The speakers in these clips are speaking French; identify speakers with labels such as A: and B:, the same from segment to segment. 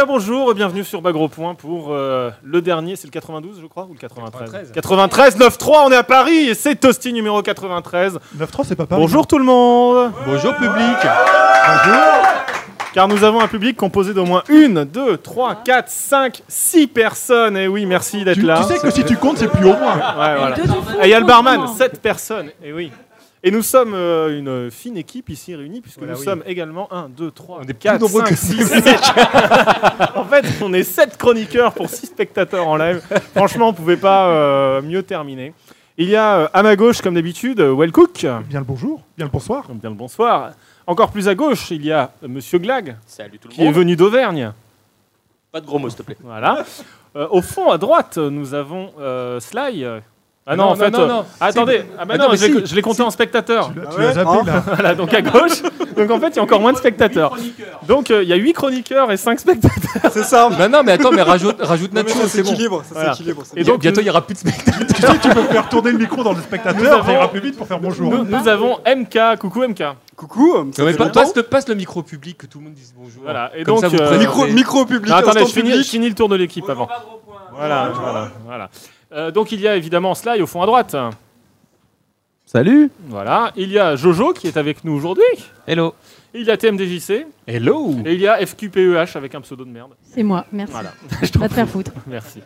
A: eh bonjour, bienvenue sur Bagro Point pour euh, le dernier, c'est le 92 je crois, ou le 93 93, 93 9-3, on est à Paris et c'est Toasty numéro 93.
B: 9-3, c'est pas pareil.
A: Bonjour tout le monde
C: Bonjour public.
A: Bonjour Car nous avons un public composé d'au moins une, deux, trois, quatre, cinq, six personnes. Et oui, merci d'être
B: Tu,
A: là.
B: tu sais que si tu comptes, c'est plus haut moins.
A: Ouais, voilà.
D: Deux du fond,
A: Et il y a le barman,
D: franchement.
A: 7 personnes. Et oui. Et nous sommes euh, une euh, fine équipe ici réunie, puisque
C: Voilà,
A: nous
C: oui.
A: sommes également 1, 2, 3,
B: est plus
A: 4,
B: nombreux
A: 5,
B: que
A: 6, 7. En fait, on est 7 chroniqueurs pour 6 spectateurs en live. Franchement, on pouvait pas euh, mieux terminer. Il y a euh, à ma gauche, comme d'habitude, euh, Well Cook. Bien
B: Bien le bonjour, bien le bonsoir.
A: le bonsoir. Encore plus à gauche, il y a euh, Monsieur Glag,
C: Salut tout le
A: qui est
C: monde.
A: venu d'Auvergne.
C: Pas de gros mots s'il te plaît.
A: Voilà. Euh, au fond, à droite, nous avons euh, Sly. Ah non,
C: Non,
A: en fait.
C: non, non,
A: euh,
C: non.
A: Attendez, ah bah
C: Ah
A: non,
C: non, mais
A: je l'ai-
C: si.
A: je l'ai compté en spectateur.
B: Tu l'as- tu
E: ouais
B: l'as zappé là.
A: Voilà, donc à gauche. Donc en fait, il y a encore moins de spectateurs. Donc euh, il y a 8 chroniqueurs et 5 spectateurs.
E: C'est ça.
C: Bah non mais attends mais rajoute rajoute
E: Non, mais
C: Nacho
E: ça
C: c'est bon.
E: s'équilibre, ça
A: Voilà.
E: s'équilibre. ça
A: Et
E: s'équilibre.
A: donc,
C: Bientôt
A: nous-
C: il y aura plus de spectateurs.
B: tu sais, tu peux faire tourner le micro dans le spectateur,
A: Nous
B: ça
A: avons-
B: ira plus vite pour faire bonjour.
A: Nous, nous avons MK. Coucou MK.
E: Coucou. ça
C: Non, mais
E: fait
C: pa-
E: longtemps.
C: passe, le, passe le micro au public que tout le monde dise bonjour.
A: Voilà. Et
C: Comme
A: donc. euh,
C: ça, vous prenez-
E: Micro,
C: Mais-
E: micro public,
A: non, attendez,
E: instant
A: je finis, je
E: public.
A: finis le tour de l'équipe avant. Voilà, voilà, voilà. Euh, donc il y a évidemment Sly au fond à droite.
F: Salut
A: Voilà. Il y a Jojo qui est avec nous aujourd'hui.
F: Hello
A: Il y a TMDJC.
C: Hello.
A: Et il y a FQPEH E avec un pseudo de merde.
D: C'est moi, merci.
A: Voilà.
D: Va te faire foutre.
A: Merci.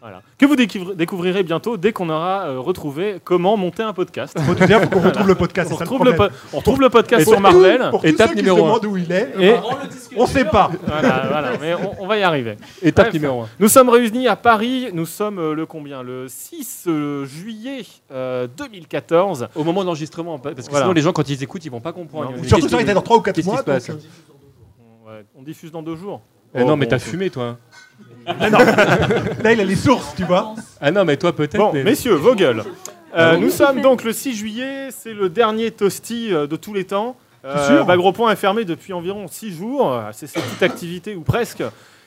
A: Voilà. Que vous découvre- découvrirez bientôt dès qu'on aura euh, retrouvé comment monter un podcast.
B: Faut te dire, faut qu'on retrouve le podcast,
A: On
B: c'est ça le
A: retrouve le,
B: problème.
A: po- on retrouve le podcast
B: Pour
A: sur
B: tous-
A: Marvel.
B: Pour tous
C: Étape
B: ceux qui se
C: numéro un.
B: demandent où il est,
A: Et-
B: eh ben, on sait pas.
A: Voilà, voilà, mais on, on va y arriver.
C: Étape
A: Bref.
C: numéro 1.
A: Nous sommes réunis à Paris, nous sommes euh, le combien Le 6 euh, juillet euh, 2014.
C: Au moment de l'enregistrement parce que
A: Voilà.
C: sinon les gens quand ils écoutent ils vont pas comprendre.
A: Non,
C: Ils vont
B: Surtout
C: dire,
B: ça, il était dans 3 ou 4
C: Qu'est-ce qui
B: mois.
C: se passe
B: donc, euh,
A: On, ouais, on diffuse dans deux jours.
C: Eh
A: Oh,
C: non mais
A: bon,
C: t'as
A: c'est-
C: fumé toi.
B: euh, non. Là, il a les sources, tu vois.
C: Ah non mais toi peut-être.
A: Bon,
C: mais-
A: messieurs, vos gueules. Euh,
C: Ah bon
A: nous sommes donc le 6 juillet, c'est le dernier toasty euh, de tous les temps.
B: C'est
A: Euh,
B: sûr.
A: Bagro Point est fermé depuis environ 6 jours, euh, c'est cette toute activité ou presque.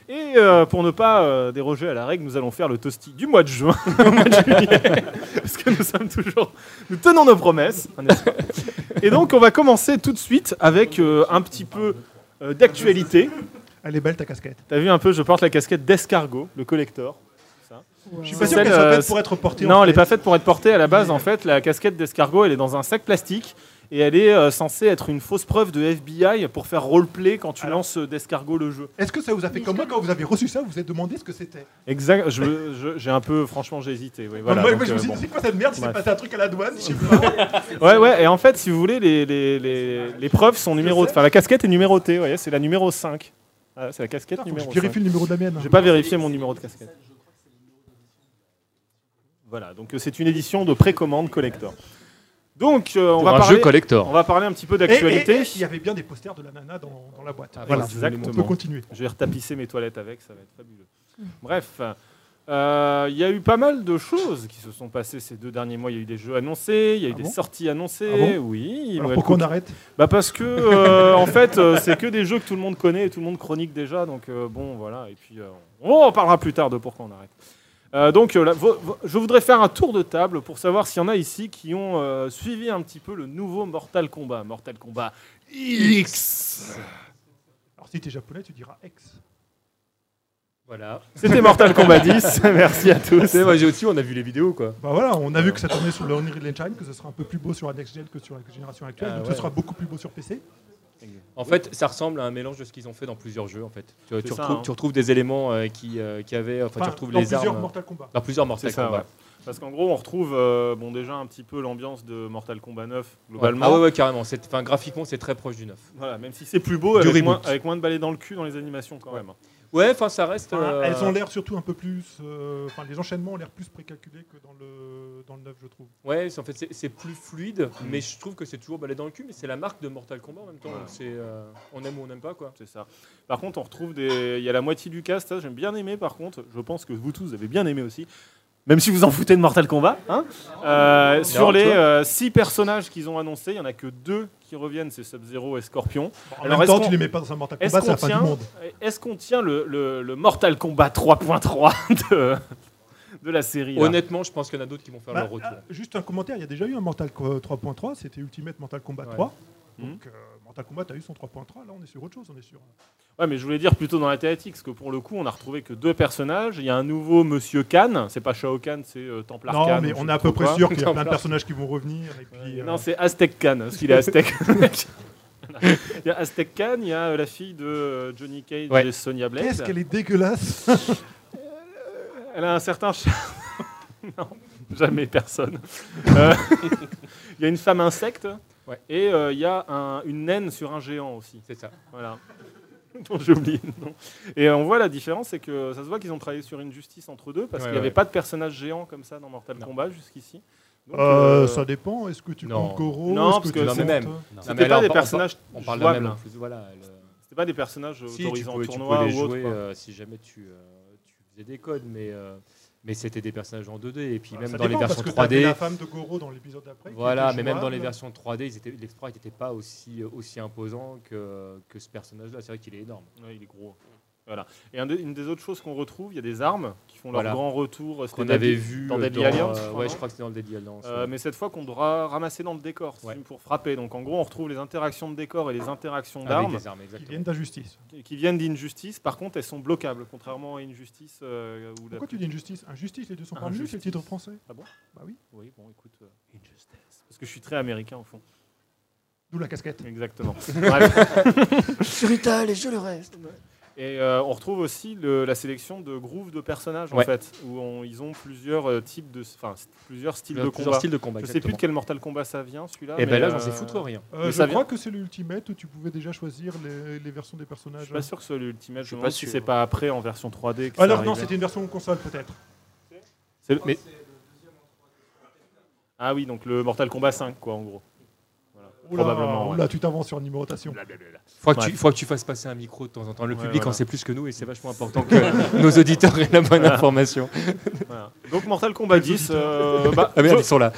A: Et euh, pour ne pas euh, déroger à la règle, nous allons faire le toasty du mois de juin au mois de juillet. Parce que nous sommes toujours. Nous tenons nos promesses, hein, n'est-ce pas Et donc, on va commencer tout de suite avec euh, un petit peu euh, d'actualité.
B: Elle est belle ta casquette.
A: T'as vu un peu, je porte la casquette d'escargot, le collector.
B: Je suis pas
A: C'est
B: sûr qu'elle
A: celle,
B: soit
A: euh,
B: faite pour être portée. en
A: Non, elle n'est
B: fait.
A: pas faite pour être portée à la base. En fait, la casquette d'escargot, elle est dans un sac plastique et elle est euh, censée être une fausse preuve de FBI pour faire roleplay quand tu lances euh, d'escargot le jeu.
B: Est-ce que ça vous a fait comme moi quand vous avez reçu ça, vous vous êtes demandé ce que c'était
A: Exact. je- je- J'ai un peu, franchement, j'ai hésité. oui, voilà,
B: Moi,
A: donc,
B: moi, je me
A: euh,
B: suis dit,
A: bon.
B: c'est quoi cette merde Il s'est
A: Bref.
B: passé un truc à la douane, je sais pas.
A: Ouais, ouais. Et en fait, si vous voulez, les, les- les- les preuves sont numérotées. Enfin, la casquette est numérotée. vous voyez, c'est la numéro 5. Ah, c'est la casquette
B: Faut que
A: numéro
B: Je
A: 5.
B: vérifie le numéro de la mienne.
A: J'ai pas vérifié mon numéro de casquette. Voilà, donc euh, c'est une édition de précommande collector. Donc, euh, on
C: Pour
A: va
C: un
A: parler...
C: jeu
A: On
C: collector.
A: va parler un petit peu
B: Et- et-
A: d'actualité.
B: et Il Eh, y avait bien des posters de la nana dans, dans la boîte.
C: Ah,
B: voilà,
A: exactement.
B: on peut continuer.
A: Je vais retapisser mes toilettes avec, ça va être fabuleux. Bref, euh, il y a eu pas mal de choses qui se sont passées ces deux derniers mois. Il y a eu des jeux annoncés, il y a eu
B: Ah
A: des
B: bon
A: sorties annoncées.
B: Ah bon
A: oui.
B: Alors
A: ouais,
B: pourquoi on
A: écoute-
B: arrête
A: bah parce que euh, en fait, euh, c'est que des jeux que tout le monde connaît et tout le monde chronique déjà. Donc euh, bon, voilà. Et puis euh, on en parlera plus tard de pourquoi on arrête. Euh, donc euh, là, vo- vo- je voudrais faire un tour de table pour savoir s'il y en a ici qui ont euh, suivi un petit peu le nouveau Mortal Kombat. Mortal Kombat X.
B: Alors si t'es japonais, tu diras ex.
C: Voilà.
A: C'était Mortal Kombat 10. Merci à tous.
C: C'est moi j'ai aussi on a vu les vidéos quoi.
B: Bah voilà, on a vu que ça tournait sur le Unreal Engine, que ce sera un peu plus beau sur la next gen que sur la génération actuelle,
C: Ah
B: donc
C: ouais.
B: ce sera beaucoup plus beau sur PC.
C: En fait, ça ressemble à un mélange de ce qu'ils ont fait dans plusieurs jeux. En fait, tu, tu
A: ça,
C: retrouves,
A: hein.
C: tu retrouves des éléments euh, qui, euh, qui avaient, enfin, tu
B: Enfin,
C: retrouves
B: dans
C: les
B: plusieurs
C: armes euh,
B: Mortal Kombat.
C: dans plusieurs Mortal
A: C'est ça,
C: Kombat.
A: ouais. Parce qu'en gros, on retrouve euh, bon, déjà un petit peu l'ambiance de Mortal Kombat 9 globalement.
C: Ah ouais, ouais, carrément. C'est- Enfin, graphiquement, c'est très proche du 9.
A: Voilà, même si c'est plus beau,
C: Du
A: avec moins,
C: reboot.
A: avec moins de balais dans le cul dans les animations quand même. hein,
C: Ouais, enfin, ça reste.
B: Enfin,
C: euh,
B: Elles ont l'air surtout un peu plus... euh, Enfin, les enchaînements ont l'air plus précalculés que dans le, dans le 9, je trouve.
C: Ouais, c'est- en fait, c'est- c'est plus fluide, mais je trouve que c'est toujours balai dans le cul. Mais c'est la marque de Mortal Kombat en même temps.
A: Voilà.
C: donc c'est, euh, on aime ou on n'aime pas, quoi.
A: C'est ça. Par contre, on retrouve des. Il y a la moitié du cast, ça j'aime bien aimé. Par contre, je pense que vous tous avez bien aimé aussi. Même si vous en foutez de Mortal Kombat, hein Euh, sur
C: Non,
A: les
C: toi.
A: euh, six personnages qu'ils ont annoncés, il y en a que deux qui reviennent, c'est Sub-Zero et Scorpion.
B: En
A: Alors,
B: même
A: est-ce
B: temps,
A: qu'on-
B: tu les mets pas dans un Mortal
A: Est-ce
B: Kombat, c'est
A: qu'on
B: la fin
A: tient,
B: du monde.
A: est-ce qu'on tient le, le- le Mortal Kombat 3.3 de, de la série là
C: Honnêtement, je pense qu'il y en a d'autres qui vont faire
B: Bah,
C: leur retour.
B: euh, ah, juste un commentaire, il y a déjà eu un Mortal Kombat 3.3, c'était Ultimate Mortal Kombat
C: Ouais. Hum.
B: 3. Donc, euh, Mortal Kombat a eu son 3.3, là on est sur autre chose, on est sur.
A: Ouais, mais je voulais dire plutôt dans la thématique, parce que pour le coup, on a retrouvé que deux personnages. Il y a un nouveau Monsieur Khan, c'est pas Shao Khan, c'est euh, Templar
B: non,
A: Khan,
B: mais
A: je
B: on
A: ne
B: est à peu
A: sais
B: près
A: quoi.
B: sûr qu'il y a plein de
C: Templar.
B: personnages qui vont revenir. Et puis, euh,
A: Non, c'est Aztec Khan, parce qu'il est aztèque. il y a Aztec Khan, il y a euh, la fille de euh, Johnny Cage
F: Ouais.
A: et Sonia Blade.
B: Qu'est-ce qu'elle est dégueulasse
A: Elle a un certain charme. non, jamais personne. Euh, Il y a une femme insecte
C: Ouais.
A: et euh, il y a un- une naine sur un géant aussi.
C: C'est ça.
A: Voilà. Dont J'ai oublié le nom. Et euh, on voit la différence, c'est que ça se voit qu'ils ont travaillé sur une justice entre deux parce
C: Ouais,
A: qu'il n'y avait
C: ouais.
A: pas de personnage géant comme ça dans Mortal Kombat jusqu'ici. Donc,
B: Euh,
A: euh,
B: Ça dépend, est-ce que tu
C: non.
B: comptes Goro
A: Non,
B: est-ce
A: parce
B: tu
A: que
C: non, mais
B: comptes- euh,
C: même.
A: C'était pas des personnages
C: On parle de
A: jouables.
C: même en plus. Voilà. elle-
A: C'était pas des personnages euh,
C: Si, tu
A: autorisés en
C: pouvais, tu
A: tournoi
C: pouvais
A: ou
C: les
A: autre.
C: jouer
A: quoi.
C: euh, si jamais tu, euh, tu faisais des codes, mais, euh, mais c'était des personnages en 2D. Et puis
A: Bah,
B: Voilà,
C: même
B: ça
C: dans les
B: dépend,
C: versions
B: parce que t'avais
C: 3D,
B: La femme de Goro dans l'épisode d'après. qui
C: voilà,
B: était
C: mais même dans les
B: jouable.
C: versions 3D, ils étaient, les sprites n'étaient pas aussi, aussi imposants que, que ce personnage-là. C'est vrai qu'il est énorme.
A: Ouais, il est gros. Voilà. Et un des- une des autres choses qu'on retrouve, il y a des armes qui font
C: Voilà.
A: leur grand retour. C'était
C: Qu'on
A: Deadly-
C: avait vu
A: dans
C: euh,
A: Deadly
C: dans,
A: Alliance,
C: euh,
A: je crois,
C: ouais,
A: non
C: je crois que c'était dans le Deadly Alliance.
A: Euh,
C: ouais.
A: mais cette fois qu'on doit ramasser dans le décor c'est
C: Ouais.
A: pour frapper. Donc en gros, on retrouve les interactions de décor et les interactions
C: Avec
A: d'armes
C: des armes,
B: Qui
C: exactement.
B: viennent d'injustice.
A: qui- qui viennent d'Injustice. Par contre, elles sont bloquables, contrairement à Injustice. euh, où la-
B: Pourquoi tu dis injustice Injustice, les deux sont pas venus, c'est le
A: Injustice.
B: titre français.
A: Ah bon
B: Bah oui,
A: Oui, bon, écoute, euh, Injustice. Parce que je suis très américain au fond.
B: d'où la casquette.
A: Exactement. Bref.
D: Sur Ital et je le reste.
A: Et euh, on retrouve aussi le- la sélection de grooves de personnages en
C: Ouais.
A: fait, où on- ils ont plusieurs euh, types de, enfin st- plusieurs styles de
C: Plusieurs
A: combat.
C: styles de combat.
A: Je sais plus de
C: exactement.
A: quel Mortal Kombat ça vient celui-là.
C: Et
A: mais,
C: ben là, j'en
A: euh,
C: sais foutre rien.
B: Euh,
A: Mais
B: je
A: ça
B: crois que c'est l'ultimate où tu pouvais déjà choisir les, les versions des
A: Je
B: personnages.
A: suis pas sûr que ce soit
D: Je
A: l'ultimate. Je
D: suis
A: me
D: pas
A: demande si
D: sûr.
A: c'est pas après en version 3D. que ça
B: Alors non,
A: arrivait.
B: c'était une version console peut-être.
A: C'est- mais- Ah oui, donc le Mortal Kombat 5, quoi, en gros. Voilà,
B: Oula,
A: Probablement. ouais.
B: oula, tu t'avances sur une numérotation.
A: Blablabla.
C: Faut
A: que
C: que,
A: tu-
C: tu, faut que tu fasses passer un micro de temps en temps. Le
A: Ouais,
C: public
A: voilà.
C: en sait plus que nous et c'est vachement important que nos auditeurs aient la bonne information.
A: Voilà. Donc Mortal Kombat 10, euh, bah,
C: Ah merde, ils
A: je,
C: sont là.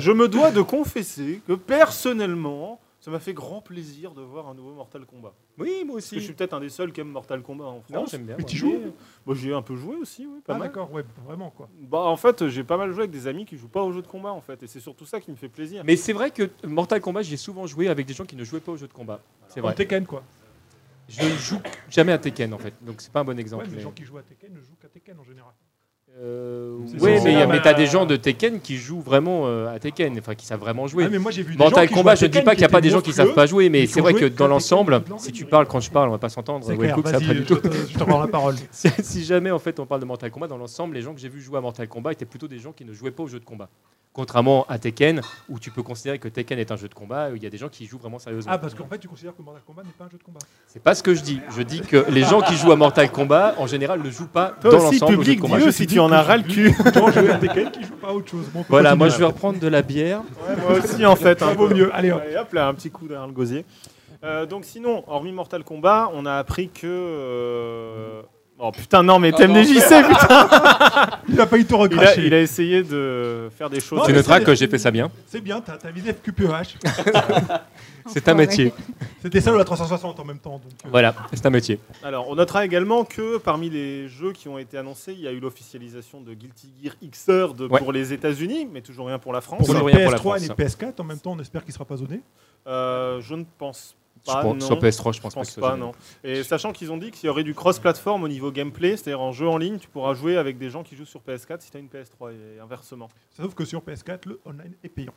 A: je me dois de confesser que personnellement, ça m'a fait grand plaisir de voir un nouveau Mortal Kombat.
C: Oui, moi
A: Parce que je suis peut-être un des seuls qui aime Mortal Kombat en
C: Non,
A: France.
C: j'aime bien.
B: Mais
C: moi.
B: tu joues
A: Moi, j'ai un peu joué aussi, oui, pas
B: Ah
A: mal.
B: d'accord, ouais, vraiment quoi.
A: Bah, en fait, j'ai pas mal joué avec des amis qui jouent pas aux jeux de combat, en fait. Et c'est surtout ça qui me fait plaisir.
C: Mais c'est vrai que Mortal Kombat, j'ai souvent joué avec des gens qui ne jouaient pas aux jeux de combat. C'est
B: Comme
C: vrai.
B: Tekken quoi.
C: Je ne joue jamais à Tekken en fait, donc c'est pas un bon
B: Ouais,
C: exemple.
B: mais les
C: mais-
B: gens qui jouent à Tekken ne jouent qu'à Tekken en général.
C: Euh,
B: C'est
C: ouais,
B: ça,
C: mais,
B: c'est
C: y a-
B: ça.
C: mais t'as des gens de Tekken qui jouent vraiment euh, à Tekken, enfin qui savent vraiment jouer.
B: Ah, mais moi j'ai vu des gens
C: Mortal
B: qui
C: Kombat,
B: jouent à
C: je ne dis
B: Tekken
C: pas qu'il n'y a pas des gens qui
B: étaient
C: savent pas jouer, mais
B: qui
C: c'est
B: ont
C: vrai
B: joué
C: que
B: que
C: dans
B: Tekken,
C: l'ensemble,
B: ils l'ont
C: si
B: fait.
C: tu parles quand je parle, on va pas s'entendre.
B: C'est
C: Ouais,
B: clair,
C: écoute, ça va pas
B: vas-y,
C: du
B: je
C: tout.
B: te- je te rends la parole.
C: si, si jamais en fait on parle de Mortal Kombat dans l'ensemble, les gens que j'ai vu jouer à Mortal Kombat étaient plutôt des gens qui ne jouaient pas aux jeux de combat. Contrairement à Tekken, où tu peux considérer que Tekken est un jeu de combat, où il y a des gens qui y jouent vraiment sérieusement.
B: Ah, parce qu'en fait, tu considères que Mortal Kombat n'est pas un jeu de combat.
C: C'est pas ce que je dis. Je dis que les gens qui jouent à Mortal Kombat en général ne jouent pas
A: Toi
C: dans
A: aussi,
C: l'ensemble aux jeux
A: public,
C: de combat.
A: dis-le si tu en as ras le cul.
B: Quand je joue à Tekken qui joue pas à autre chose. Bon, on peut
C: Voilà, moi
B: continuer.
C: je vais reprendre de la bière.
A: Ouais, moi aussi, en fait.
B: Ça
A: un
B: vaut
A: peu.
B: mieux. Allez, hop.
A: Allez, hop là, un petit coup derrière le gosier. Euh, donc sinon, hormis Mortal Kombat, on a appris que... euh, Oh putain, non, mais t'aimes
D: non.
A: les JC, putain
B: Il a failli te
A: il a,
B: recracher.
A: il a essayé de faire des choses...
B: Non,
C: Tu
B: mais
C: noteras
B: c'est-
C: que j'ai fait ça bien.
B: C'est bien, t'as t'as visé FQPEH.
C: C'est un métier.
B: C'était ça ou la 360 en même temps. Donc, euh,
C: Voilà, c'est un métier.
A: Alors, on notera également que parmi les jeux qui ont été annoncés, il y a eu l'officialisation de Guilty Gear Xrd de-
C: Ouais.
A: pour les États-Unis, mais toujours rien pour la France.
B: Pour
C: Toujours
B: les
C: rien pour la
B: PS3 et les
C: France. hein.
B: PS4, en même temps, on espère qu'il sera pas zoné.
A: Euh, je ne pense
C: Je
A: pas.
C: pense-
B: Ah,
A: non.
C: sur PS3, je
A: Je
C: pense,
A: pense
C: que
A: pas, non. Et sachant qu'ils ont dit qu'il y aurait du cross-platform au niveau gameplay, c'est-à-dire en jeu en ligne, tu pourras jouer avec des gens qui jouent sur PS4 si tu as une PS3 et inversement.
B: Sauf que sur PS4, le online est payant.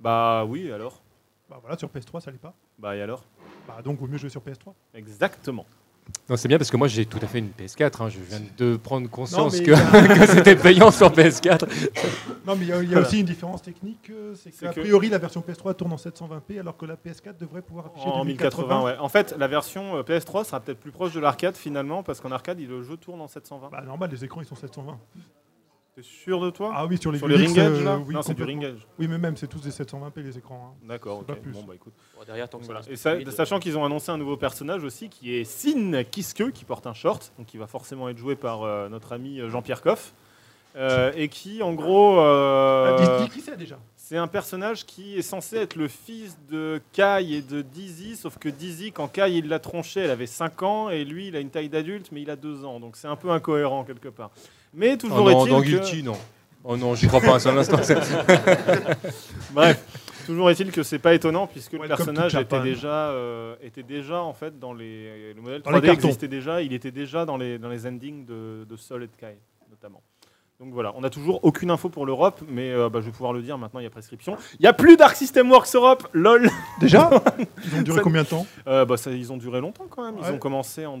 A: Bah oui, alors.
B: Bah voilà, sur PS3, ça l'est pas.
A: Bah et alors
B: Bah donc, vaut mieux jouer sur PS3.
A: Exactement.
C: Non, c'est bien parce que moi j'ai tout à fait une PS4. hein. Je viens de prendre conscience
B: mais
C: que,
B: il y a-
C: que c'était payant sur PS4.
B: Non, mais il y a, il y a
A: Voilà.
B: aussi une différence technique. euh, C'est
A: C'est
B: qu'a
A: que-
B: priori, la version PS3 tourne en 720p, alors que la PS4 devrait pouvoir afficher
A: En
B: du
A: 1080, ouais. En fait, la version euh, PS3 sera peut-être plus proche de l'arcade finalement, parce qu'en arcade, il- le jeu tourne en 720.
B: Bah normal, les écrans, ils sont 720.
A: T'es sûr de toi
B: Ah oui, sur les
A: Sur les
B: Unix,
A: ringages
B: euh,
A: là
B: oui,
A: Non, c'est du
B: complètement.
A: ringage.
B: Oui, mais même, c'est tous des 720p les écrans. hein.
A: D'accord,
B: C'est pas
A: ok.
B: plus.
A: Bon, bah écoute.
E: Oh,
D: Bon, derrière, tant que ça
A: Voilà.
D: reste
A: Et ça-
D: fluide,
A: sachant qu'ils ont annoncé un nouveau personnage aussi qui est Sin Kiske qui porte un short, donc qui va forcément être joué par euh, notre ami euh, Jean-Pierre Coff. Euh, et qui, en gros, euh,
B: Ah, dis, dis qui c'est déjà
A: c'est un personnage qui est censé être le fils de Kai et de Dizzy, sauf que Dizzy, quand Kai il l'a tronché, elle avait 5 ans, et lui, il a une taille d'adulte, mais il a 2 ans, donc c'est un peu incohérent quelque part. Mais toujours
C: Oh non,
A: est-il
C: dans
A: que-
C: Guilty, non. Oh non, j'y crois pas un seul instant.
A: Bref. Toujours est-il que c'est pas étonnant puisque le
B: Welcome to
A: personnage était
B: Japan.
A: déjà, euh, était déjà en fait dans les le modèle
B: Dans les
A: 3D
B: cartons.
A: existait déjà, il était déjà dans les dans les endings de, de Sol et de Kai notamment. Donc voilà, on n'a toujours aucune info pour l'Europe, mais euh, bah, je vais pouvoir le dire maintenant, il y a prescription. Il n'y a plus d'Arc System Works Europe, lol
B: Déjà Ils ont duré
A: Ça-
B: combien de temps
A: Euh, bah, ça, Ils ont duré longtemps quand même, ils
B: Ouais.
A: ont commencé en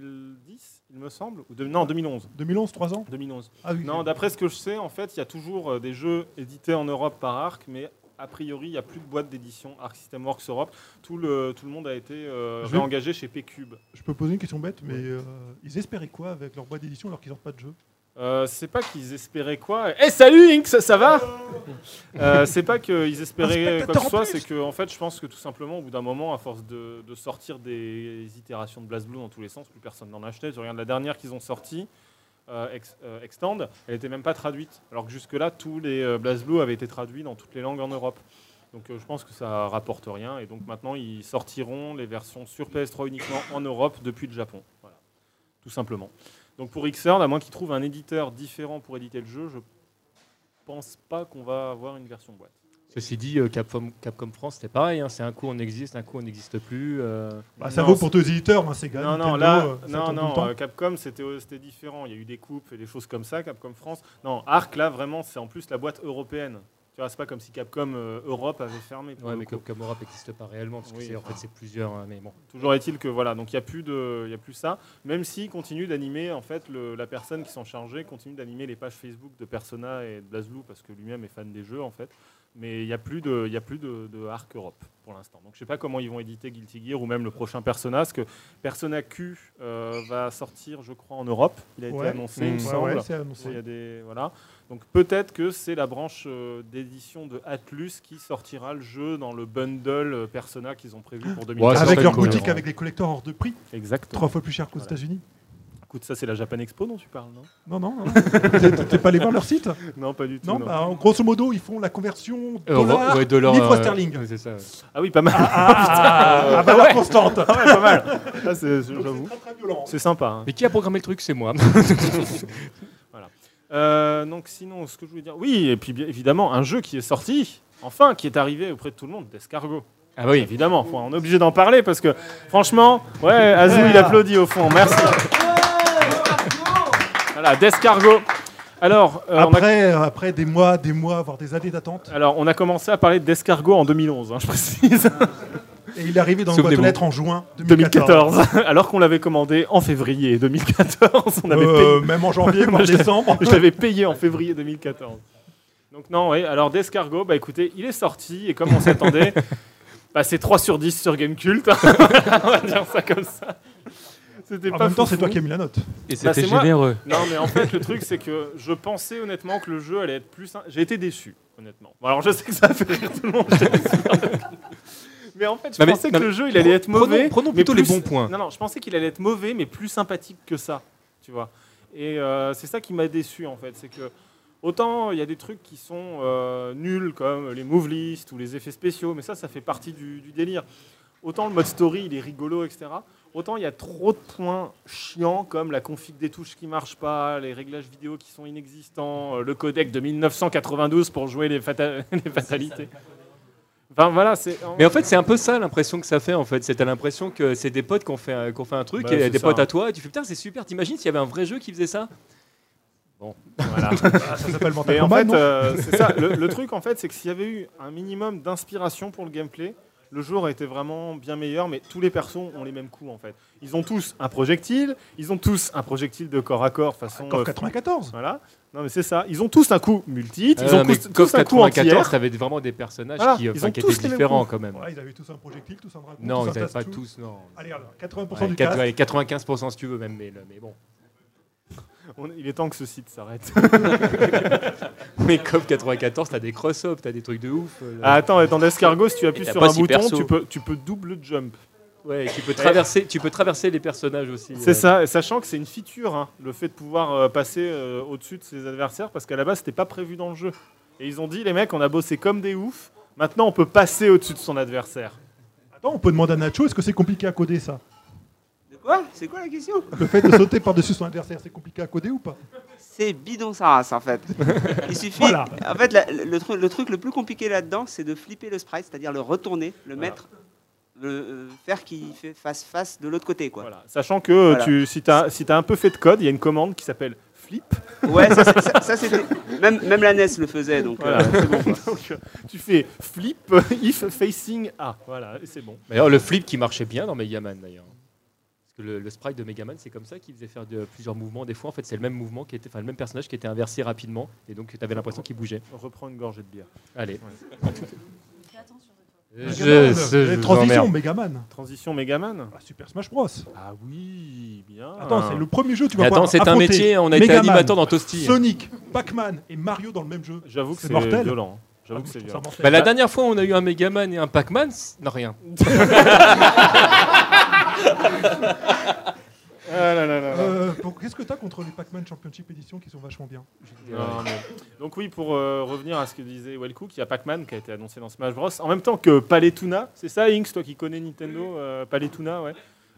A: 2010, il me semble, ou de- non, en 2011.
B: 2011, 3 ans
A: 2011.
B: Ah oui.
A: Non, d'après ce que je sais, en fait, il y a toujours euh, des jeux édités en Europe par Arc, mais a priori, il n'y a plus de boîte d'édition Arc System Works Europe. Tout le, tout le monde a été euh,
B: Je vais-
A: réengagé chez P-Cube.
B: Je peux poser une question bête, mais euh, ils espéraient quoi avec leur boîte d'édition alors qu'ils n'ont pas de jeu
A: Euh, c'est pas qu'ils espéraient quoi. Eh salut Inks, ça va Euh, C'est pas qu'ils espéraient
B: Un
A: quoi que ce
B: spectateur en
A: soit,
B: plus.
A: c'est que en fait, je pense que tout simplement, au bout d'un moment, à force de, de sortir des itérations de BlazBlue dans tous les sens, plus personne n'en achetait. Tu regardes la dernière qu'ils ont sortie, euh, Ex- euh, Extend, elle était même pas traduite, alors que jusque-là, tous les euh, BlazBlue avaient été traduits dans toutes les langues en Europe. Donc euh, je pense que ça rapporte rien et donc maintenant ils sortiront les versions sur PS3 uniquement en Europe depuis le Japon. Voilà. Tout simplement. Donc pour Xrd, à moins qu'ils trouvent un éditeur différent pour éditer le jeu, je pense pas qu'on va avoir une version boîte.
C: Ceci dit, euh, Capcom, Capcom France, c'était pareil. hein, C'est un coup on existe, un coup on n'existe plus. euh,
B: Bah, Ça
A: Non,
B: vaut pour tous les éditeurs, hein, Sega,
A: Non, non,
B: Nintendo,
A: là,
B: euh, ça
A: non,
B: tourne tout le
A: non,
B: temps.
A: euh, Capcom, c'était euh, c'était différent. Il y a eu des coupes et des choses comme ça, Capcom France. Non, Arc, là, vraiment, c'est en plus la boîte européenne. Tu vois, c'est pas comme si Capcom euh, Europe avait fermé. pour
C: Ouais,
A: le
C: mais
A: coup.
C: Capcom Europe n'existe pas réellement parce que
A: Oui,
C: c'est- en fait c'est plusieurs. hein, mais bon.
A: Toujours est-il que voilà, donc il n'y a plus de, il y a plus ça. Même s'ils continuent d'animer, en fait, le- la personne qui s'en chargeait continue d'animer les pages Facebook de Persona et de BlazBlue parce que lui-même est fan des jeux en fait. Mais il n'y a plus de, il y a plus de, de Arc Europe pour l'instant. Donc je sais pas comment ils vont éditer Guilty Gear ou même le prochain Persona, parce que Persona Q euh, va sortir, je crois, en Europe. Il a
B: Ouais. Mmh.
A: été annoncé, il me
B: Ouais,
A: semble.
B: ouais, c'est annoncé.
A: Il y a des- voilà. Donc peut-être que c'est la branche euh, d'édition de Atlus qui sortira le jeu dans le bundle euh, Persona qu'ils ont prévu pour 2015.
C: ça
B: avec
C: serait
B: leur
C: cohérent.
B: boutique, avec des collecteurs hors de prix,
A: Exactement.
B: trois fois plus cher qu'aux
A: Voilà.
B: États-Unis.
A: Écoute, ça c'est la Japan Expo dont tu parles, non
B: Non, non, non. T'es- T'es pas allé voir leur site
A: Non, pas du tout.
B: Non,
A: non.
B: bah, en grosso modo, ils font la conversion
C: Euro-
B: dollar,
C: ouais, dollar,
B: livre
C: euh,
B: sterling.
C: ouais, c'est ça.
A: Ah oui, pas mal.
B: Ah, valeur constante.
A: Ah ouais, pas mal. Ah, c'est- c'est-
B: Donc,
A: J'avoue.
B: C'est très, très violent.
A: C'est sympa. hein.
C: Mais qui a programmé le truc C'est moi.
A: Euh, donc sinon, ce que je voulais dire. Oui, et puis bien évidemment, un jeu qui est sorti, enfin, qui est arrivé auprès de tout le monde, d'Escargot.
C: Ah bah oui.
A: Évidemment, faut- on est obligé d'en parler parce que franchement, ouais, Azou il applaudit au fond, merci. Voilà, d'escargot. Alors, euh, on a-
B: Après, euh, après des mois, des mois, voire des années d'attente,
A: alors, on a commencé à parler d'escargot en 2011, hein, je précise,
B: et il est arrivé dans le boîte
C: Souvenez-vous.
B: aux lettres en juin 2014.
A: 2014, alors qu'on l'avait commandé en février 2014. On avait payé
B: Euh, même en janvier,
A: Moi,
B: voire
A: je-
B: décembre.
A: Je l'avais payé en février 2014. Donc non, oui. Alors d'Escargot, bah écoutez, il est sorti et comme on s'attendait, bah, c'est 3 sur 10 sur Gamecult. on va dire ça comme ça. C'était
B: En
A: pas
B: même temps, c'est
A: foufou.
B: toi qui as mis la note.
F: Et
A: Bah,
F: c'était
A: c'est moi.
F: généreux.
A: Non, mais en fait, le truc, c'est que je pensais honnêtement que le jeu allait être plus. simple. J'ai été déçu, honnêtement. Bon, alors, je sais que ça fait rire tout le monde. j'étais déçu. mais en fait, je
C: Non, mais-
A: pensais
C: non,
A: que le jeu, il allait être
C: prenons-
A: mauvais.
C: prenons
A: mais
C: plutôt les
A: plus-
C: bons points.
A: Non, non, je pensais qu'il allait être mauvais, mais plus sympathique que ça. Tu vois. Et euh, c'est ça qui m'a déçu, en fait. C'est que. Autant il y a des trucs qui sont euh, nuls comme les move lists ou les effets spéciaux, mais ça, ça fait partie du, du délire. Autant le mode story, il est rigolo, etc. Autant il y a trop de points chiants comme la config des touches qui marche pas, les réglages vidéo qui sont inexistants, euh, le codec de 1992 pour jouer les, fata- les fatalités. Enfin voilà, c'est.
C: Mais en fait, c'est un peu ça l'impression que ça fait. En fait, c'est t'as l'impression que c'est des potes qui ont fait, un- qui ont fait un truc
A: Bah,
C: et
A: c'est
C: des
A: ça,
C: potes
A: hein.
C: à toi. Et tu fais putain, c'est super. T'imagines s'il y avait un vrai jeu qui faisait ça
A: Voilà.
B: Ça s'appelle Mental
A: Mais en
B: Combat,
A: fait,
B: non
A: euh, c'est ça. Le, le truc, en fait, c'est que s'il y avait eu un minimum d'inspiration pour le gameplay, le jeu aurait été vraiment bien meilleur. Mais tous les persos ont les mêmes coups, en fait. Ils ont tous un projectile. Ils ont tous un projectile de corps à corps façon.
B: Encore
A: euh,
B: 94.
A: Voilà. Non, mais c'est ça. Ils ont tous un coup multi. Ils
C: Ah,
A: ont
C: mais
A: tous,
C: Coff
A: tous un coup entier.
C: 94, t'avais vraiment des personnages
A: Voilà,
C: qui, euh,
A: ils
C: enfin,
A: ont
C: qui
A: tous les
C: étaient
A: mêmes
C: différents
A: coups.
C: quand même.
B: Ouais, ils avaient tous un projectile, tous un dragon.
C: Non,
B: tous
C: ils
B: un
C: n'avaient pas
B: tasse-tout.
C: tous. Non.
B: Allez, alors, 80%
C: Ouais,
B: du
C: quatre-
B: cast.
C: allez, 95% si tu veux même, mais, le- mais bon.
A: On- il est temps que ce site s'arrête.
C: Mais Coff 94, t'as des cross-ups, t'as des trucs de ouf. euh,
A: Ah, attends, et dans l'escargot, si tu appuies
F: Et t'as
A: sur
F: pas
A: un
F: six
A: bouton,
F: persos.
A: tu peux, tu peux double jump.
C: Ouais, tu peux traverser, tu peux traverser les personnages aussi.
A: C'est
C: euh.
A: ça, et sachant que c'est une feature, hein, le fait de pouvoir euh, passer euh, au-dessus de ses adversaires, parce qu'à la base, c'était pas prévu dans le jeu. Et ils ont dit, les mecs, on a bossé comme des oufs, maintenant on peut passer au-dessus de son adversaire.
B: Attends, on peut demander à Nacho, est-ce que c'est compliqué à coder ça
E: De quoi C'est quoi la question
B: Le fait de sauter par-dessus son adversaire, c'est compliqué à coder ou pas
E: c'est bidon sa race en fait. Il suffit.
B: Voilà.
E: En fait, la- le, tru- le truc le plus compliqué là-dedans, c'est de flipper le sprite, c'est-à-dire le retourner, le
A: Voilà.
E: mettre, le euh, faire qu'il fait face face de l'autre côté quoi.
A: Voilà. Sachant que euh,
E: Voilà.
A: tu, si tu as, un peu fait de code, il y a une commande qui s'appelle flip.
E: Ouais, ça, c'est- ça- ça, c'était même même la NES le faisait donc. euh,
A: Voilà.
E: c'est bon, quoi.
A: Donc, euh, tu fais flip if facing A. Voilà, et c'est bon.
C: D'ailleurs, le flip qui marchait bien dans Megaman, d'ailleurs. Parce que le, le sprite de Megaman, c'est comme ça qu'il faisait faire de- plusieurs mouvements. Des fois, en fait, c'est le même mouvement qui était, enfin, le même personnage qui était inversé rapidement, et donc tu avais l'impression qu'il bougeait.
A: On reprend une gorgée de bière.
C: Allez.
G: Fais attention.
B: Megaman, les transitions, Megaman.
A: Transition Megaman.
B: Ah, Super Smash Bros.
A: Ah oui, bien.
B: Attends, c'est le premier jeu, tu vas
C: Mais attends,
B: pouvoir
C: c'est un
B: affronter
C: métier. On a été
B: Megaman,
C: animateur dans Toasty.
B: Sonic, Pac-Man et Mario dans le même jeu.
A: J'avoue que
B: C'est
A: c'est
B: mortel.
A: violent. hein. J'avoue
B: Ah,
A: que
B: je
A: c'est
B: trouve ça
A: violent.
B: mortel.
C: Bah, la dernière fois, on a eu un Megaman et un Pac-Man. c'est- Non, rien.
A: Ah là là là là.
B: Euh, pour- Qu'est-ce que t'as contre les Pac-Man Championship Edition qui sont vachement bien
A: Non, mais- Donc oui, pour euh, revenir à ce que disait Wellcook, il y a Pac-Man qui a été annoncé dans Smash Bros. En même temps que Paletuna, c'est ça Inks, toi qui connais Nintendo, euh, Paletuna, ouais.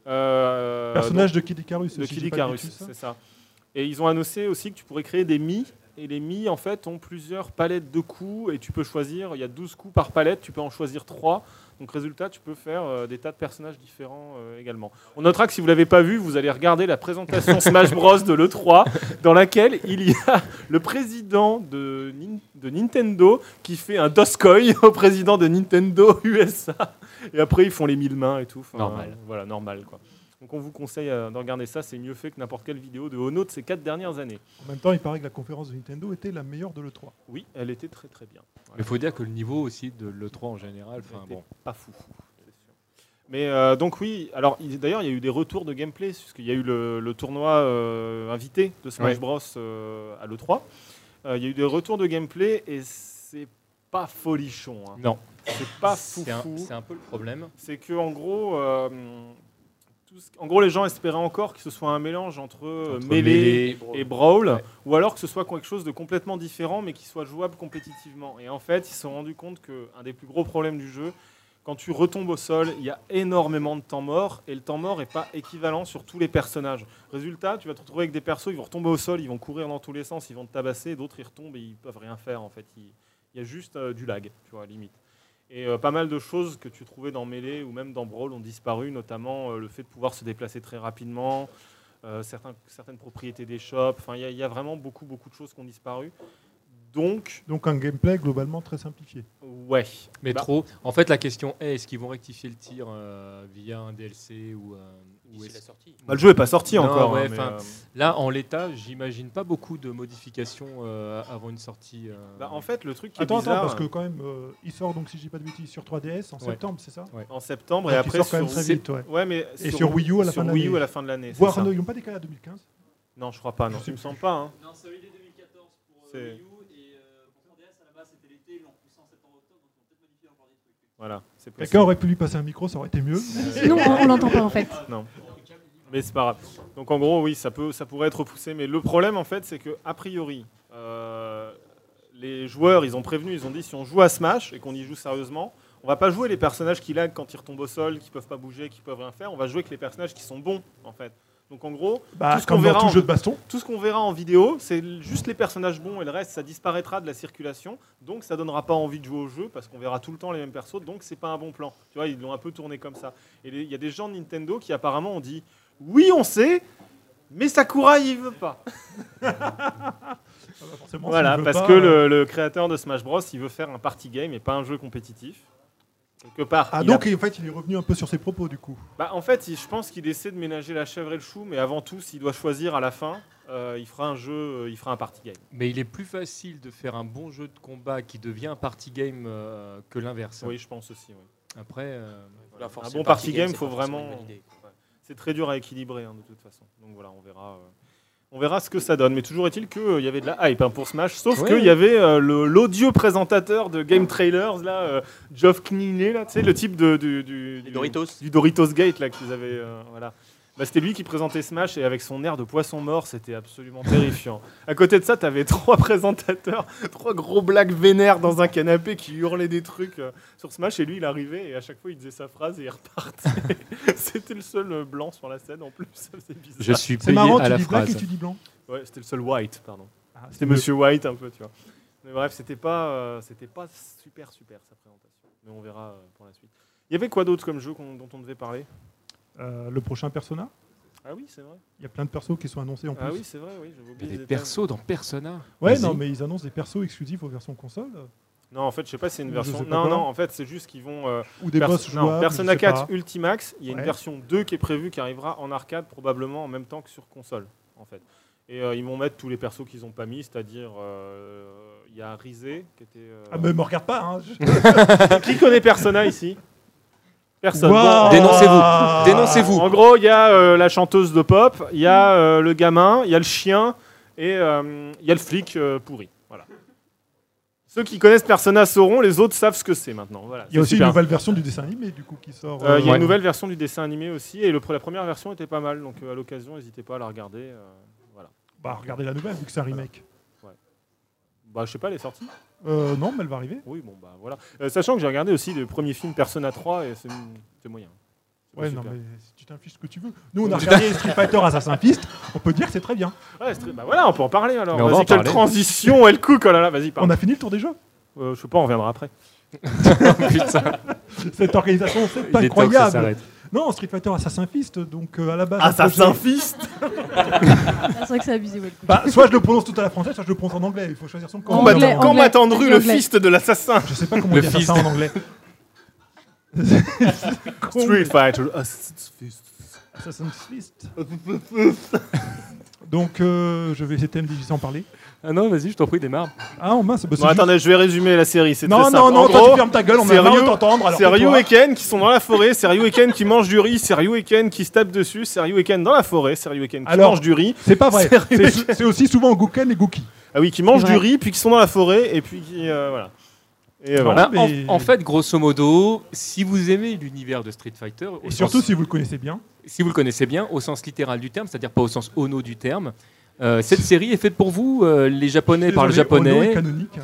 A: Euh,
B: Personnage de Kid Icarus.
A: donc, de
B: si
A: Kid
B: j'ai pas
A: Icarus,
B: de bêtises.
A: c'est ça. Et ils ont annoncé aussi que tu pourrais créer des mi, et les mi en fait ont plusieurs palettes de coups, et tu peux choisir, il y a 12 coups par palette, tu peux en choisir 3. Donc résultat, tu peux faire euh, des tas de personnages différents euh, également. On notera que si vous l'avez pas vu, vous allez regarder la présentation Smash Bros de l'E3, dans laquelle il y a le président de, Nin- de Nintendo qui fait un doscoy au président de Nintendo USA. Et après, ils font les mille mains et tout. Enfin,
C: Normal.
A: euh, voilà, normal quoi. Donc on vous conseille euh, de regarder ça, c'est mieux fait que n'importe quelle vidéo de Ono de ces quatre dernières années.
B: En même temps, il paraît que la conférence de Nintendo était la meilleure de l'E3.
A: Oui, elle était très très bien.
C: Il faut dire que le niveau aussi de l'E3 en général, enfin
A: était
C: bon.
A: pas fou. Mais euh, donc oui, alors il- d'ailleurs il y a eu des retours de gameplay, puisqu'il y a eu le, le tournoi euh, invité de Smash
C: Ouais.
A: Bros euh, à l'E3. Euh, il y a eu des retours de gameplay et c'est pas folichon. hein.
C: Non,
A: C'est pas fou.
C: c'est un, c'est un peu le problème.
A: C'est que en gros, euh, tout ce- en gros les gens espéraient encore que ce soit un mélange entre, euh,
C: Entre
A: mêlée et Brawl,
C: Ouais.
A: ou alors que ce soit quelque chose de complètement différent, mais qui soit jouable compétitivement. Et en fait, ils se sont rendus compte qu'un des plus gros problèmes du jeu, quand tu retombes au sol, il y a énormément de temps mort, et le temps mort n'est pas équivalent sur tous les personnages. Résultat, tu vas te retrouver avec des persos, ils vont retomber au sol, ils vont courir dans tous les sens, ils vont te tabasser, d'autres ils retombent et ils peuvent rien faire en fait. Ils- Il y a juste euh, du lag, tu vois, limite. Et euh, pas mal de choses que tu trouvais dans Melee ou même dans Brawl ont disparu, notamment euh, le fait de pouvoir se déplacer très rapidement, euh, certains- certaines propriétés des shops. Enfin, il y, a- il y a vraiment beaucoup, beaucoup de choses qui ont disparu. Donc,
B: Donc un gameplay globalement très simplifié.
A: ouais.
C: Mais
A: Bah,
C: trop. En fait, la question est est-ce qu'ils vont rectifier le tir euh, via un DLC ou, euh, ou est-ce-
A: bah, le jeu est pas sorti
C: Non,
A: encore.
C: ouais,
A: hein, mais,
C: enfin,
A: euh,
C: Là, en l'état, j'imagine pas beaucoup de modifications euh, avant une sortie. euh,
A: bah, en fait, le truc qui
B: Attends,
A: est bizarre, hein.
B: attends, parce que quand même, euh, il sort donc, si j'ai pas de bêtises, sur 3DS en
C: Ouais.
B: septembre, c'est ça
A: en septembre
B: Donc,
A: et
B: il
A: après
B: sort Ah, quand
A: sur,
B: même très vite, ouais.
A: ouais, mais
B: Et sur Wii U à la
A: sur
B: fin de
A: Wii U
B: l'année.
A: à la fin de l'année. c'est
B: Voire
A: ça.
B: non, ils n'ont pas décalé à 2015
A: Non, je crois pas. Non,
B: Je
A: il
B: sais
A: me
B: plus.
A: semble pas. hein.
H: Non, celui des 2014 pour euh,
A: C'est-
H: Wii U et euh, pour 3DS à la base c'était l'été, ils l'ont poussé en septembre-octobre, donc ils ont peut-être modifié encore des trucs.
A: Voilà, c'est Bah,
B: Quelqu'un
A: possible.
B: aurait pu lui passer un micro, ça aurait été mieux.
G: Sinon, on, on l'entend pas en fait.
A: Mais c'est pas grave. Donc en gros, oui, ça, peut, ça pourrait être repoussé. Mais le problème, en fait, c'est que a priori, euh, les joueurs, ils ont prévenu, ils ont dit si on joue à Smash et qu'on y joue sérieusement, on va pas jouer les personnages qui lag quand ils retombent au sol, qui peuvent pas bouger, qui peuvent rien faire. On va jouer avec les personnages qui sont bons, en fait. Donc en gros,
B: Bah,
A: Tout ce qu'on
B: comme dans
A: verra hein.
B: tout
A: en-
B: jeu de baston.
A: tout ce qu'on verra en vidéo, c'est l- juste les personnages bons et le reste, ça disparaîtra de la circulation. Donc ça donnera pas envie de jouer au jeu parce qu'on verra tout le temps les mêmes persos. Donc c'est pas un bon plan. Tu vois, ils l'ont un peu tourné comme ça. Et les- il y a des gens de Nintendo qui apparemment ont dit oui, on sait. Mais Sakura, il veut pas.
B: Ah bah, forcément,
A: Voilà,
B: s'il veut
A: parce
B: pas,
A: que le,
B: euh,
A: le créateur de Smash Bros, il veut faire un party game et pas un jeu compétitif. Quelque part.
B: Ah,
A: il a-
B: donc en fait, il est revenu un peu sur ses propos du coup.
A: Bah, en fait, il- je pense qu'il essaie de ménager la chèvre et le chou, mais avant tout, s'il doit choisir à la fin, euh, il fera un jeu, euh, il fera un party game.
C: Mais il est plus facile de faire un bon jeu de combat qui devient un party game euh, que l'inverse.
A: Oui, je pense aussi. oui.
C: Après, euh,
A: Voilà. Un bon party game, faut vraiment. Ouais. C'est très dur à équilibrer hein, de toute façon. Donc voilà, on verra. euh, On verra ce que ça donne. Mais toujours est-il qu'il y avait de la hype hein, pour Smash, sauf
C: Ouais,
A: qu'il
C: ouais.
A: y avait euh, le- l'odieux présentateur de Game Trailers, là, euh, Geoff Kinnear, là, tu sais, le type de, du, du- du-
E: Doritos.
A: du Doritos Gate, là, qu'ils avaient. euh, voilà. Bah, c'était lui qui présentait Smash et avec son air de poisson mort, c'était absolument terrifiant. À côté de ça, t'avais trois présentateurs, trois gros blagues vénères dans un canapé qui hurlaient des trucs euh, sur Smash et lui, il arrivait et à chaque fois, il disait sa phrase et il repartait. c'était le seul euh, blanc sur la scène en plus, ça faisait bizarre.
C: Je suis
B: C'est
C: payé
B: marrant,
C: à
B: tu
C: la
B: dis black et
C: phrase.
B: tu dis blanc.
A: Ouais, c'était le seul white, pardon. C'était Monsieur White un peu, tu vois. Mais bref, c'était pas, euh, c'était pas super super sa présentation. Mais on verra euh, pour la suite. Il y avait quoi d'autre comme jeu qu'on- dont on devait parler
B: Euh, le prochain Persona.
A: Ah oui, c'est vrai.
B: Il y a plein de persos qui sont annoncés en plus.
A: Ah oui, c'est vrai. Oui, j'avais oublié
C: Les
A: les
C: persos dans Persona.
B: Ouais,
C: Vas-y.
B: non, mais ils annoncent des persos exclusifs aux versions console euh,
A: Non, en fait, je sais pas si c'est une
B: Je
A: version.
B: sais pas
A: Non,
B: quoi.
A: non, en fait, c'est juste qu'ils vont. euh,
B: ou des
A: Perso-
B: boss
A: non,
B: jouables. je
A: Persona
B: sais
A: 4
B: pas.
A: Ultimax, il y a une
B: Ouais.
A: version 2 qui est prévue qui arrivera en arcade probablement en même temps que sur console en fait. Et euh, ils vont mettre tous les persos qu'ils n'ont pas mis, c'est-à-dire euh, il y a Rizé qui était euh,
B: Ah, mais me regarde pas, hein.
A: qui connaît Persona ici Personne. Bon, en-
C: Dénoncez-vous. Dénoncez-vous.
A: En gros, il y a euh, la chanteuse de pop, il y a euh, le gamin, il y a le chien et euh, il y a le flic euh, pourri. Voilà. Ceux qui connaissent Persona sauront, les autres savent ce que c'est maintenant. Voilà,
B: Il y a
A: c'est
B: aussi
A: super.
B: une nouvelle version du dessin animé, du coup, qui sort.
A: Euh, Il y a
C: Ouais.
A: une nouvelle version du dessin animé aussi, et le, pre- la première version était pas mal, donc euh, à l'occasion, n'hésitez pas à la regarder. euh, voilà.
B: Bah, regardez la nouvelle, vu que c'est un remake.
A: Bah, je sais pas, elle est sortie
B: Euh, non, mais elle va arriver.
A: Oui, bon, bah voilà. Euh, sachant que j'ai regardé aussi le premier film Persona 3, et c'est c'est moyen. C'est pas
B: Ouais, non,
A: super.
B: mais si tu t'infliges ce que tu veux. Nous, on a regardé Street Fighter Assassin's Fist, on peut dire que c'est très bien.
A: Ouais, c'est très- bah voilà, on peut en parler alors.
C: Mais on va
A: Vas-y,
C: en
A: quelle
C: parler.
A: transition, elle cook, oh là là, vas-y,
B: On
A: parle.
B: a fini le tour des jeux.
A: Euh, je sais pas, on reviendra après.
C: Putain,
B: Cette organisation, c'est
C: il est temps que ça
B: incroyable.
C: s'arrête.
B: Non, Street Fighter Assassin's Fist, donc euh, à la base. un projet-
A: Fist
G: Ah, C'est vrai que c'est abusé, ouais, le coup.
B: Bah, soit je le prononce tout à la française, soit je le prononce en anglais. Il faut choisir son camp.
G: Combat- Anglais,
A: Quand
G: anglais,
A: m'attendru le
G: anglais.
A: fist de l'assassin
B: Je sais pas comment
C: Le
B: dire
C: fist.
B: ça en anglais.
A: Street Fighter
B: Ah,
A: Assassin's Fist.
B: Assassin's Fist. Donc, euh, je vais c'était MDJ sans parler.
C: Ah non, vas-y, je t'en prie, démarre.
B: Ah, en mince, bah, c'est
A: Bon,
B: juste-
A: attendez, je vais résumer la série. C'est
B: Non,
A: très
B: non,
A: simple. En
B: non, toi,
A: gros,
B: tu fermes ta gueule, on
A: c'est
B: a marre de
A: Ryu-
B: t'entendre. alors
A: C'est Ryu
B: tais-toi.
A: et Ken qui sont dans la forêt, c'est Ryu et Ken qui mangent du riz, c'est Ryu et Ken qui se tapent dessus, c'est Ryu et Ken dans la forêt, c'est Ryu et Ken qui
B: Alors-
A: mangent du riz.
B: C'est pas vrai.
A: C'est Ryu et
B: C'est c'est aussi souvent Gouken et Gookie.
A: Ah oui, qui mangent
G: C'est
A: du
G: vrai.
A: riz, puis qui sont dans la forêt, et puis qui. euh, voilà. Et euh, voilà.
C: Bah, en-
B: mais-
C: en, fait, grosso modo, si vous aimez l'univers de Street Fighter, au
B: Et surtout
C: sens-
B: si vous le connaissez bien.
C: si vous le connaissez bien, au sens littéral du terme, c'est-à-dire pas au sens ono du terme, euh, cette série est faite pour vous, euh, les Japonais par le
B: Désolé, Ono est
C: Japonais.
B: canonique.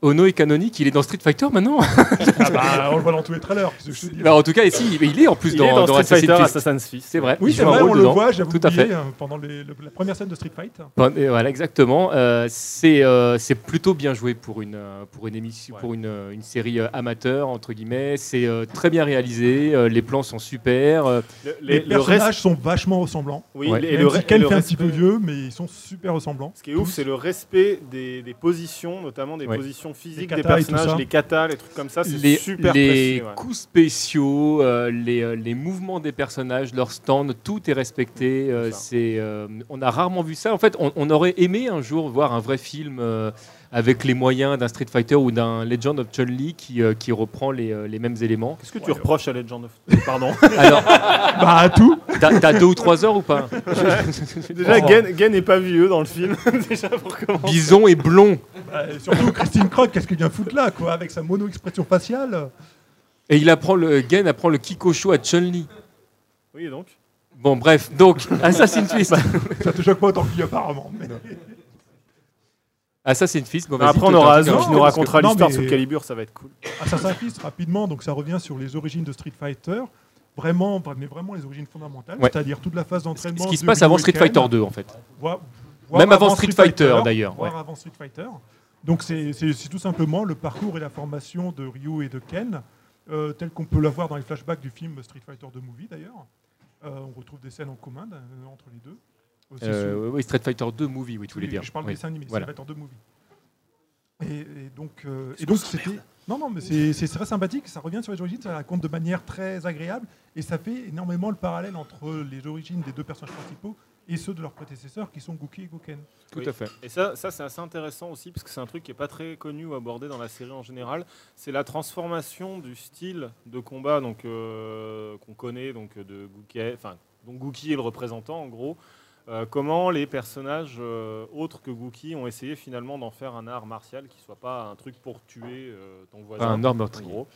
C: Ono est canonique, il est dans Street Fighter maintenant.
B: Ah bah, on le voit dans tous les trailers. qu'est-ce que je te dis.
C: Bah, en tout cas, ici, il est en plus
A: Il
C: dans,
A: est dans,
C: dans
A: Street
C: Assassin's
A: Fighter
C: Fist.
A: Assassin's Fist.
C: C'est vrai.
B: Oui,
C: il
B: c'est
C: joue un
B: vrai,
C: rôle
B: on le
C: dedans.
B: voit, j'avoue,
C: Tout à fait.
B: pendant les- le- la première scène de Street Fight.
C: Bon, et Voilà, exactement. Euh, c'est euh, c'est plutôt bien joué pour une euh, pour une émission,
A: Ouais.
C: pour une, euh, une série euh, amateur entre guillemets. C'est euh, très bien réalisé. euh, les plans sont super. euh,
A: Le, le-
B: Les,
A: le
B: personnages
A: reste-
B: sont vachement ressemblants.
A: oui,
C: Ouais.
A: le-
B: Et
A: et le, re-
B: Ken
A: le
B: fait un petit peu
A: respect-
B: vieux, mais ils sont super ressemblants.
A: Ce qui est ouf, c'est le respect des, des positions, notamment des
C: Ouais.
A: positions physiques
B: Les
A: des
B: katas et tout
A: personnages,
B: ça.
A: les katas, les trucs comme ça, c'est
C: les,
A: super
C: les
A: précis. ouais.
C: coups spéciaux, euh, les, euh, les mouvements des personnages, leur stand, tout est respecté. euh,
A: C'est ça.
C: c'est, euh, on a rarement vu ça. En fait, on, on aurait aimé un jour voir un vrai film euh, avec les moyens d'un Street Fighter ou d'un Legend of Chun-Li qui, euh, qui reprend les, euh, les mêmes éléments.
A: Qu'est-ce que tu reproches à Legend of Pardon.
C: Alors,
B: Bah, à tout.
C: t'as t'as deux ou trois heures ou pas
A: Déjà,
B: Oh.
A: Gen Gen n'est pas vieux dans le film. Déjà, pour commencer.
C: Oh, Bison et blond.
B: Bah, et surtout, Christine Croc, qu'est-ce qu'il vient foutre là, quoi, avec sa mono-expression faciale.
C: Et il apprend le, Gen apprend le Kikosho à Chun-Li.
A: Oui, et donc.
C: Bon, bref, donc, Assassin's Fist.
A: Bah,
B: Ça te choque pas autant que lui, apparemment. mais-
C: Assassin's Fist, bon,
A: Mais
C: vas-y,
A: après,
C: toi,
A: on
C: t'as
A: aura
C: un truc à
A: Azul qui
B: non,
A: nous
C: rajouter, parce que-
A: racontera
B: non,
A: l'histoire
B: mais-
A: sur Calibur, ça va être cool.
B: Assassin's Fist rapidement, donc ça revient sur les origines de Street Fighter, vraiment, mais vraiment les origines fondamentales,
C: Ouais.
B: c'est-à-dire toute la phase d'entraînement.
C: Ce qui se
B: de
C: passe
B: Ryu
C: avant
B: et
C: Street
B: Ken,
C: Fighter 2, en fait.
B: voire- voire
C: Même avant Street Fighter, d'ailleurs.
B: voire avant Street Fighter. Donc c'est c'est- c'est tout simplement le parcours et la formation de Ryu et de Ken, euh, tel qu'on peut l'avoir dans les flashbacks du film Street Fighter 2 Movie d'ailleurs. Euh, on retrouve des scènes en commun euh, entre les deux. Euh, c'est
C: Euh,
B: sous-
C: oui, oui, Street Fighter 2 movie, oui, tu voulais
B: oui,
C: dire.
B: Je parle
C: Oui.
B: des dessins animés,
C: Voilà.
B: Street Fighter 2 Movie. Et, et donc, euh, et donc c'était. Non, non, mais c'est c'est très sympathique, ça revient sur les origines, ça raconte de manière très agréable, et ça fait énormément le parallèle entre les origines des deux personnages principaux et ceux de leurs prédécesseurs qui sont Gookie et Goken.
C: Tout
A: Oui.
C: à fait.
A: Et ça, ça c'est assez intéressant aussi, parce que c'est un truc qui n'est pas très connu ou abordé dans la série en général. C'est la transformation du style de combat donc, euh, qu'on connaît, donc euh, de Gouki, enfin, dont Gookie est le représentant en gros. Euh, comment les personnages euh, autres que Gookie ont essayé finalement d'en faire un art martial qui soit pas un truc pour tuer euh, ton voisin.
C: un
A: en
C: arme meurtrier.
A: gros.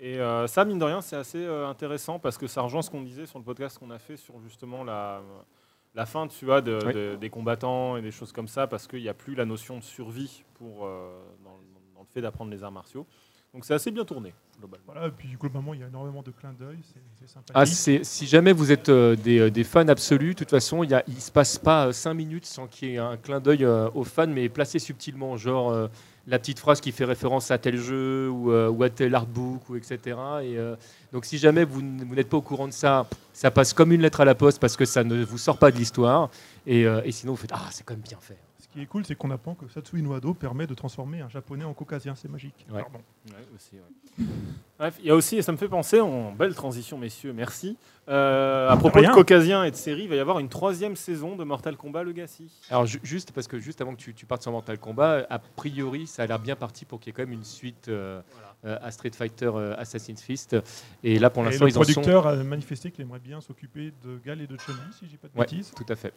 A: Et euh, ça, mine de rien, c'est assez euh, intéressant parce que ça rejoint ce qu'on disait sur le podcast qu'on a fait sur justement la, la fin tu vois, de-
C: Oui.
A: de- des combattants et des choses comme ça parce qu'il n'y a plus la notion de survie pour, euh, dans, le- dans le fait d'apprendre les arts martiaux. Donc c'est assez bien tourné, globalement.
B: Voilà, et puis globalement, il y a énormément de clins d'œil, c'est- c'est sympathique.
C: Ah, c'est- si jamais vous êtes euh, des, euh, des fans absolus, de toute façon, il y a- il se passe pas 5 minutes sans qu'il y ait un clin d'œil euh, aux fans, mais placé subtilement, genre euh, la petite phrase qui fait référence à tel jeu ou, euh, ou à tel artbook, ou etc. Et, euh, donc si jamais vous, n- vous n'êtes pas au courant de ça, ça passe comme une lettre à la poste parce que ça ne vous sort pas de l'histoire. Et, euh, et sinon, vous faites Ah, c'est quand même bien fait.
B: Ce qui est cool, c'est qu'on apprend que Satsui Noado permet de transformer un japonais en caucasien, c'est magique.
C: Ouais.
B: Pardon.
A: Bref, il y a aussi, et ça me fait penser, en belle transition, messieurs, merci. euh, à propos
B: rien.
A: de Caucasien et de série, il va y avoir une troisième saison de Mortal Kombat Legacy.
C: Alors ju- juste parce que juste avant que tu, tu partes sur Mortal Kombat, a priori ça a l'air bien parti pour qu'il y ait quand même une suite euh, euh, à Street Fighter euh, Assassin's Fist. Et là pour
B: Et
C: l'instant
B: le
C: ils en sont.
B: producteur a manifesté qu'il aimerait bien s'occuper de Gal et de chun si j'ai pas de
C: Ouais,
B: bêtises.
C: tout à fait.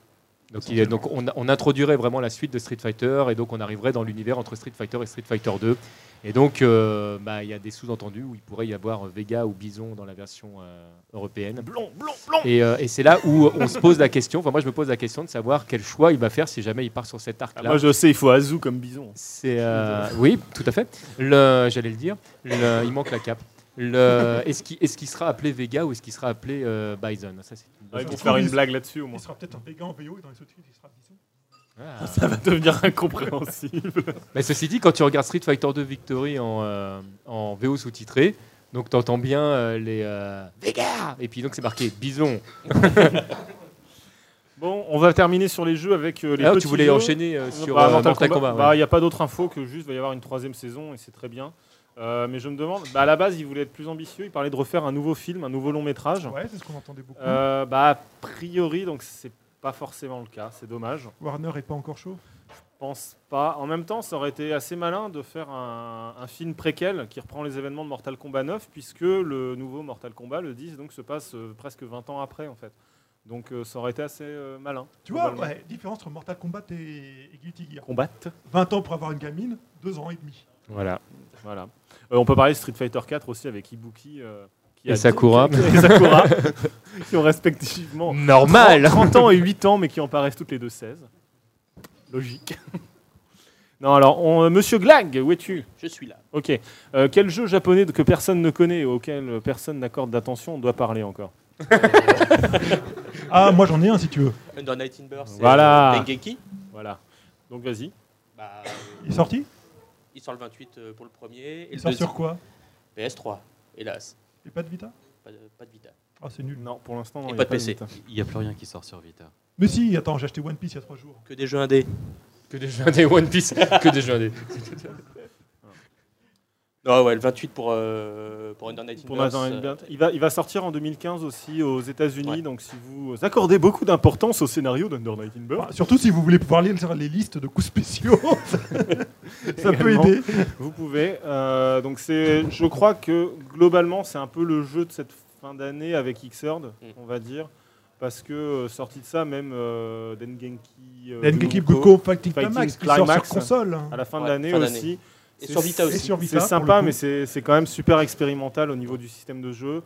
C: Donc, il est- donc on, on introduirait vraiment la suite de Street Fighter et donc on arriverait dans l'univers entre Street Fighter et Street Fighter 2. Et donc euh, bah, il y a des sous-entendus où il pourrait y avoir euh, Vega ou Bison dans la version euh, européenne.
A: Blond, blond, blond
C: Et, euh, et c'est là où on se pose la question, enfin moi je me pose la question de savoir quel choix il va faire si jamais il part sur cet arc-là.
A: Ah, Moi je sais, il faut Azu comme bison.
C: C'est euh, oui, tout à fait. Le, j'allais le dire. Le- il manque la cape. Le, est-ce qu'il est-ce qu'il sera appelé Vega ou est-ce qu'il sera appelé euh, Bison Ça c'est une bonne
A: pour
C: question.
A: faire une blague là-dessus au moins.
B: Il sera peut-être un Vega en VO et dans les autres films, il sera bisou.
C: Ah.
A: Ça va devenir incompréhensible.
C: Mais ceci dit, quand tu regardes Street Fighter 2 Victory en, euh, en VO sous-titré, donc t'entends bien euh, les euh, Vega et puis donc c'est marqué Bison.
A: bon, on va terminer sur les jeux avec euh, les
C: Ah,
A: petits
C: tu voulais
A: jeux.
C: enchaîner euh, sur
A: Bah,
C: euh, Mortal, Kombat.
A: Bah, Il
C: ouais.
A: n'y a pas d'autre info que juste va y avoir une troisième saison et c'est très bien. Euh, mais je me demande, bah, à la base, il voulait être plus ambitieux. Il parlait de refaire un nouveau film, un nouveau long métrage.
B: Ouais, c'est ce qu'on entendait beaucoup.
A: Euh, bah, a priori, donc c'est pas forcément le cas. C'est dommage.
B: Warner est pas encore chaud.
A: pense pas. En même temps, ça aurait été assez malin de faire un, un film préquel qui reprend les événements de Mortal Kombat 9, puisque le nouveau Mortal Kombat, le 10, donc, se passe euh, presque 20 ans après, en fait. Donc euh, ça aurait été assez euh, malin.
B: Tu vois,
A: globalement.
B: ouais, différence entre Mortal Kombat et, et Guilty Gear.
A: Combat.
B: 20 ans pour avoir une gamine, 2 ans et demi.
A: Bah,
C: Voilà.
A: Voilà. Euh, on peut parler de Street Fighter 4 aussi avec Ibuki euh, qui
C: Et
A: a-
C: Sakura.
A: et Sakura, qui ont respectivement
C: Normal.
A: 30 ans et 8 ans, mais qui en paraissent toutes les deux 16. Logique. Non, alors, on- euh, Monsieur Glag, où es-tu
E: Je suis là.
A: Ok. Euh, quel jeu japonais que personne ne connaît et auquel personne n'accorde d'attention, on doit parler encore
B: Ah, moi j'en ai un si tu veux.
E: Under Nightingale, c'est
A: Voilà.
E: euh, Dengeki.
A: Voilà. Donc vas-y.
E: Bah,
B: Il est sorti
E: il sort le 28 euh, pour le premier. Et
B: Il
E: le
B: sort
E: deuxième,
B: sur quoi
E: PS3, hélas.
B: Et pas de Vita
E: Pas de, pas de Vita.
B: Ah, c'est nul.
A: Non, pour l'instant,
E: Et
A: il y a
E: pas de PC.
A: Vita.
F: Il n'y a plus rien qui sort sur Vita.
B: Mais si, attends, j'ai acheté One Piece il y a 3 jours.
E: Que des jeux indés.
C: Que des jeux indés, One Piece, que des jeux indés.
E: Non, ouais, le 28 pour, euh, pour Under Nightingale.
A: Pour l'instant, il y a Vita. il va, il va sortir en 2015 aussi aux États-Unis.
E: euh, Ouais.
A: Donc si vous accordez beaucoup d'importance au scénario d'Under Nightingale,
B: Bah, surtout si vous voulez pouvoir lire les listes de coups spéciaux, ça peut
A: Également.
B: aider.
A: vous pouvez. Euh, donc c'est, je crois que globalement, c'est un peu le jeu de cette fin d'année avec Xrd,
E: Mm.
A: on va dire, parce que euh, sorti de ça, même euh, Dengenki, euh,
B: Dengeki
A: Bunko,
B: Buko Fighting
A: Fighting
B: Climax qui sort sur
A: Climax.
B: console. hein.
A: à la fin de
E: Ouais,
A: l'année
E: fin d'année.
A: aussi.
E: euh, Et
A: C'est-
E: sur Vita
B: Et
E: aussi.
B: sur Vita,
A: C'est
B: pour
A: sympa,
B: le coup.
A: mais c'est c'est quand même super expérimental au niveau du système de jeu.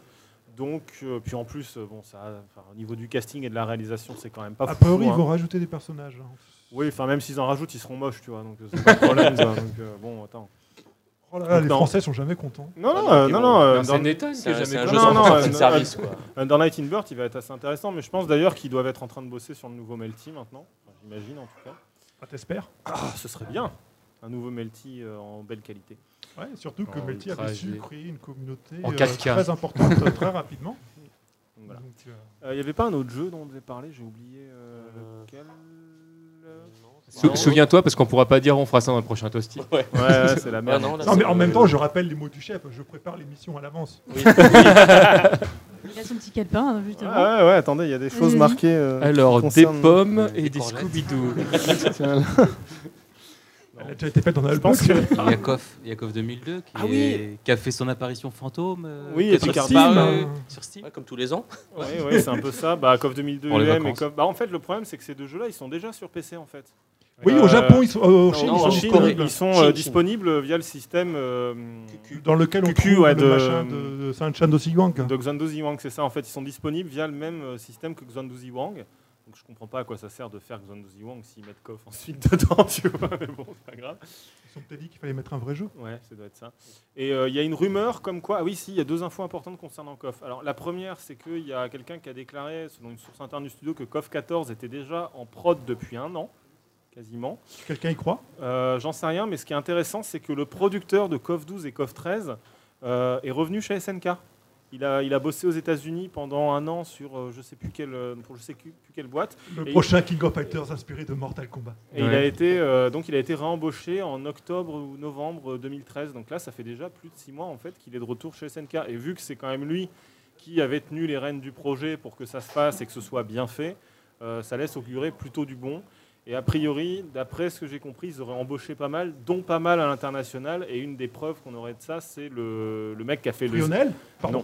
A: Donc, euh, puis en plus, euh, bon, ça, enfin, au niveau du casting et de la réalisation, c'est quand même pas
B: A
A: fou,
B: priori, ils
A: hein.
B: vont rajouter des personnages. hein.
A: Oui, enfin, même s'ils en rajoutent, ils seront moches, tu vois. Donc, euh, c'est pas le problème, ça. Donc, euh, bon, attends.
B: Oh là là, les
A: Non.
B: Français sont jamais contents.
A: Non, non, euh,
E: Ah non, ils
A: non,
E: vont-
A: non. euh,
C: Non,
A: dans-
C: c'est Nathan
E: C'est
C: que
E: un, c'est
C: jamais
E: un
A: Non,
E: jeu
A: non,
E: sans
A: non,
E: sortie
A: euh,
E: de
A: non,
E: service, quoi.
A: Under Night in Birth, il va être assez intéressant, mais je pense d'ailleurs qu'ils doivent être en train de bosser sur le nouveau Melty maintenant. Enfin, J'imagine, en tout cas.
B: Ah, T'espères
A: Ah, ce serait bien. Un nouveau Melty euh, en belle qualité.
B: Ouais, surtout que
C: Oh,
B: Melty
C: ultra
B: avait su
C: HD.
B: créer une communauté
C: En
B: euh,
C: 4K.
B: très importante euh, très rapidement.
A: Donc, voilà.
B: Donc, euh,
A: Euh, Il n'y avait pas un autre jeu dont on devait parler, j'ai oublié euh,
E: Euh,
A: lequel. euh,
C: Sou- Souviens-toi parce qu'on pourra pas dire on fera ça dans le prochain toasty.
E: Ouais.
A: Ouais, ouais, Bah, c'est la
E: Ah
A: merde.
E: non, là,
B: Non,
E: c'est-
B: mais en même temps, je rappelle les mots du chef. Je prépare l'émission à l'avance.
E: Oui.
G: Il a son petit calepin, hein, justement.
C: Euh,
A: Ah ouais, ouais, attendez, il y a des choses
G: Vas-y.
A: marquées. euh,
C: Alors
A: qui
C: des
A: concernent-
C: pommes et
F: des
C: des
F: cornettes.
C: Scooby-Doo.
B: Elle a déjà été faite dans
A: Je
B: le
A: pense que.
F: Yakov, Yakov 2002 qui,
A: Ah oui.
F: est- qui a fait son apparition fantôme euh,
A: Oui,
F: qui
A: et
F: est
A: puis
F: sur
A: Cartman.
F: Steam,
B: euh,
F: sur Steam.
E: Ouais, comme tous les ans.
A: Ouais, ouais, c'est un peu ça. Bah, CoF 2002
F: Pour les
A: UM et
F: vacances.
A: CoF- Bah, en fait, le problème, c'est que ces deux jeux-là, ils sont déjà sur PC en fait.
B: Oui, au
A: Euh,
B: Japon, ils sont, euh, en
A: Non,
B: Chine,
A: en
B: ils sont
A: Chine,
B: disponibles.
A: ils sont
I: Chine,
A: euh,
I: Chine.
A: disponibles via le système euh,
B: dans lequel on
A: Cucu,
B: trouve
A: ouais,
B: le
A: de-
B: machin de, de Sanchan de Sigang.
A: euh, de Xandu Ziwang, c'est ça en fait. Ils sont disponibles via le même euh, système que Xandu Ziwang. Donc je comprends pas à quoi ça sert de faire Xandu Ziwang s'ils mettent KOF ensuite dedans, tu vois. Mais bon, c'est pas grave.
B: Ils sont peut-être dit qu'il fallait mettre un vrai jeu.
A: Ouais, ça doit être ça. Et euh, il y a une rumeur comme quoi. Ah oui, si, il y a deux infos importantes concernant KOF. Alors, la première, c'est qu'il y a quelqu'un qui a déclaré, selon une source interne du studio, que KOF 14 était déjà en prod depuis un an, quasiment.
B: Quelqu'un y croit
A: Euh, J'en sais rien, mais ce qui est intéressant, c'est que le producteur de KOF 12 et KOF 13 euh, est revenu chez SNK. Il a, il a bossé aux États-Unis pendant un an sur euh, je sais plus quelle, euh, pour je sais plus quelle boîte.
B: Le
A: Et-
B: prochain King of Fighters inspiré de Mortal Kombat.
A: Et il a été euh, donc il a été réembauché en octobre ou novembre 2013. Donc là, ça fait déjà plus de six mois en fait qu'il est de retour chez SNK. Et vu que c'est quand même lui qui avait tenu les rênes du projet pour que ça se fasse et que ce soit bien fait, euh, ça laisse augurer plutôt du bon. Et a priori, d'après ce que j'ai compris, ils auraient embauché pas mal, dont pas mal à l'international. Et une des preuves qu'on aurait de ça, c'est le, le mec qui a fait le
B: Lionel Pardon.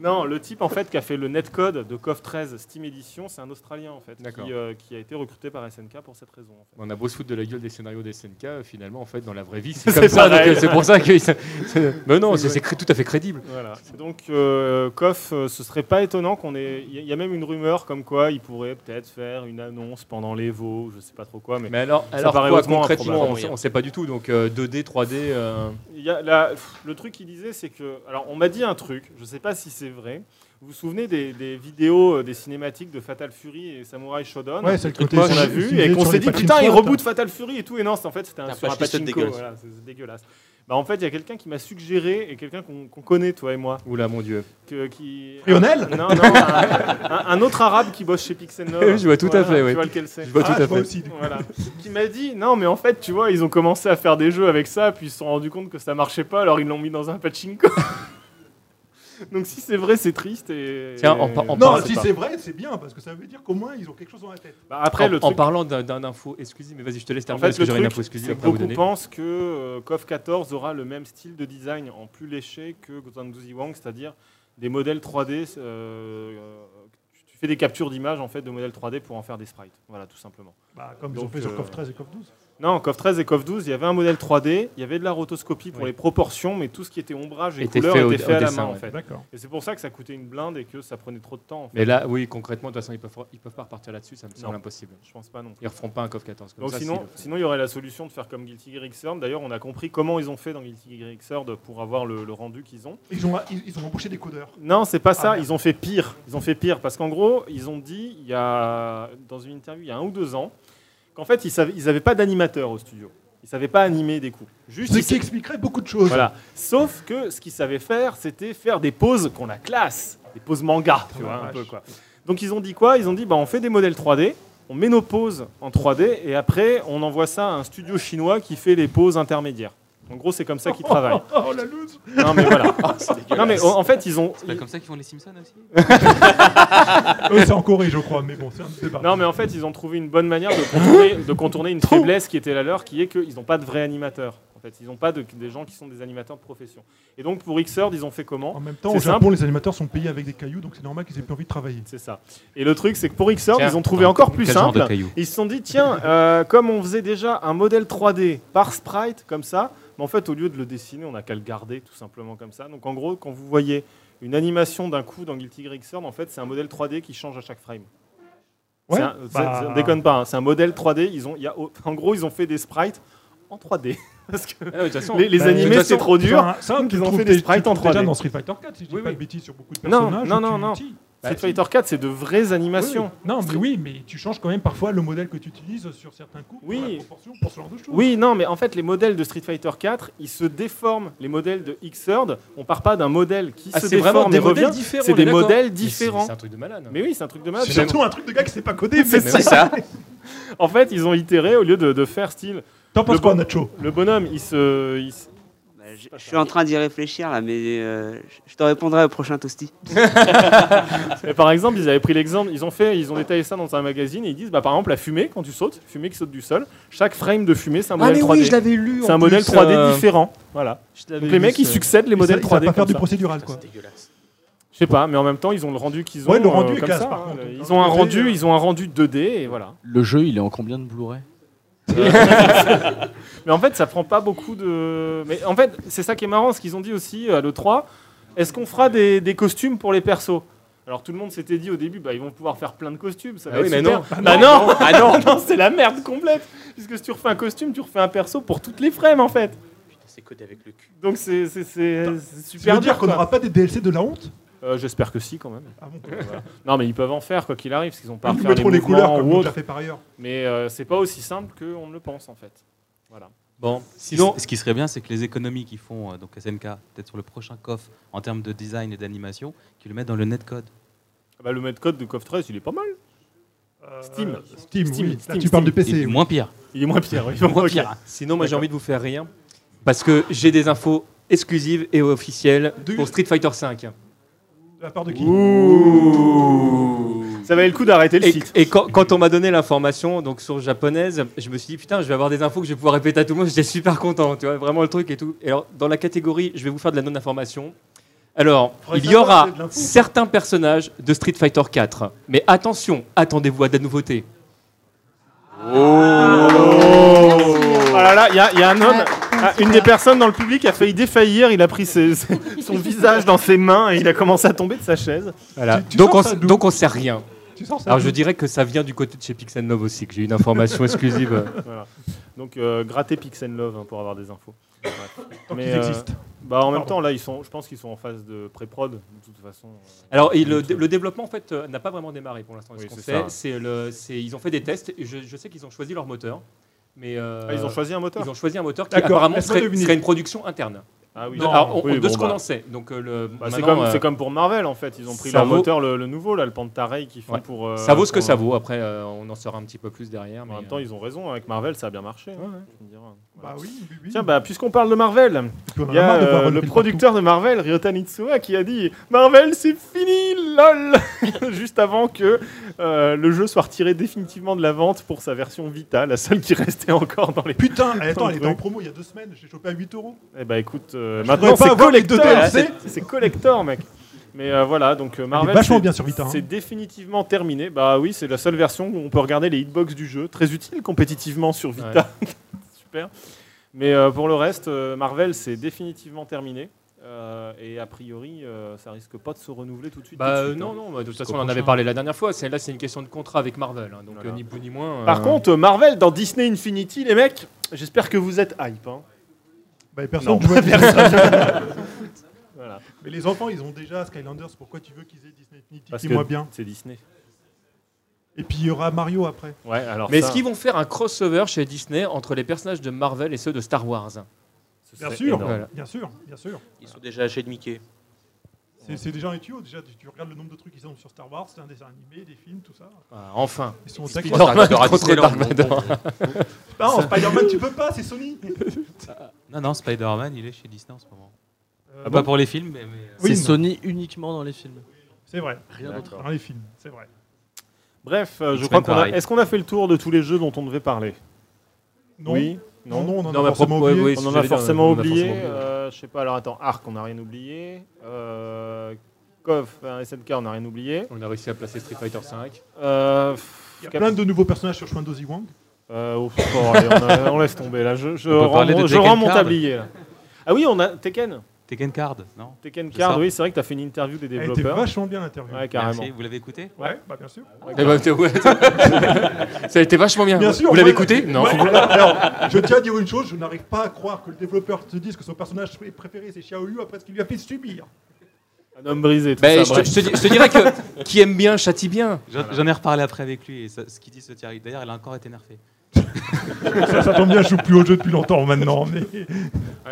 A: non, le type en fait qui a fait le netcode de KOF 13 Steam Edition, c'est un Australien en fait
C: D'accord.
A: qui, euh, qui a été recruté par SNK pour cette raison. En fait.
C: On a beau se foutre de la gueule des scénarios des SNK, euh, finalement, en fait, dans la vraie vie, c'est
A: C'est
C: comme ça. donc,
A: pareil.
C: euh, C'est pour ça que. ça- c'est- Mais non,
A: C'est
C: c'est c'est cré- tout à fait crédible.
A: Voilà. Donc, euh, Koff, euh, ce serait pas étonnant qu'on ait. Il y, a- il y a même une rumeur comme quoi il pourrait peut-être faire une annonce pendant les veaux, je sais pas trop quoi. Mais
C: Mais alors, alors
A: paraît
C: quoi,
A: hautement
C: concrètement,
A: improbable.
C: on sait- on ne sait pas du tout. Donc, euh, 2D, 3D. euh,
A: il y a la- pff, le truc qu'il disait, c'est que. Alors, on m'a dit un truc, je sais pas si c'est vrai. Vous vous souvenez des, des vidéos, euh, des cinématiques de Fatal Fury et Samurai Shodown
B: Ouais, c'est le
A: qu'on
B: côté
A: a vu et qu'on s'est dit putain, il reboot Fatal Fury et tout. Et non, c'est- en fait, c'était un,
I: Un
A: sur un
I: pachinko
A: pachinko.
I: dégueulasse.
A: voilà, c'est c'est dégueulasse. Bah, en fait, il y a quelqu'un qui m'a suggéré et quelqu'un qu'on qu'on connaît, toi et moi,
C: Oula, mon dieu.
A: que- qui.
B: Lionel
A: Non, non, un, un- un autre arabe qui bosse chez Pixel Nova.
C: Je vois tout à
A: Voilà,
C: fait, ouais.
A: Tu vois lequel c'est
C: Je vois
B: Ah,
C: tout
B: je
C: à
B: vois
C: fait.
B: aussi. du coup.
A: Voilà. Qui m'a dit non, mais en fait, tu vois, ils ont commencé à faire des jeux avec ça, puis ils se sont rendus compte que ça marchait pas, alors ils l'ont mis dans un pachinko. Donc si c'est vrai, c'est triste et.
C: Tiens, en par- en
A: et-
C: parlant-
B: Non,
C: Non,
B: si
A: pas.
B: c'est vrai, c'est bien, parce que ça veut dire qu'au moins, ils ont quelque chose dans la tête.
A: Bah, après
C: en,
A: le
C: en
A: truc.
C: parlant d'un- d'un info exclusive, mais vas-y, je te laisse
A: En
C: terminer
A: fait,
C: parce que
A: le
C: j'aurais une
A: truc,
C: info exclusive
A: c'est que
C: après à vous
A: beaucoup
C: donner.
A: pensent que euh, KOF 14 aura le même style de design en plus léché que Gozanduzi Wang, c'est-à-dire des modèles 3D. euh, euh, tu- tu fais des captures d'images en fait de modèles 3D pour en faire des sprites. Voilà, tout simplement.
B: Bah, comme ils ont
A: Donc,
B: fait sur
A: euh,
B: KOF 13 et KOF 12.
A: Non, COF 13 et COF 12, il y avait un modèle 3D, il y avait de la rotoscopie pour
C: Oui.
A: les proportions, mais tout ce qui était ombrage et
C: Était
A: couleur
C: fait au-
A: était
C: au
A: fait à la
C: dessin,
A: main en
C: ouais.
A: fait.
B: D'accord.
A: Et c'est pour ça que ça coûtait une blinde et que ça prenait trop de temps. En fait.
C: Mais là, oui, concrètement, de toute façon, ils peuvent, ils peuvent pas repartir là-dessus, ça me semble
A: Non.
C: impossible.
A: Je pense pas non plus.
C: Ils referont pas un COF 14 comme
A: Donc
C: ça. s'ils
A: sinon,
C: le font.
A: sinon il y aurait la solution de faire comme Guilty Gear Xrd. D'ailleurs, on a compris comment ils ont fait dans Guilty Gear Xrd pour avoir le, le rendu qu'ils ont. Ah,
B: Ils ont, ils, ils ont embauché des codeurs.
A: Non, c'est pas ça.
B: merde.
A: ils ont fait pire. Ils ont fait pire parce qu'en gros, ils ont dit il y a dans une interview il y a un ou deux ans qu'en fait ils savaient, ils avaient pas d'animateur au studio. Ils savaient pas animer des coups. Juste
B: Ce
A: ils
B: qui expliquerait beaucoup de choses.
A: Voilà. Sauf que ce qu'ils savaient faire, c'était faire des poses qu'on la classe, des poses manga, tu
B: Oh la
A: vois, un
B: vache.
A: peu quoi. Donc ils ont dit quoi Ils ont dit bah on fait des modèles 3D, on met nos poses en 3D et après on envoie ça à un studio chinois qui fait les poses intermédiaires. En gros, c'est comme ça qu'ils travaillent.
B: Oh la loose
A: Non mais voilà. Non mais en en fait, ils ont
F: Ah, C'est pas comme ça qu'ils font les Simpsons aussi
B: Eux, Euh, c'est en Corée, je crois, mais bon, c'est un débat.
A: non mais en fait, ils ont trouvé une bonne manière de contourner, de contourner une faiblesse qui était la leur, qui est qu'ils n'ont pas de vrais animateurs. En fait, ils n'ont pas de, des gens qui sont des animateurs de profession. Et donc pour Xrd, ils ont fait comment
B: En même temps,
A: C'est
B: au Japon, les animateurs sont payés avec des cailloux, donc c'est normal qu'ils aient plus envie de travailler.
A: C'est ça. Et le truc, c'est que pour XOR,
F: Tiens,
A: ils ont trouvé
F: attends,
A: encore plus
F: Quel genre de
A: simple.
F: caillou
A: Ils se sont dit, tiens, euh, comme on faisait déjà un modèle 3D par sprite, comme ça, mais en fait, au lieu de le dessiner, on n'a qu'à le garder, tout simplement comme ça. Donc en gros, quand vous voyez une animation d'un coup dans Guilty Gear Xrd, en fait, c'est un modèle 3D qui change à chaque frame.
B: Ouais,
A: C'est un- c'est-
B: bah-
A: c'est- déconne pas, hein, c'est un modèle 3D. Ils ont, il y a- en gros, ils ont fait des sprites en 3D. Parce que
C: Ah non, de toute façon,
A: les, les
B: bah, de toute
A: animés,
B: façon,
A: c'est trop dur.
B: Enfin, ça,
A: Donc,
B: tu
A: ils ont
B: trouves
A: fait des
B: dé-
A: sprites
B: tu
A: en
B: trouves
A: 3D.
B: Déjà dans Street Fighter 4, si je dis
C: Oui,
B: pas
C: oui.
B: de bêtises sur beaucoup de
A: Non,
B: personnages.
A: non,
B: tu-
A: non, non.
B: tu-
A: Street Fighter 4, c'est de vraies animations.
B: Non, mais oui, mais tu changes quand même parfois le modèle que tu utilises sur certains coups
A: Oui.
B: pour la proportion, pour ce genre de choses.
A: Oui, non, mais en fait, les modèles de Street Fighter 4, ils se déforment. Les modèles de Xrd, on part pas d'un modèle qui
C: Ah,
A: se
C: c'est vraiment
A: déforme
C: des
A: et
C: modèles
A: revient.
C: différents.
A: C'est
C: on est
A: des
C: d'accord.
A: modèles
C: Mais c'est-
A: différents.
C: C'est un truc de malade.
A: Mais oui, c'est un truc de hein. mal.
B: C'est surtout un truc de gars qui sait pas coder.
A: C'est
B: mais-
A: ça.
F: ça
A: En fait, ils ont itéré au lieu de, de faire style.
B: T'en penses
A: Le
B: quoi,
A: bon-
B: Nacho
A: Le bonhomme, il se. il se-
E: Bah, je je suis en train d'y réfléchir là, mais euh, je- je te répondrai au prochain toasty.
A: Et par exemple, ils avaient pris l'exemple, ils ont fait, ils ont détaillé ça dans un magazine et ils disent, bah, par exemple, la fumée quand tu sautes, fumée qui saute du sol, chaque frame de fumée, c'est un
I: Ah
A: modèle
I: mais oui, je
A: 3D.
I: l'avais lu. euh,
A: C'est un modèle 3D différent. Voilà. Donc les mecs, ils succèdent les
B: Ils
A: modèles
B: savent
A: 3D.
B: pas faire
A: comme
B: du
A: ça.
B: procédural, quoi.
I: dégueulasse.
A: Je sais pas, mais en même temps, ils ont le rendu qu'ils ont.
B: Ouais, le rendu est
A: comme
B: classe,
A: ça,
B: par
A: hein.
B: contre.
A: Ils ont un rendu, ils ont un rendu 2D et voilà.
I: Le jeu, il est en combien de Blu-ray
A: Mais en fait, ça prend pas beaucoup de. Mais en fait, c'est ça qui est marrant, ce qu'ils ont dit aussi euh, à l'E3. Est-ce qu'on fera des, des costumes pour les persos Alors tout le monde s'était dit au début, bah, ils vont pouvoir faire plein de costumes. Ça va
C: Ah oui,
A: être
C: mais
A: super.
C: non.
A: Bah non, ah non, non, c'est la merde complète. Puisque si tu refais un costume, tu refais un perso pour toutes les frames en fait.
J: C'est codé avec le cul.
A: Donc c'est c'est- c'est- c'est
B: Ça
A: super
B: veut Bah, dire
A: dur.
B: qu'on
A: quoi.
B: n'aura pas des DLC de la honte
A: Euh, J'espère que si quand même.
B: Ah bon
A: Non, mais ils peuvent en faire quoi qu'il arrive, parce qu'ils ont pas à
B: Ils nous
A: refaire les,
B: mettront les couleurs
A: mouvements
B: comme
A: ou
B: on
A: autre.
B: l'a fait par ailleurs.
A: Mais euh, c'est pas aussi simple qu'on ne le pense en fait. Voilà.
F: Bon, sinon, ce qui serait bien, c'est que les économies qu'ils font, euh, donc SNK, peut-être sur le prochain coffre, en termes de design et d'animation, qu'ils le mettent dans le netcode.
A: Ah Bah, le netcode de Coff 13, il est pas mal. Steam.
B: Euh, Steam,
A: Steam,
B: oui. Là,
A: Steam,
B: tu parles de
A: Steam.
B: PC.
F: Et moins pire.
A: Il est moins pire. oui.
F: Moins
A: Ok.
F: pire. hein.
C: Sinon, moi j'ai
A: D'accord.
C: envie de vous faire rire parce que j'ai des infos exclusives et officielles
B: Du-
C: pour Street Fighter V.
B: De la part de qui
A: Ouh. Ça valait le coup d'arrêter le
C: Et,
A: site.
C: et quand, quand on m'a donné l'information donc sur japonaise, je me suis dit putain, je vais avoir des infos que je vais pouvoir répéter à tout le monde. J'étais super content, tu vois, vraiment le truc et tout. Et alors dans la catégorie, je vais vous faire de la non-information. Alors,
B: Faudrait
C: il y
B: savoir,
C: aura
B: c'est de l'info.
C: certains personnages de Street Fighter 4, mais attention, attendez-vous à de la nouveauté.
G: Ah,
A: Oh là là, il y, a- il y a un homme. ah, une des personnes dans le public a failli défaillir. Il a pris ses- ses- son visage dans ses mains et il a commencé à tomber de sa chaise.
C: Voilà.
B: Tu- tu
C: donc,
B: sors
C: on,
B: ça
C: s-
B: d'où
C: donc on sait rien.
B: Tu sors ça
C: Alors je dirais que ça vient du côté de chez Pixel Love aussi, que j'ai une information exclusive.
A: Donc euh, grattez Pix and Love hein, pour avoir des infos. Ouais.
B: Tant
A: Mais,
B: qu'ils
A: euh,
B: existent.
A: bah, en même
B: Pardon.
A: temps, là, ils sont, je pense qu'ils sont en phase de pré-prod. De toute façon. euh,
C: Alors et le, dé- le développement en fait euh, n'a pas vraiment démarré pour l'instant.
A: Oui,
C: ce qu'on
A: c'est
C: sait,
A: ça.
C: c'est le- c'est- ils ont fait des tests. Et je, je sais qu'ils ont choisi leur moteur, mais euh,
A: ah, ils ont choisi un moteur.
C: ils ont choisi un moteur qui
B: D'accord,
C: apparemment
B: laisse-moi
C: serait,
B: deviner.
C: serait une production interne.
A: Ah oui.
C: De- alors, on-
A: Oui,
C: de
A: bon,
C: ce qu'on
A: bah.
C: en sait. Donc euh, le
A: Bah, c'est
C: maintenant,
A: comme,
C: euh,
A: c'est comme pour Marvel en fait, ils ont pris
C: ça
A: leur
C: vaut-
A: moteur, le, le nouveau, là, le Pantarei qui font
C: Ouais.
A: pour. euh,
C: ça vaut ce que
A: pour-
C: ça vaut. Après, euh, on en saura un petit peu plus derrière. mais,
A: En même temps,
C: euh,
A: ils ont raison, avec Marvel ça a bien marché. hein, tu me diras. Voilà.
B: Bah oui, oui, oui.
A: Tiens, bah, puisqu'on parle de Marvel,
B: Puis on en
A: il y a
B: marre de voir
A: euh,
B: Ron
A: le
B: Perlman
A: producteur de Marvel, Ryota Nitsuha, qui a dit Marvel c'est fini, lol Juste avant que euh, le jeu soit retiré définitivement de la vente pour sa version Vita, la seule qui restait encore dans les.
B: partout. Putain, eh, attends, elle était en
A: Truc.
B: promo il y a deux semaines, j'ai chopé à 8 euros.
A: Eh bah écoute, euh,
B: Je
A: maintenant
B: pourrais pas
A: c'est
B: avoir les deux
A: collector,
B: DLC.
A: c'est- c'est collector, mec. Mais euh, voilà, donc euh,
B: Elle est
A: Marvel.
B: vachement
A: c'est-
B: bien sur Vita. hein.
A: C'est définitivement terminé. Bah oui, c'est la seule version où on peut regarder les hitbox du jeu. Très utile compétitivement sur Vita. Super. Mais euh, pour le reste, euh, Marvel, c'est définitivement terminé. Euh, et a priori, euh, ça risque pas de se renouveler tout de suite.
C: bah,
A: tout de
C: euh,
A: suite,
C: non,
A: hein.
C: non. bah, de toute façon,
A: Jusqu'au
C: on en avait
A: prochain.
C: parlé la dernière fois. Celle-là, c'est une question de contrat avec Marvel. hein, donc
A: Voilà.
C: euh, ni plus ni moins.
A: Par
C: euh,
A: contre, euh, Marvel dans Disney Infinity, les mecs, j'espère que vous êtes hype. hein.
B: Bah,
A: Non.
B: personne ne personne.
A: Voilà.
B: Mais les enfants, ils ont déjà Skylanders, pourquoi tu veux qu'ils aient Disney Infinity
A: Parce
B: Dis-moi
A: que-
B: bien.
A: C'est Disney.
B: Et puis il y aura Mario après.
A: Ouais, alors.
C: mais
A: ça,
C: est-ce qu'ils vont faire un crossover chez Disney entre les personnages de Marvel et ceux de Star Wars hein
A: ce
B: Bien
A: serait
B: sûr,
A: énorme.
C: Voilà.
B: bien sûr, bien sûr.
J: Ils sont déjà chez de Mickey.
B: C'est c'est déjà un tuyau, déjà tu, tu regardes le nombre de trucs qu'ils ont sur Star Wars, c'est un dessin animé, des films, tout ça.
C: Ah, Enfin.
B: Ils sont au
J: Spider-
B: taquet.
C: Norman
J: Dark Vador à
C: contre
J: Disneyland,
C: Dark
J: bon,
C: Vador.
J: bon, bon.
B: Ah, en Spider-Man, tu peux pas, c'est Sony.
F: Non, non, Spider-Man, il est chez Disney en ce moment.
B: Euh,
F: Ah,
B: bon,
F: Pas pour les films, mais. mais, euh,
B: Oui,
I: C'est
B: non.
I: Sony uniquement dans les films.
B: c'est vrai,
I: Rien
A: D'accord.
I: d'autre.
B: dans les films, c'est vrai.
A: Bref, euh, je
F: X-Men
A: crois qu'on a.
F: pareil.
A: Est-ce qu'on a fait le tour de tous les jeux dont on devait parler
B: Non,
A: Oui.
B: non, non, on en
C: Non,
B: a
C: mais
B: forcément
C: propre- ouais,
B: oublié.
C: ouais,
A: On en a
C: J'allais dire,
A: forcément
C: on en a
A: oublié.
C: forcément oublié.
A: euh, je sais pas, alors attends, Arc, on n'a rien oublié. Euh, Cov, enfin, SNK, on n'a rien oublié.
C: On a réussi à placer Street Fighter 5.
A: Euh, pff,
B: Il y a
A: Cap-
B: plein de nouveaux personnages sur Shwan Dozy Wang.
A: euh, oh, pff, bon, allez, on, a- on laisse tomber là. Je, je
F: On peut
A: rends,
F: parler
A: mon,
F: de
A: je rends
F: Tekken
A: mon
F: Card.
A: tablier. là. Ah oui, on a Tekken.
F: Tekken Card, non
A: Tekken
F: C'est
A: Card,
F: ça.
A: oui, c'est vrai que tu as fait une interview des
B: Elle était
A: développeurs.
B: vachement bien l'interview.
A: Ouais, carrément.
F: Merci, vous l'avez écouté
B: Ouais, bah bien sûr.
C: Eh ben, ça a été vachement bien.
B: Bien sûr,
C: Vous l'avez
B: moi,
C: écouté Non.
B: Ouais, Alors, je tiens à dire une chose, je n'arrive pas à croire que le développeur te dise que son personnage préféré c'est Xiaoyu après ce qu'il lui a fait subir.
A: Un homme brisé, tout
F: Bah,
C: Ben,
A: ça.
C: je, te,
A: bref.
C: je te dis- je te dirais que qui aime bien châtie bien.
F: J'en j'en ai reparlé après avec lui, et ça- ce qu'il dit se tient. D'ailleurs, il a encore été nerfé.
B: Ça, ça tombe bien, je joue plus au jeu depuis longtemps maintenant. mais-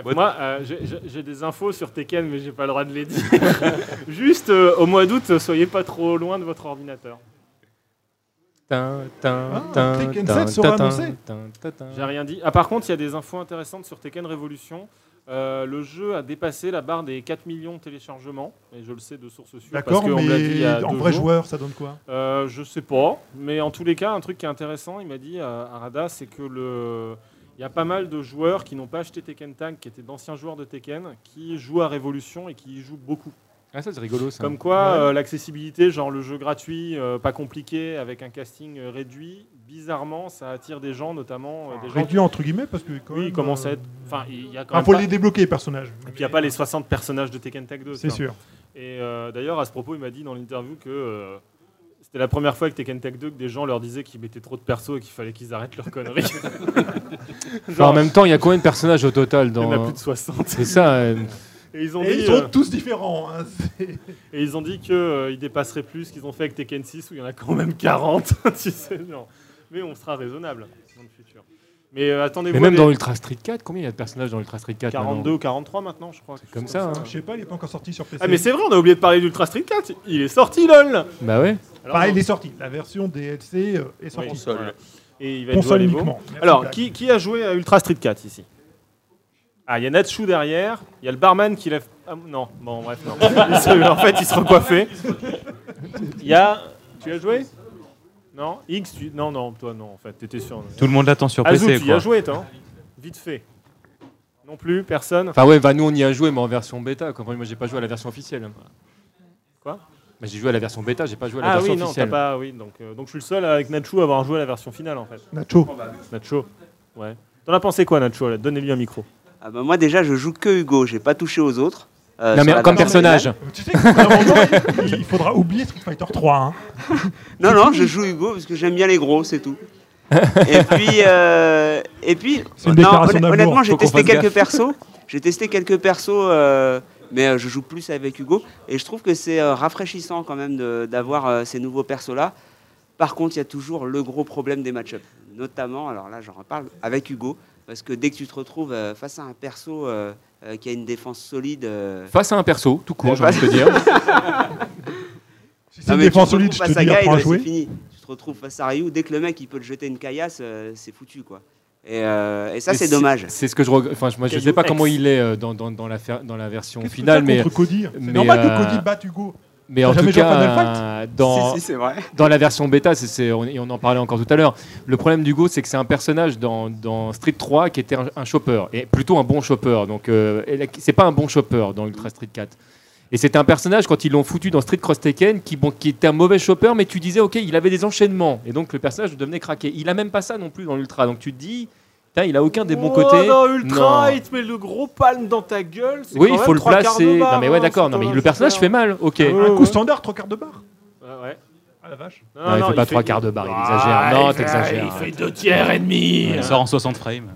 A: Ouais, Moi, euh, j'ai- j'ai j'ai des infos sur Tekken, mais j'ai pas le droit de les dire. Juste, euh, au mois d'août, soyez pas trop loin de votre ordinateur.
C: Tin, tin,
B: Ah,
C: tin,
B: Tekken
C: tin,
B: 7 sera
C: tin,
B: annoncé.
C: tin, tin, tin.
A: J'ai rien dit. Ah, par contre, il y a des infos intéressantes sur Tekken Révolution. Euh, le jeu a dépassé la barre des 4 millions de téléchargements. Et je le sais de source sûre. parce
B: D'accord,
A: qu'on me l'a dit il y
B: mais
A: a
B: en
A: deux
B: vrai
A: jours.
B: joueur, ça donne quoi
A: Euh, je sais pas. Mais en tous les cas, un truc qui est intéressant, il m'a dit euh, Arada, c'est que le. Il y a pas mal de joueurs qui n'ont pas acheté Tekken Tag, qui étaient d'anciens joueurs de Tekken, qui jouent à Révolution et qui y jouent beaucoup.
C: Ah, ça, c'est rigolo, ça.
A: Comme quoi, euh, l'accessibilité, genre le jeu gratuit, euh, pas compliqué, avec un casting euh, réduit, bizarrement, ça attire des gens, notamment euh, des gens.
B: Réduit entre guillemets parce que quand
A: Oui,
B: même,
A: il commence à
B: euh,
A: être. Enfin, il y a quand
B: Enfin,
A: même.
B: faut
A: pas-
B: les débloquer les personnages.
A: Et puis, il n'y a pas les 60 personnages de Tekken Tag 2.
B: C'est
A: quoi.
B: sûr.
A: Et euh, d'ailleurs, à ce propos, il m'a dit dans l'interview que euh, c'était la première fois que Tekken Tag 2 que des gens leur disaient qu'ils mettaient trop de persos et qu'il fallait qu'ils arrêtent leurs conneries.
C: Enfin, en même temps, il y a combien de personnages au total
A: il y
C: dans...
A: en a plus de 60.
C: C'est ça. euh,
A: Et ils ont
B: Et
A: dit,
B: ils sont
A: euh,
B: tous différents. hein, c'est-
A: et ils ont dit que euh, ils dépasseraient plus ce qu'ils ont fait avec Tekken 6 où il y en a quand même 40. tu sais, genre. Mais on sera raisonnable dans le futur. Mais euh, attendez-vous.
C: Mais
A: à
C: même
A: des-
C: dans Ultra Street 4, combien il y a de personnages dans Ultra Street 4 maintenant
A: 42 ou 43 maintenant, je crois.
C: comme ça, hein.
B: Je sais pas, il est pas encore sorti sur PC.
A: Ah mais c'est vrai, on a oublié de parler d'Ultra Street 4. Il est sorti, lol.
C: Bah ouais.
A: Alors,
B: Enfin, il est sorti. La version DLC euh, est
A: hein. Oui,
B: sortie.
A: voilà. Et il va être joué à
B: Console
A: l'Evo.
B: uniquement. Merci,
A: Alors,
B: Black.
A: qui, qui a joué à Ultra Street 4 ici Ah, il y a Natsu derrière, il y a le barman qui lève. ah, non, bon, bref, non. Il se- en fait, il se recoiffait. Il y a. Tu as joué Non X, tu- Non, non, toi, non, en fait, t'étais sûr.
F: Tout le monde l'attend sur
A: Azou,
F: PC.
A: tu y as
F: Quoi.
A: joué, toi hein Vite fait. Non plus, personne.
C: Enfin ouais, bah nous on y a joué, mais en version bêta. quoi. Enfin, moi j'ai pas joué à la version officielle.
A: Quoi
C: bah, J'ai joué à la version bêta, j'ai pas joué à la
A: Ah
C: version
A: oui, non, t'as
C: officielle.
A: pas. Oui, donc, euh, donc je suis le seul avec Nacho à avoir joué à la version finale, en fait.
B: Nacho.
A: bah. Nacho Ouais. T'en as pensé quoi, Nacho là Donnez-lui un micro.
E: Ah bah, moi déjà je joue que Hugo, j'ai pas touché aux autres. Euh,
C: Non
E: sur la
C: mais comme
E: version
C: personnage.
E: originale.
B: Tu sais qu'au bout d'un moment, il il faudra oublier Street Fighter 3. hein.
E: Non non, je joue Hugo parce que j'aime bien les gros, c'est tout. et puis euh, et puis
B: C'est une
E: non,
B: déclaration d'amour.
E: honnêtement j'ai
F: Faut qu'on
E: testé
F: fasse
E: quelques
F: gaffe.
E: persos, j'ai testé quelques persos, euh, mais euh, je joue plus avec Hugo et je trouve que c'est euh, rafraîchissant quand même de- d'avoir euh, ces nouveaux persos là. Par contre, il y a toujours le gros problème des match ups notamment alors là j'en reparle avec Hugo parce que dès que tu te retrouves euh, face à un perso euh, euh, qui a une défense solide. euh,
C: Face à un perso, tout court,
E: Euh,
C: j'ai envie de te dire.
B: Si
E: Non,
B: c'est une
E: mais tu te
B: défense solide, je
E: retrouves
B: te
E: face
B: dis,
E: à Guide,
B: apprends à
E: ouais,
B: jouer.
E: C'est fini. Tu te retrouves face à Ryu. Dès que le mec il peut te jeter une caillasse, euh, c'est foutu quoi. Et, euh, et ça
C: Mais
E: c'est dommage.
C: C'est ce que je regrette. Enfin, je- moi je
A: Caillou
C: sais pas
A: X.
C: comment il est euh, dans, dans, dans la, fer- dans la version
B: Qu'est-ce que
C: finale,
B: t'as
C: mais,
B: contre Cody C'est
C: mais,
B: normal
C: euh,
B: que Cody batte Hugo.
C: mais en
B: T'as
C: tout
B: jamais joué à
C: cas,
B: Final
C: euh, dans,
E: Si, si, c'est vrai.
C: dans la version bêta, c'est- c'est- on- et on en parlait encore tout à l'heure, le problème d'Hugo, c'est que c'est un personnage dans, dans Street 3 qui était un, un chopper, et plutôt un bon chopper. Donc, euh, et la- c'est pas un bon chopper dans Ultra Street 4. Et c'était un personnage, quand ils l'ont foutu dans Street Cross Tekken, qui, bon, qui était un mauvais chopper, mais tu disais, ok, il avait des enchaînements. Et donc, le personnage devenait craqué. Il a même pas ça non plus dans l'Ultra. Donc, tu te dis, putain, il a aucun des bons
A: Oh,
C: côtés.
A: Non, ultra,
C: Non.
A: il te met le gros palme dans ta gueule. c'est
C: Oui,
A: quand
C: il faut
A: même
C: le
A: trois quarts de
C: placer.
A: barre,
C: Non, mais ouais,
A: hein,
C: d'accord.
A: c'est
C: Non,
A: quand
C: mais
A: même
C: le personnage fait
A: super.
C: mal. Ok.
A: Ouais,
B: Un
A: ouais.
B: coup standard, trois quarts de barre.
A: Ouais, ouais.
B: Ah la vache.
A: Non,
C: Non, il
A: non,
C: fait pas trois quarts de barre, il exagère. Non, t'exagères.
A: Il fait deux tiers et demi.
F: Il sort en 60 frames.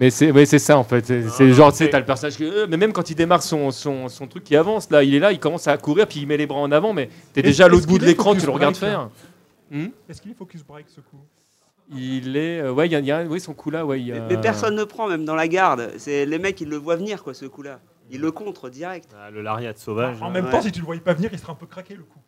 C: Mais c'est ouais, c'est ça en fait. C'est c'est
A: Ah,
C: genre, tu sais,
A: ok.
C: t'as le personnage que. euh, mais même quand il démarre son, son, son truc qui avance, là, il est là, il commence à courir, puis il met les bras en avant, mais t'es
B: Est-ce-
C: déjà à l'autre
B: est-ce
C: bout de
B: qu'il est hein
C: l'écran,
B: focus
C: tu le regardes
B: break,
C: faire.
B: Est-ce qu'il est focus break ce coup
C: Il est. euh, ouais, il y a, il y a- oui, son coup là, ouais. il y a-
E: Mais, mais personne ne prend même dans la garde. C'est les mecs ils le voient venir quoi ce coup-là. Ils le contre direct.
A: le lariat sauvage. hein.
B: En même
E: ouais.
B: temps, si tu le voyais pas venir, il serait un peu craqué le coup.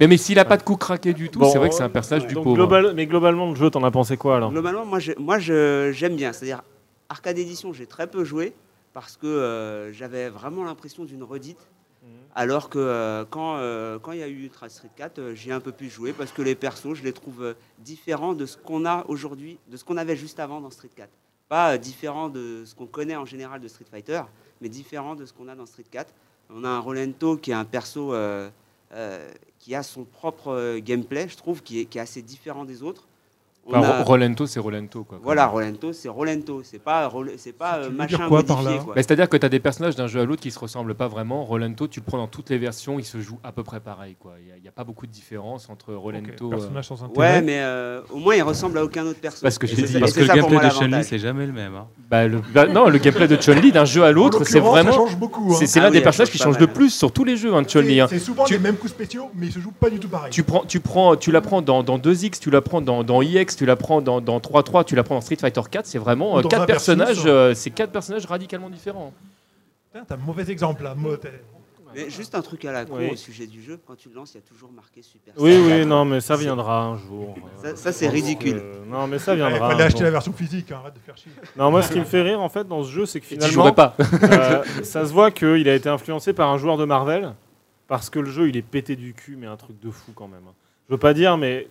C: Mais, mais s'il a pas de coup craqué du tout,
A: Bon,
C: c'est vrai que c'est
A: euh,
C: un personnage du
A: Donc,
C: pauvre.
A: global- mais globalement, le jeu, t'en as pensé quoi alors
E: Globalement, moi je- moi je- j'aime bien. C'est-à-dire arcade édition, j'ai très peu joué parce que euh, j'avais vraiment l'impression d'une redite. Alors que euh, quand euh, quand il y a eu Ultra Street 4, euh, j'ai un peu plus joué parce que les persos, je les trouve euh, différents de ce qu'on a aujourd'hui, de ce qu'on avait juste avant dans Street 4. Pas euh, différents de ce qu'on connaît en général de Street Fighter, mais différents de ce qu'on a dans Street 4. On a un Rolento qui est un perso euh, euh, qui a son propre euh, gameplay, je trouve, qui est, qui est assez différent des autres. On
C: Enfin,
E: a-
C: Ro- Rolento, c'est Rolento, quoi.
E: voilà, Rolento, c'est Rolento, c'est pas, Rol- c'est pas
B: Tu
E: euh,
B: veux
E: machin
B: dire quoi par
E: modifié.
B: là
E: quoi.
C: Mais C'est-à-dire que tu as des personnages d'un jeu à l'autre qui se ressemblent pas vraiment. Rolento, tu le prends dans toutes les versions, il se joue à peu près pareil. quoi. Il n'y a, pas beaucoup de différence entre Rolento.
B: Ok,
C: euh,
B: Personnage sans intérêt.
E: Ouais, mais euh, au moins il ressemble à aucun autre perso.
C: Parce que j'ai
E: Et c'est
C: dit-
E: ça-
F: Parce
E: et
F: que
E: c'est
F: le
E: ça pour
F: gameplay
E: moi
F: de Chun-Li,
E: l'avantage.
F: c'est jamais le même. hein.
C: bah, le, bah, non, le gameplay de Chun-Li d'un jeu à
B: En
C: l'autre, c'est
B: l'occurrence,
C: vraiment.
B: Ça change beaucoup. hein.
C: C'est c'est l'un
E: Ah oui,
C: des
E: elle
C: personnages
E: change
C: qui
E: pas
C: change
E: mal,
C: le plus sur tous les jeux, hein, Chun-Li. hein.
B: C'est souvent
C: Tu-
B: les mêmes coups spéciaux, mais ils se jouent pas du tout pareil.
C: Tu, prends, tu, prends, tu la prends dans, dans 2X, tu la prends dans, dans IX, tu la prends dans, dans 3-3, tu la prends dans Street Fighter 4. C'est vraiment euh,
B: Dans
C: quatre
B: un versus,
C: personnages,
B: hein.
C: euh, c'est quatre personnages radicalement différents.
B: Putain, t'as un mauvais exemple là. Mo, t'es-
E: Mais juste un truc à la con
A: Oui.
E: au sujet du jeu, quand tu le lances, il y a toujours marqué Super
A: Oui,
E: Saiyan.
A: oui, non, mais ça viendra un jour.
E: Ça- ça, c'est
A: Je pense
E: ridicule.
A: que- Non, mais ça
B: Ouais,
A: viendra.
B: Eh, fallait
A: un
B: acheter la
A: jour.
B: version physique, hein, arrête de faire chier.
A: Non, moi, ce qui me fait rire en fait dans ce jeu, c'est que
C: Et tu
A: finalement,
C: jouerais pas.
A: euh, ça se voit qu'il a été influencé par un joueur de Marvel parce que le jeu, il est pété du cul, mais un truc de fou quand même. Je veux pas dire, mais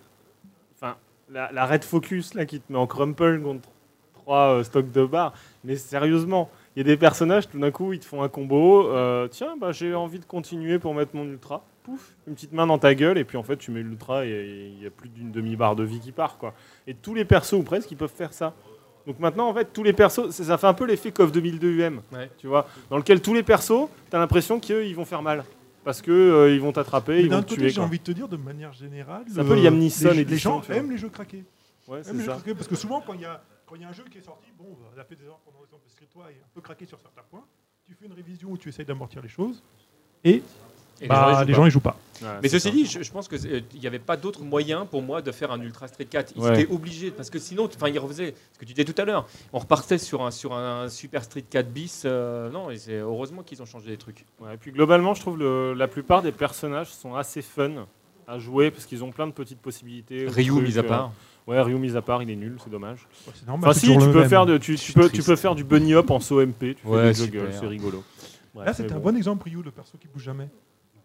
A: enfin, la, la Red Focus là qui te met en crumple contre trois euh, stocks de barres, mais sérieusement, Il y a des personnages, tout d'un coup, ils te font un combo. euh, Tiens, bah, j'ai envie de continuer pour mettre mon ultra. Pouf, une petite main dans ta gueule, et puis en fait, tu mets l'ultra et il y a plus d'une demi-barre de vie qui part. quoi. Et tous les persos, ou presque, ils peuvent faire ça. Donc maintenant, en fait, tous les persos, ça, ça fait un peu l'effet KOF 2002 UM, tu vois, dans lequel tous les persos, t'as l'impression qu'ils vont faire mal. Parce que euh, ils vont t'attraper,
B: Mais
A: ils
B: d'un
A: vont te
B: autre
A: tuer.
B: côté, j'ai
A: quoi.
B: envie de te dire, de manière générale,
A: C'est un peu Liam
B: euh,
A: Neeson
B: les, les
A: édition,
B: gens
A: tu vois.
B: aiment les jeux craqués.
A: Ouais, c'est
B: Aiment les jeux
A: ça.
B: craqués, parce que souvent, quand il y, a- quand il y a un jeu qui est sorti, bon, bah, on a fait des erreurs pendant les temps, parce que toi, est un peu craqué sur certains points. Tu fais une révision où tu essayes d'amortir les choses, et,
C: Et
B: bah, les, gens, ils jouent pas.
A: Ah,
C: mais ceci dit, je, je pense qu'il n'y avait pas d'autre moyen pour moi de faire un Ultra Street 4. Ils
A: Ouais.
C: étaient obligés, parce que sinon, enfin, ils refaisaient ce que tu disais tout à l'heure. On repartait sur un, sur un Super Street 4 bis. euh, non, et c'est heureusement qu'ils ont changé des trucs.
A: Ouais, et puis globalement, je trouve le, la plupart des personnages sont assez fun à jouer parce qu'ils ont plein de petites possibilités.
C: Ryu, mis à part.
A: euh, ouais, Ryu mis à part, il est nul, c'est dommage.
B: c'est normal,
A: Enfin, si,
B: c'est toujours
A: tu
B: le
A: peux,
B: même.
A: faire de, tu, tu peux, tu peux faire du bunny hop en saut MP, tu fais
C: Ouais,
A: des jeux
C: super.
A: gueules, c'est rigolo.
B: Là,
A: Bref,
B: c'était
A: mais
B: un
A: bon.
B: bon exemple, Ryu, le perso qui bouge jamais.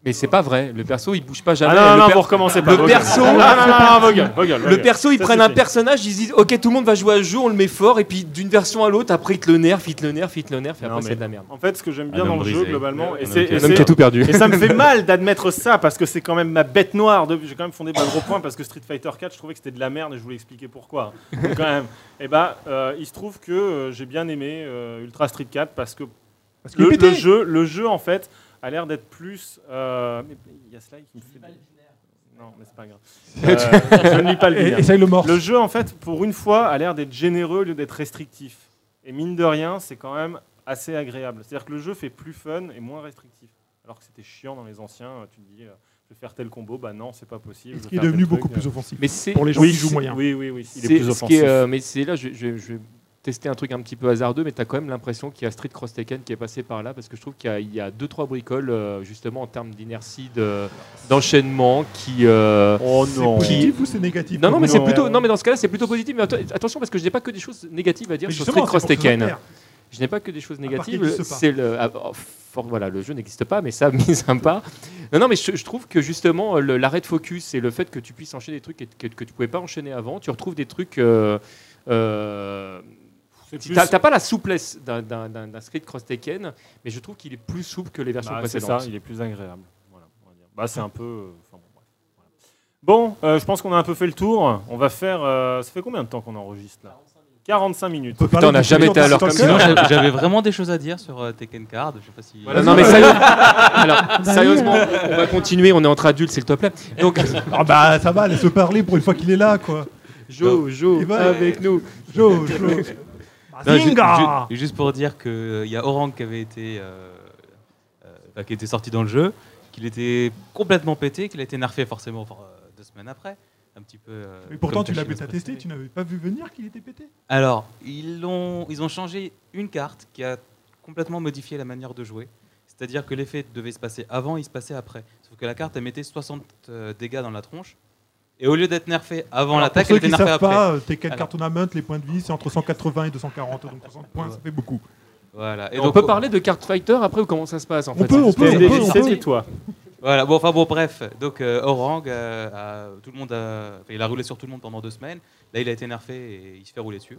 C: Mais c'est pas vrai. Le perso, il bouge pas jamais.
A: Ah non,
C: le
A: non,
C: per-
A: vous recommencez pas,
C: Le
A: Vogel.
C: perso.
A: Non, non, non, non, Vogel, Vogel, Vogel.
C: Le perso, ils
A: Ça,
C: prennent
A: c'est
C: un
A: fait.
C: personnage, ils se disent Ok, tout le monde va jouer à ce jeu, on le met fort, et puis d'une version à l'autre, après, ils te le nerfent, ils te le nerfent, ils te le nerfent, et
A: Non,
C: après,
A: mais
C: c'est de la merde.
A: En fait, ce que j'aime bien
K: homme
A: dans le jeu,
K: brisé.
A: globalement, et c'est
K: Un homme qui a-
A: et
K: un homme
A: c'est-
K: qui a tout perdu.
A: Et ça me fait mal d'admettre ça parce que c'est quand même ma bête noire. de- J'ai quand même fondé pas gros point parce que Street Fighter 4, je trouvais que c'était de la merde et je voulais expliquer pourquoi. Donc, quand même, et bah, il se trouve que euh, j'ai bien aimé euh, Ultra Street 4 parce que
B: Parce qu'il
A: le,
B: est pété.
A: le jeu, le jeu en fait, a l'air d'être plus. euh, mais Il y a Sly qui me fait. Non, mais c'est pas grave. Euh, je ne lis pas le
B: Et-
A: binaire.
B: essaye le morse.
A: Le jeu, en fait, pour une fois, a l'air d'être généreux au lieu d'être restrictif. Et mine de rien, c'est quand même assez agréable. C'est-à-dire que le jeu fait plus fun et moins restrictif. Alors que c'était chiant dans les anciens, euh, tu te dis, euh, je vais faire tel combo, bah non, c'est pas possible. je vais
B: Il est
A: faire tel
B: devenu
A: truc,
B: beaucoup
A: euh.
B: plus offensif.
C: Mais c'est.
B: Pour les gens
A: oui,
B: qui jouent
A: c'est-
B: moyen.
A: Oui, oui, oui, il est,
C: C'est
A: plus
C: ce qui
A: offensif.
C: est, euh, mais c'est là, je, je- je vais tester un truc un petit peu hasardeux, mais tu as quand même l'impression qu'il y a Street Cross Tekken qui est passé par là, parce que je trouve qu'il y a- il y a 2-3 bricoles, euh, justement, en termes d'inertie, de- d'enchaînement, qui. euh,
A: Oh
B: C'est
A: non.
B: positif ou c'est négatif
C: Non, non, mais c'est
A: Non.
C: plutôt. Non, mais dans ce cas-là, c'est plutôt positif. Mais atten- attention, parce que je n'ai pas que des choses négatives à dire
B: Mais
C: sur
B: justement,
C: Street Cross
B: c'est pour que ce soit
C: Tekken.
B: clair.
C: Je n'ai pas que des choses
B: À part qu'il
C: négatives.
B: n'existe pas.
C: C'est le. ah, oh, fort- voilà, le jeu n'existe pas, mais ça, mis à part. Non, non, mais je, je trouve que justement, le- l'arrêt de focus et le fait que tu puisses enchaîner des trucs que, que- que tu ne pouvais pas enchaîner avant, tu retrouves des trucs. euh, euh,
A: C'est
C: tu
A: plus-
C: n'as pas la souplesse d'un- d'un d'un- d'un Street Cross Tekken, mais je trouve qu'il est plus souple que les versions
A: Bah, c'est ça,
C: précédentes.
A: il est plus agréable. Voilà, on va dire. Bah, c'est un peu. euh, enfin, bon, bref. Voilà. Bon, euh, je pense qu'on a un peu fait le tour. On va faire. euh, ça fait combien de temps qu'on enregistre là 45 minutes.
B: peut parler
C: Putain, on n'a
B: de
C: jamais été à l'heure comme
B: Stalker.
C: ça.
K: Sinon, j'a- j'avais vraiment des choses à dire sur euh, Tekken Card. Je sais pas si.
A: Voilà,
C: Non, mais sérieux-
A: Bah
C: Alors, sérieusement, on va continuer, on est entre adultes, s'il te plaît. Donc,
B: Ah bah ça va, laisse le parler pour une fois qu'il est là quoi.
C: Jo, Jo,
B: Eh ben,
C: avec nous.
B: Jo, Jo. Bah,
K: Non, ju-
B: Zinga
K: ju- juste pour dire qu'il y a Orang qui avait été, euh, euh, bah, qui était sorti dans le jeu, qu'il était complètement pété, qu'il a été nerfé forcément enfin, euh, deux semaines après. Un petit peu. euh,
B: Mais pourtant
K: comme
B: tu l'as
K: Tachino's
B: bêta testé,
K: précédé.
B: tu n'avais pas vu venir qu'il était pété.
K: Alors, ils ont, ils ont changé une carte qui a complètement modifié la manière de jouer. C'est-à-dire que l'effet devait se passer avant, il se passait après. Sauf que la carte, elle mettait 60 euh, dégâts dans la tronche. Et au lieu d'être nerfée avant
B: Alors, pour
K: l'attaque,
B: ceux
K: elle était
B: qui
K: nerfée
B: savent
K: après.
B: pas, euh, Tekken
K: Alors.
B: Card Tournament, les points de vie c'est entre 180 et 240, donc 60 points ça fait beaucoup.
K: Voilà. Et
C: on
K: donc, oh,
C: peut parler de Card Fighter après ou comment ça se passe en
B: On
C: fait
B: peut,
C: c'est
B: on
C: juste-
B: peut,
A: T'es
B: on
A: des
B: peut, on peut.
A: lycées, toi
K: Voilà, bon, enfin bon, bref. Donc, euh, Orang, euh, a- tout le monde a, enfin, il a roulé sur tout le monde pendant deux semaines. Là, il a été nerfé et il se fait rouler dessus.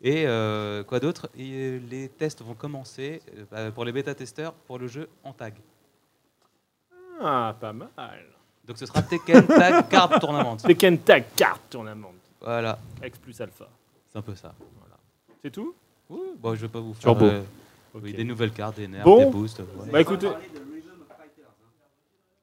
K: Et euh, quoi d'autre Et, euh, Les tests vont commencer euh, bah, pour les bêta-testeurs pour le jeu en tag.
A: Ah, pas mal.
K: Donc, ce sera Tekken Tag Card Tournament.
A: Tekken Tag Card Tournament.
K: Voilà,
A: X plus Alpha.
K: c'est un peu ça.
A: C'est tout
K: Ouh,
F: bah,
K: bon, je vais pas vous faire
C: Turbo.
K: euh, oui,
A: Ok.
K: des nouvelles cartes, des nerfs,
A: Bon.
K: des boosts. voilà.
A: Bah écoutez.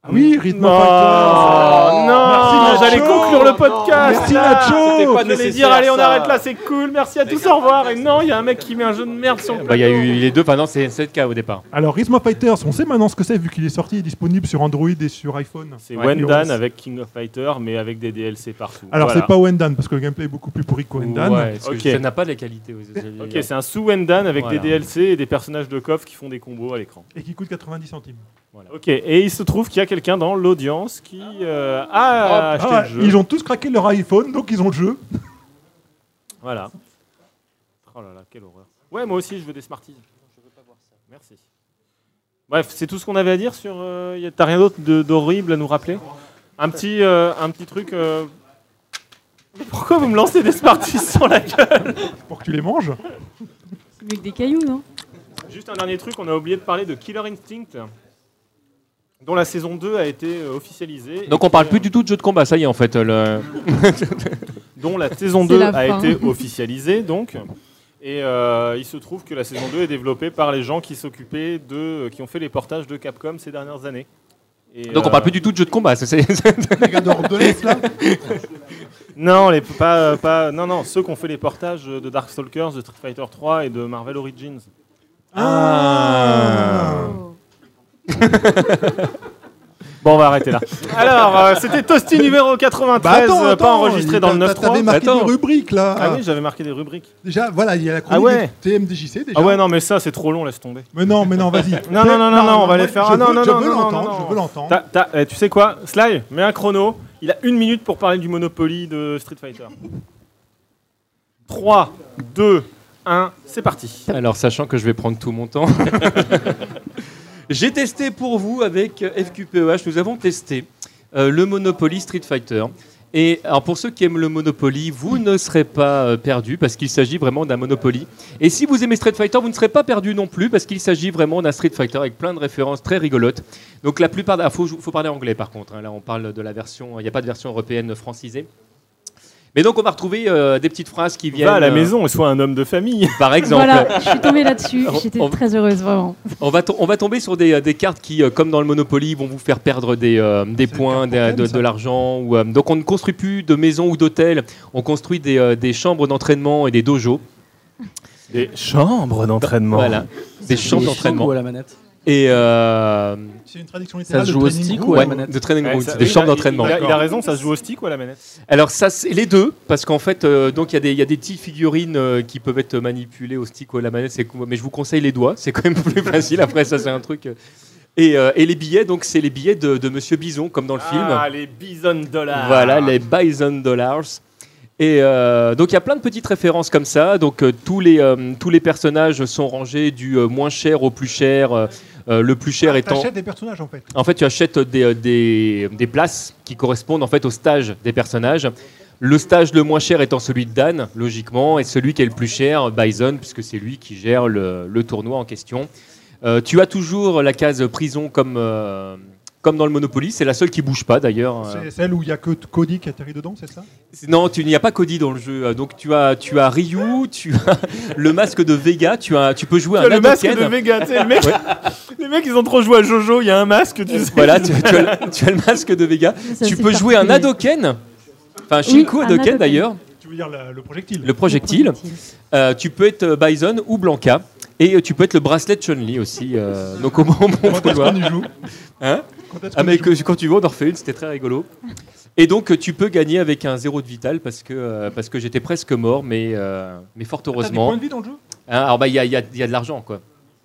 B: Ah Oui, oh, rythme
A: Non, non,
B: Merci,
A: j'allais
B: Nacho.
A: conclure le podcast.
B: Merci,
A: là.
B: Nacho.
A: C'était pas
L: C'était
A: J'allais
L: nécessaire,
A: dire, allez, on
L: ça.
A: arrête là, c'est cool. Merci à tous, au revoir. Et non, il y a un mec qui met un jeu de merde sur le
C: Bah, il y a
A: plateau.
C: eu les deux, enfin non, c'est 7K au départ.
B: Alors Rhythm of Fighters, on sait maintenant ce que c'est vu qu'il est sorti et disponible sur Android et sur iPhone.
A: C'est
C: Ouais,
A: Wendan
B: Heroes.
A: avec King of Fighter, mais avec des DLC partout.
B: Alors
A: Voilà.
B: c'est pas Wendan parce que le gameplay est beaucoup plus pourri que Wendan.
C: Ouais, parce que
A: Ok.
C: ça n'a pas les qualités aux États-Unis.
A: Ok, c'est un sous Wendan avec
C: Voilà.
A: des DLC et des personnages de KOF qui font des combos à l'écran.
B: Et qui coûte 90 centimes.
A: Voilà. Ok, et il se trouve qu'il y a quelqu'un dans l'audience qui euh, a acheté
B: Ah,
A: le jeu.
B: ils ont tous craqué leur iPhone, donc ils ont le jeu.
A: Voilà. Oh là là, quelle horreur. Ouais, moi aussi, je veux des Smarties. Je veux pas voir ça. Merci. Bref, c'est tout ce qu'on avait à dire sur. euh, y a- T'as rien d'autre de- d'horrible à nous rappeler Un petit, euh, un petit truc. euh, Pourquoi vous me lancez des Smarties sur la gueule
B: Pour que tu les manges.
G: C'est mieux que des cailloux, non
A: Juste un dernier truc, on a oublié de parler de Killer Instinct, dont la saison 2 a été euh, officialisée.
C: Donc on parle plus du tout de jeu de combat, ça y est en fait. Le...
A: dont la saison
C: C'est
A: 2
C: la
A: a
C: fin.
A: été officialisée donc. Et euh, il se trouve que la saison 2 est développée par les gens qui s'occupaient de, euh, qui ont fait les portages de Capcom ces dernières années. Et,
C: Donc on
A: euh,
C: parle plus du tout de jeu de combat. c'est- c'est-
A: Non, les, pas, euh, pas, non, non, ceux qui ont fait les portages de Darkstalkers, de Street Fighter 3 et de Marvel Origins.
C: Ah.
G: Oh.
A: bon, on va arrêter là. Alors, euh, c'était Toasty numéro 93,
B: Bah attends,
A: euh, pas
B: attends,
A: enregistré dans le
B: t'as-
A: 9.3.
B: T'avais marqué
A: Attends.
B: des rubriques là.
A: Ah oui, j'avais marqué des rubriques.
B: Déjà, voilà, il y a la
A: Ah
B: chronique
A: ouais.
B: du TMDJC déjà.
A: Ah ouais, non, mais ça, c'est trop long, laisse tomber.
B: Mais non, mais non, vas-y.
A: Non, non, non, non, non, on va
B: moi,
A: les faire.
B: Je
A: ah, non,
B: veux-
A: non,
B: je
A: non,
B: veux
A: non, non,
B: l'entendre,
A: non.
B: je veux l'entendre.
A: T'as- t'as- eh, tu sais quoi, Sly, mets un chrono. Il a une minute pour parler du Monopoly de Street Fighter. 3, 2, 1, c'est parti.
C: Alors sachant que je vais prendre tout mon temps. J'ai testé pour vous avec euh, FQPEH, nous avons testé euh, le Monopoly Street Fighter. Et alors pour ceux qui aiment le Monopoly, vous ne serez pas euh, perdus parce qu'il s'agit vraiment d'un Monopoly. Et si vous aimez Street Fighter, vous ne serez pas perdus non plus parce qu'il s'agit vraiment d'un Street Fighter avec plein de références très rigolotes. Donc la plupart... Il faut, faut parler anglais par contre. hein. Là on parle de la version... Il n'y a pas de version européenne francisée. Mais donc on va retrouver euh, des petites phrases qui viennent...
A: Va à la
C: euh,
A: maison et sois un homme de famille.
C: Par exemple.
G: Voilà, je suis tombée là-dessus.
C: On-
G: J'étais
C: on-
G: très heureuse, vraiment.
C: on va, to- on va tomber sur des, euh, des cartes qui, euh, comme dans le Monopoly, vont vous faire perdre des,
I: Ah,
C: euh, des points, des- de, de l'argent. ou, euh, donc on ne construit plus de maisons ou d'hôtels, on construit des, euh, des chambres d'entraînement et des dojos.
A: Des chambres d'entraînement.
C: Voilà, des chambres
I: des
C: d'entraînement.
I: chambres ou à la manette
C: Et euh,
B: C'est une traduction
I: Ça se
B: littérale de
I: joue au
B: training
I: stick
B: room.
I: ou à la
C: ouais,
I: manette
C: de training
A: Ouais,
C: room,
A: ça-
C: des
A: oui, bah,
C: chambres
A: il a-
C: d'entraînement.
A: Il, a- il a raison, ça se joue au stick ou à la manette
C: Alors ça, c'est les deux, parce qu'en fait, euh, donc il y, a des- il y a des petites figurines euh, qui peuvent être manipulées au stick ou à la manette, c'est cool. mais je vous conseille les doigts, c'est quand même plus facile. Après ça, c'est un truc. euh. Et, euh, et les billets, donc c'est les billets de, de Monsieur Bison, comme dans le
A: Ah,
C: film.
A: les bison dollars.
C: Voilà, les Bison Dollars. Et euh, donc il y a plein de petites références comme ça. Donc euh, tous les euh, tous les personnages sont rangés du euh, moins cher au plus cher. euh, euh, le plus cher étant.
B: Ah, T'achètes des personnages en fait.
C: En fait, tu achètes des, euh, des, des places qui correspondent en fait au stage des personnages. Le stage le moins cher étant celui de Dan, logiquement, et celui qui est le plus cher, Bison, puisque c'est lui qui gère le, le tournoi en question. Euh, tu as toujours la case prison comme, euh, comme dans le Monopoly, c'est la seule qui bouge pas d'ailleurs. Euh,
B: C'est celle où il y a que Cody qui atterrit dedans, c'est ça
C: c'est- Non, tu n'y a pas Cody dans le jeu. Euh, Donc tu as, tu as Ryu, tu as le masque de Vega, tu, as, tu peux jouer
A: Tu
C: un
A: as le masque
C: Hadouken.
A: de Vega, tu sais, le mec.
C: Ouais.
A: Les mecs, ils ont trop joué à Jojo, il y a un masque, tu sais.
C: Voilà, tu, tu as, le- tu as le masque de Vega.
G: c'est
C: Tu
G: assez
C: peux jouer un
G: particulier.
C: Hadoken, enfin Shinku
G: un
C: Hadoken
G: Hadoken.
C: d'ailleurs,
B: Tu veux dire la- le projectile
C: le projectile. Euh, tu peux être euh, Bison ou Blanca. Et euh, tu peux être le bracelet de Chun-Li aussi. euh, donc au moment où on
B: Quand est-ce
C: vouloir.
B: qu'on y joue
C: Hein
B: Quand est-ce
C: Ah
B: qu'on
C: mais
B: y joue
C: que- quand tu vois, on en refait une, c'était très rigolo. Et donc euh, tu peux gagner avec un zéro de vital parce que, euh, parce que j'étais presque mort, mais, euh, mais fort
B: Ah, T'as des points
C: heureusement.
B: de vie Ah. dans le jeu
C: Hein, alors bah, il y a, il y a- il y a de l'argent quoi.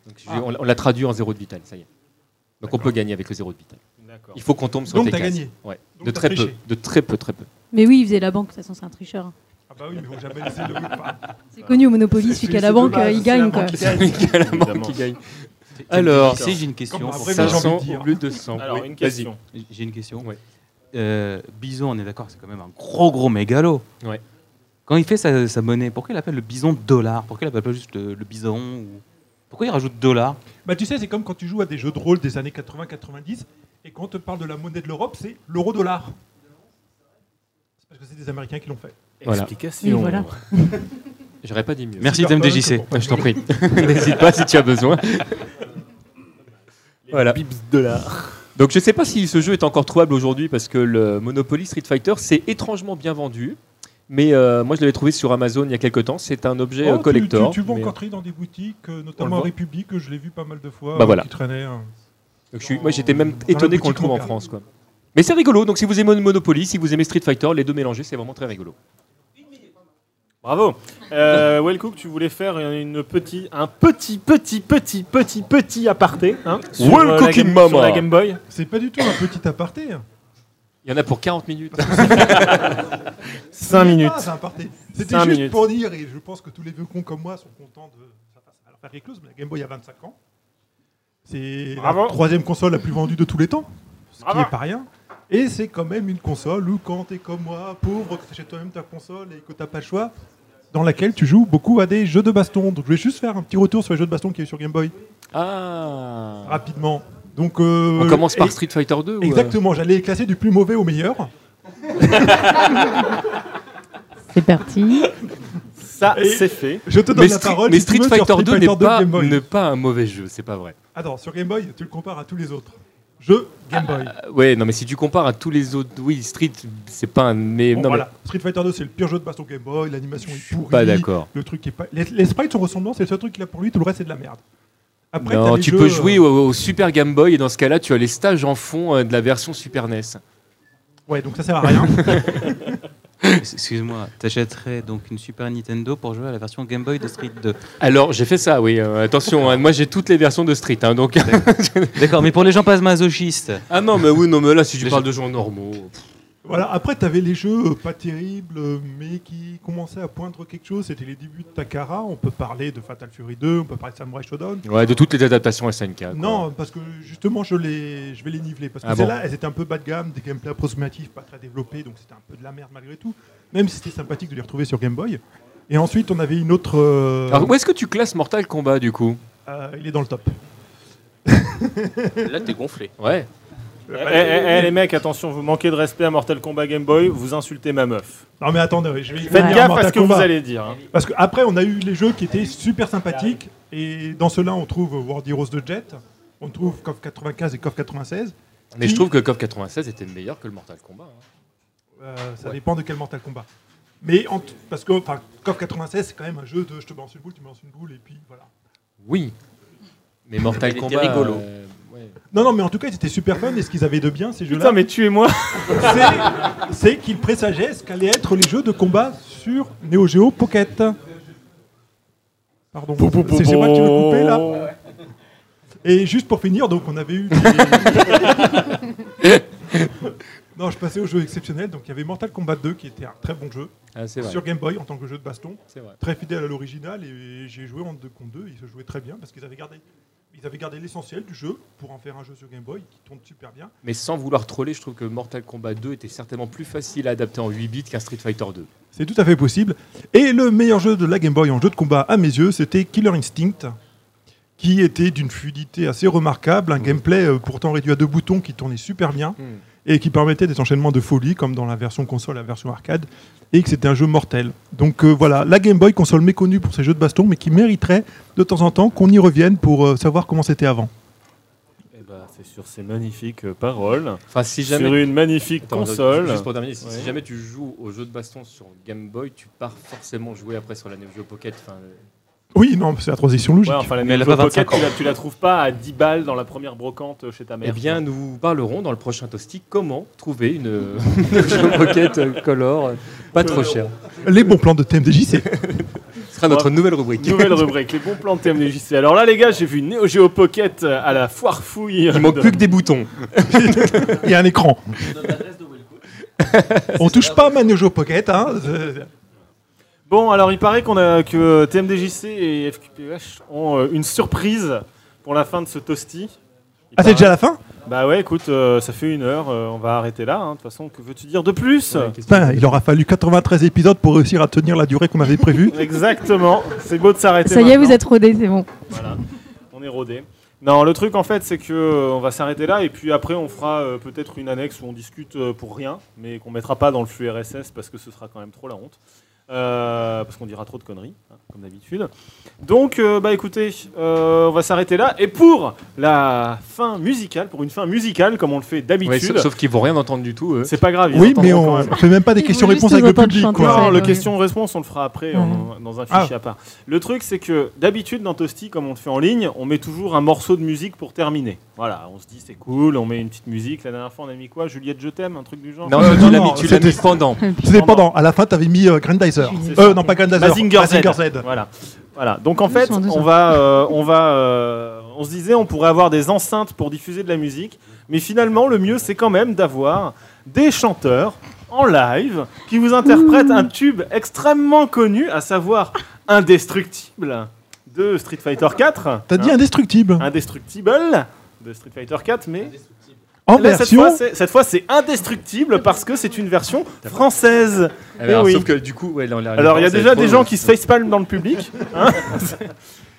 C: Donc, je- On, l'a- on l'a traduit en zéro de vital, ça y est. Donc on peut gagner avec le zéro de vital. Il faut qu'on tombe sur
B: Donc
C: tes
B: t'as
C: cases.
B: gagné.
C: Ouais.
B: Donc
C: de
B: t'as
C: très peu,
B: triché.
C: de très peu, très peu.
G: Mais oui, il faisait la banque, de toute façon, c'est un tricheur. hein.
B: Ah bah oui, mais on jamais laissé le
G: C'est connu au Monopoly,
B: C'est-
G: celui qui a la
B: c'est
G: banque,
B: dommage,
G: euh, il
B: c'est
G: gagne.
B: la
G: Quoi.
B: banque qui gagne.
C: Évidemment.
A: Évidemment.
C: Alors,
F: si j'ai une question,
B: Comme un
F: pour
B: vrai
F: ça.
B: méchant.
C: 500
B: envie de dire.
C: au lieu de 100.
A: Alors,
C: Oui,
A: une
C: vas-y.
A: question.
F: j'ai une question.
C: Ouais.
F: Euh, bison, on est d'accord, c'est quand même un gros gros mégalo.
C: Ouais.
F: Quand il fait sa, sa monnaie, pourquoi il appelle le bison dollar Pourquoi il appelle pas juste le, le bison ou- Pourquoi il rajoute dollar
B: Bah tu sais, c'est comme quand tu joues à des jeux de rôle des années 80-90 et quand on te parle de la monnaie de l'Europe, c'est l'euro-dollar. C'est parce que c'est des Américains qui l'ont fait.
C: Voilà.
G: Oui,
A: Explication.
G: voilà.
C: J'aurais pas dit mieux.
F: Merci
B: Super Oh,
F: DMDJC.
B: Punk,
C: Je t'en prie. N'hésite pas si tu as besoin. Voilà. Donc je sais pas si ce jeu est encore trouvable aujourd'hui parce que le Monopoly Street Fighter s'est étrangement bien vendu. Mais euh, moi je l'avais trouvé sur Amazon il y a quelques temps. C'est un objet euh,
B: Oh, tu-
C: collector.
B: Tu, tu, vas
C: mais, euh,
B: encore trier dans des boutiques, euh,
C: On le
B: notamment
C: voit.
B: à République, que je l'ai vu pas mal de fois,
C: Bah
B: euh,
C: voilà.
B: qui traînait. euh.
C: donc je suis- moi j'étais même étonné
B: boutique
C: qu'on le trouve en
B: locale.
C: France. Quoi. Mais c'est rigolo. Donc si vous aimez Monopoly, si vous aimez Street Fighter, les deux mélangés, c'est vraiment très rigolo.
A: Bravo. Euh, Wellcook, tu voulais faire une petit, un petit, petit, petit, petit, petit aparté hein, sur,
C: Well
A: euh, la
C: cooking
A: Game-
C: mama.
A: sur la Game Boy.
B: C'est pas du tout un petit aparté. hein.
C: Il y en a pour 40 minutes.
A: 5 minutes.
B: Ah, c'est un aparté. C'était
A: Cinq
B: juste
A: minutes.
B: pour dire, et je pense que tous les vieux cons comme moi sont contents de ça fasse- alors, faire quelque chose, mais la Game Boy a 25 ans. C'est
A: Bravo.
B: la troisième console la plus vendue de tous les temps, ce qui
A: Bravo.
B: n'est pas rien. Et c'est quand même une console où quand t'es comme moi, pauvre, que t'achètes toi-même ta console et que t'as pas le choix, dans laquelle tu joues beaucoup à des jeux de baston. Donc je vais juste faire un petit retour sur les jeux de baston qui est sur Game Boy.
C: Ah
B: Rapidement. Donc, euh,
C: On commence par
B: et-
C: Street Fighter euh, 2
B: Exactement, j'allais les classer du plus mauvais au meilleur.
G: C'est parti.
A: Ça,
B: Et
A: c'est fait.
B: Je te donne
C: mais
B: la
C: Street-
B: parole.
C: mais
B: si tu
C: Street
B: veux, sur
C: Fighter 2 n'est pas,
B: Game Boy.
C: n'est pas un mauvais jeu, c'est pas vrai.
B: Attends, sur Game Boy, tu le compares à tous les autres. Jeux Game Boy.
C: Euh, Ouais, non, mais si tu compares à tous les autres, oui, Street, c'est pas un. Mais,
B: Bon,
C: non,
B: voilà. Street Fighter 2, c'est le pire jeu de baston Game Boy. L'animation est
C: mais
B: pourrie.
C: pas d'accord.
B: Le truc est pas. Les, les sprites sont ressemblants, c'est le seul truc qu'il a pour lui. Tout le reste, c'est de la merde. Après,
C: Non,
B: t'as les
C: tu
B: jeux,
C: peux
B: euh,
C: jouer au, au Super Game Boy et dans ce cas-là, tu as les stages en fond euh, de la version Super NES.
B: Ouais, donc ça sert à rien.
F: Excuse-moi, t'achèterais donc une Super Nintendo pour jouer à la version Game Boy de Street 2.
C: Alors, j'ai fait ça, oui. euh, attention, hein, moi j'ai toutes les versions de Street. hein, donc...
F: D'accord, mais pour les gens pas masochistes.
C: ah non, mais oui, non, mais là, si tu parles de gens normaux. pff,
B: Voilà, après, t'avais les jeux euh, pas terribles, euh, mais qui commençaient à poindre quelque chose. C'était les débuts de Takara. On peut parler de Fatal Fury 2, on peut parler de Samurai Shodown.
C: Ouais, de toutes les adaptations SNK. quoi.
B: Non, parce que justement, je, les, je vais les niveler. Parce que
C: Ah bon
B: celles-là, elles étaient un peu bas de gamme, des gameplays approximatifs, pas très développés, donc c'était un peu de la merde malgré tout. Même si c'était sympathique de les retrouver sur Game Boy. Et ensuite, on avait une autre. euh,
C: Alors, où est-ce que tu classes Mortal Kombat du coup
B: euh, il est dans le top.
J: Là, t'es gonflé.
C: Ouais.
A: Eh, eh, eh, les mecs, attention, vous manquez de respect à Mortal Kombat Game Boy, vous insultez ma meuf.
B: Non, mais attendez, je vais. y
A: Faites
B: venir à
A: gaffe à
B: Mortal
A: ce que vous
B: Kombat.
A: allez dire. hein.
B: Parce qu'après, on a eu les jeux qui étaient super sympathiques. Et dans ceux-là, on trouve World Heroes de Jet, on trouve KOF 95 et KOF 96.
C: Mais je trouve que KOF 96 était meilleur que le Mortal Kombat. hein.
B: Euh, ça
C: Ouais.
B: dépend de quel Mortal Kombat. Mais en t- parce que enfin, KOF 96, c'est quand même un jeu de je te balance une boule, tu me lances une boule, et puis voilà.
C: Oui. Mais Mortal
J: Il était
C: Kombat.
J: rigolo.
C: euh, ouais.
B: Non, non, mais en tout cas, ils étaient super fun. Et ce qu'ils avaient de bien, ces jeux-là,
A: Putain, mais tuez-moi.
B: c'est- c'est qu'ils présageaient ce qu'allaient être les jeux de combat sur Neo Geo Pocket. Pardon.
A: Pou, pou, pou,
B: C'est c'est moi que tu veux couper, là
A: pou.
B: Et juste pour finir, donc on avait eu. des- non, je passais au jeu exceptionnel. Donc il y avait Mortal Kombat 2 qui était un très bon jeu
C: Ah, c'est vrai.
B: sur Game Boy en tant que jeu de baston,
C: C'est vrai.
B: très fidèle à l'original. Et j'ai joué en 2 contre 2. Il se jouait très bien parce qu'ils avaient gardé. Ils avaient gardé l'essentiel du jeu pour en faire un jeu sur Game Boy qui tourne super bien.
C: Mais sans vouloir troller, je trouve que Mortal Kombat 2 était certainement plus facile à adapter en 8 bits qu'un Street Fighter 2.
B: C'est tout à fait possible. Et le meilleur jeu de la Game Boy en jeu de combat, à mes yeux, c'était Killer Instinct, qui était d'une fluidité assez remarquable, un gameplay euh, pourtant réduit à deux boutons qui tournait super bien
C: Mm.
B: et qui permettait des enchaînements de folie, comme dans la version console, la version arcade, et que c'était un jeu mortel. Donc euh, voilà, la Game Boy, console méconnue pour ses jeux de baston, mais qui mériterait de temps en temps qu'on y revienne pour euh, savoir comment c'était avant.
A: Eh ben, c'est sur ces magnifiques euh, paroles,
C: Enfin, si jamais.
A: sur une magnifique
C: Attends,
A: console.
C: Juste pour terminer, si, si
A: Ouais.
C: jamais tu joues au jeu de baston sur Game Boy, tu pars forcément jouer après sur la Neo Geo Pocket. Enfin, euh,
B: Oui, non, c'est la transition logique.
A: Ouais, enfin, la
F: Mais elle a
A: Nintendo
F: pas
A: Pocket,
F: 25
A: tu la, tu la trouves pas à 10 balles dans la première brocante euh, chez ta mère.
C: eh bien, nous parlerons dans le prochain Toasty comment trouver une euh, Neo Geo Pocket euh, Color euh, pas trop chère.
B: Les bons plans de TMDJC.
C: Ce sera notre nouvelle rubrique.
A: Nouvelle rubrique, les bons plans de TMDJC. Alors là, les gars, j'ai vu Neo Geo Pocket euh, à la foire fouille.
C: Il manque
A: de-
C: plus que des boutons.
B: Il y a un écran.
H: L'adresse de Welco.
B: On touche pas à ma Neo Geo Pocket, hein. euh,
A: Bon, alors il paraît qu'on a que euh, TMDJC et FQPH ont euh, une surprise pour la fin de ce toasty. Il
B: Ah, c'est
A: paraît-
B: déjà la fin
A: Bah ouais, écoute, euh, ça fait une heure, euh, on va arrêter là. hein. De toute façon, que veux-tu dire de plus
B: Putain, il aura fallu 93 épisodes pour réussir à tenir la durée qu'on avait prévue.
A: Exactement, c'est beau de s'arrêter.
G: Ça y est,
A: maintenant.
G: vous êtes rodés, c'est bon.
A: Voilà, on est rodé. Non, le truc en fait, c'est que euh, on va s'arrêter là et puis après on fera euh, peut-être une annexe où on discute euh, pour rien, mais qu'on mettra pas dans le flux RSS parce que ce sera quand même trop la honte, Euh, parce qu'on dira trop de conneries, hein, comme d'habitude. Donc, euh, bah écoutez, euh, on va s'arrêter là et pour la fin musicale, pour une fin musicale comme on le fait
C: Ouais,
A: d'habitude,
C: sauf, sauf qu'ils vont rien entendre du tout. eux.
A: c'est pas grave. ils
B: Oui, mais
A: entendront quand
B: on
A: même.
B: fait même pas des
G: Il faut
B: questions-réponses
G: juste
B: avec le
G: entendre
B: public.
G: chanter,
B: Quoi.
G: ça.
A: Non,
G: Ouais,
A: le
G: ouais.
A: question-réponse, on le fera après
G: Mhm.
A: en- dans un fichier à part. Le truc, c'est que d'habitude, dans Toasty, comme on le fait en ligne, on met toujours un morceau de musique pour terminer. Voilà, on se dit c'est cool, on met une petite musique. La dernière fois, on a mis quoi Juliette, je t'aime, un truc du genre
C: Non,
B: Euh,
C: tu
B: non,
C: l'as
B: non,
C: mis- tu l'as
B: c'était-
C: mis pendant.
B: C'était pendant. À la fin, t'avais mis euh, Grandizer.
G: C'est
A: ça.
B: Euh, non, pas Grandizer.
A: Mazinger Z.
B: Mazinger
A: Voilà. Voilà. Donc en fait,
G: Doucement, doucement.
A: on va, euh, on va, euh, on se disait, on pourrait avoir des enceintes pour diffuser de la musique, mais finalement, le mieux, c'est quand même d'avoir des chanteurs en live qui vous interprètent un tube extrêmement connu, à savoir Indestructible de Street Fighter Hein? 4.
B: T'as dit indestructible.
A: Indestructible de Street Fighter 4, mais Là,
B: En
A: Eh ben, cette
B: version-
A: fois, c'est- cette fois, c'est indestructible parce que c'est une version française.
C: Ah, mais alors,
A: Eh oui.
C: sauf que, du coup, ouais, là, on l'a-
A: Alors, il y a
C: c'est
A: déjà
C: trop,
A: des gens
C: ouais,
A: qui se
C: c'est-
A: facepalment dans le public. hein.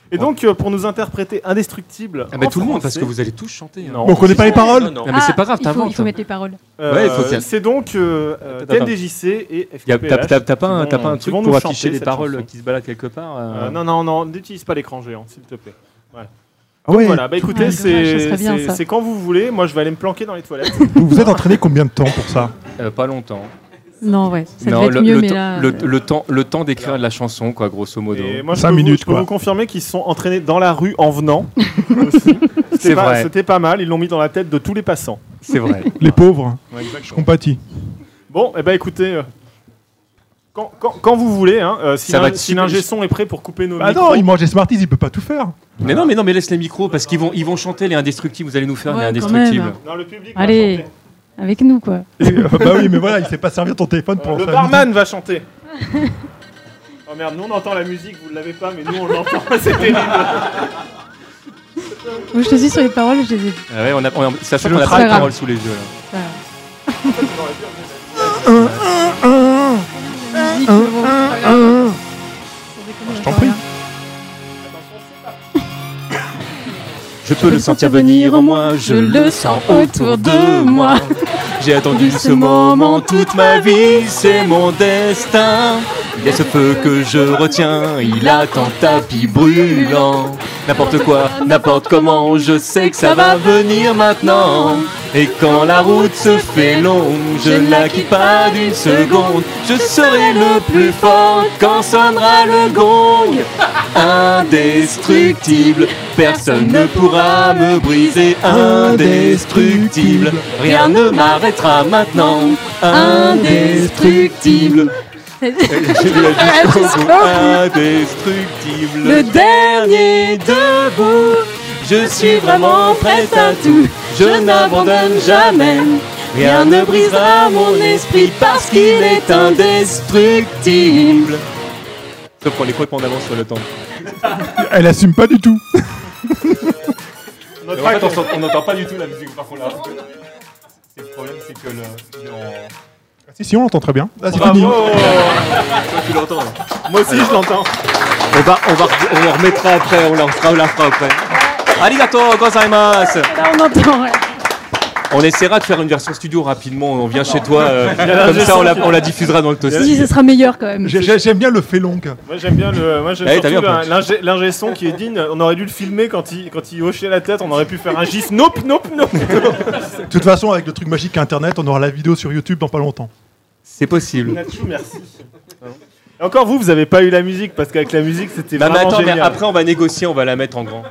A: Et donc, euh, pour nous interpréter indestructible.
C: Ah, mais
A: en
C: tout le monde, parce
A: français-
C: que vous allez tous chanter. hein.
A: Non.
B: Bon, on connaît pas les paroles
C: Non, Ah, mais c'est pas grave,
G: Ah, il faut,
C: t'inventes.
G: il faut mettre les paroles.
A: Euh,
C: Ouais, il faut qu'il y a-
A: C'est donc euh, euh,
C: Attends, attends.
A: TMDJC et
C: Y a- T'as
A: FQPH.
C: t'as- t'as pas un
A: qui
C: t'as pas
A: vont-
C: un
A: qui
C: truc
A: vont nous
C: pour
A: chanter
C: afficher les
A: cette
C: paroles
A: chanson.
C: qui se baladent quelque part euh,
A: Euh, non, non, non, n'utilise pas l'écran géant, s'il te plaît. Voilà.
B: Ah ouais,
A: Voilà, bah écoutez,
G: Ah, dommage, ça
A: c'est-
G: serait bien,
A: c'est
G: ça.
A: c'est quand vous voulez. Moi, je vais aller me planquer dans les toilettes.
B: vous vous êtes entraîné combien de temps pour ça
C: euh, Pas longtemps.
G: Non, ouais, ça
C: Non,
G: devait
C: le,
G: être mieux,
C: le
G: mais
C: temps-
G: là. euh,
C: le- le temps, le temps d'écrire de la chanson, quoi, grosso modo.
A: Et moi, je
B: Cinq
A: peux vous-
B: minutes,
A: je peux
B: quoi.
A: vous confirmer qu'ils se sont entraînés dans la rue en venant. Aussi. C'était
C: C'est
A: pas-
C: vrai.
A: C'était pas mal. Ils l'ont mis dans la tête de tous les passants.
C: C'est vrai.
B: Les pauvres, je
A: Exactement.
B: compatis.
A: Bon, eh ben écoutez. euh, Quand, quand- quand vous voulez, hein, euh, si
C: Ça va
A: l'ing-
C: être
A: si
C: super- Bah
A: l'ingé son est prêt pour couper nos
B: Ah
A: micros.
B: non, il mange des Smarties, il peut pas tout faire.
C: mais non, mais non, mais laisse les micros parce qu'ils vont, ils vont chanter les indestructibles. Vous allez nous faire
G: Ouais,
C: les
G: quand même.
C: indestructibles.
A: Non, le public va
G: Allez,
A: chanter. Euh,
G: avec nous, quoi.
B: Et, euh, bah oui, mais voilà, il sait pas servir ton téléphone pour
A: Euh,
B: en
A: le
B: faire
A: barman va chanter. oh merde, nous on entend la musique, vous l'avez pas, mais nous on l'entend. C'est terrible.
G: Moi, je te suis sur les paroles, je les ai.
C: Ah ouais, on a, on a-
B: C'est
C: sachant qu'on
B: le
C: a pas les
G: track.
C: paroles sous les yeux. là.
G: Voilà. Je
B: t'en prie.
C: Je peux le sentir venir en moi, je le sens autour de moi. J'ai attendu ce moment toute ma vie, c'est mon destin. Il y a ce feu que je retiens, il attend tapis brûlant. N'importe quoi, n'importe comment, je sais que ça va venir maintenant. Et quand la route se fait longue, je ne la quitte pas d'une seconde. Je serai le plus fort quand sonnera le gong. Indestructible, personne ne pourra me briser. Indestructible, rien ne m'arrêtera maintenant. Indestructible. Indestructible.
G: Le
C: dernier debout. Je suis vraiment prête à tout. Je n'abandonne jamais. Rien ne brisera mon esprit parce qu'il est indestructible. Sauf qu'on est complètement en avance sur le temps.
B: Elle assume pas du tout.
A: Notre
C: Mais en
A: acte-
C: fait, on s'en- on n'entend pas du tout la musique par contre là. C'est le problème, c'est que le. il est en-
A: Ah,
B: Si, si, on l'entend très bien. Là, c'est fini.
A: Bravo
C: Tu l'entends là.
A: euh, Moi aussi je l'entends.
C: On va, Eh ben, on va, on en remettra après, on la refera, on la refera après. Arigato gozaimasu
G: Là, on entend. ouais.
C: On essaiera de faire une version studio rapidement, on vient chez toi, euh,
A: la
C: comme ça
A: version
C: on la,
A: qui-
C: on la diffusera dans le
G: Si,
C: toasty.
G: ce sera meilleur quand même.
B: J'ai- j'ai- J'aime bien le félong.
A: Moi j'aime bien le. Moi j'aime
C: Ah oui, t'as
A: surtout
C: bien
A: la- l'ingé- l'ingé son qui est digne. On aurait dû le filmer quand il, quand il hochait la tête, on aurait pu faire un gif. Nope, nope, nope.
B: De toute façon, avec le truc magique Internet, on aura la vidéo sur YouTube dans pas longtemps.
C: C'est possible.
A: Nacho, merci. Et encore vous, vous avez pas eu la musique parce qu'avec la musique c'était
C: Non Bah, mais
A: vraiment
C: attends, mais
A: génial.
C: après on va négocier, on va la mettre en grand.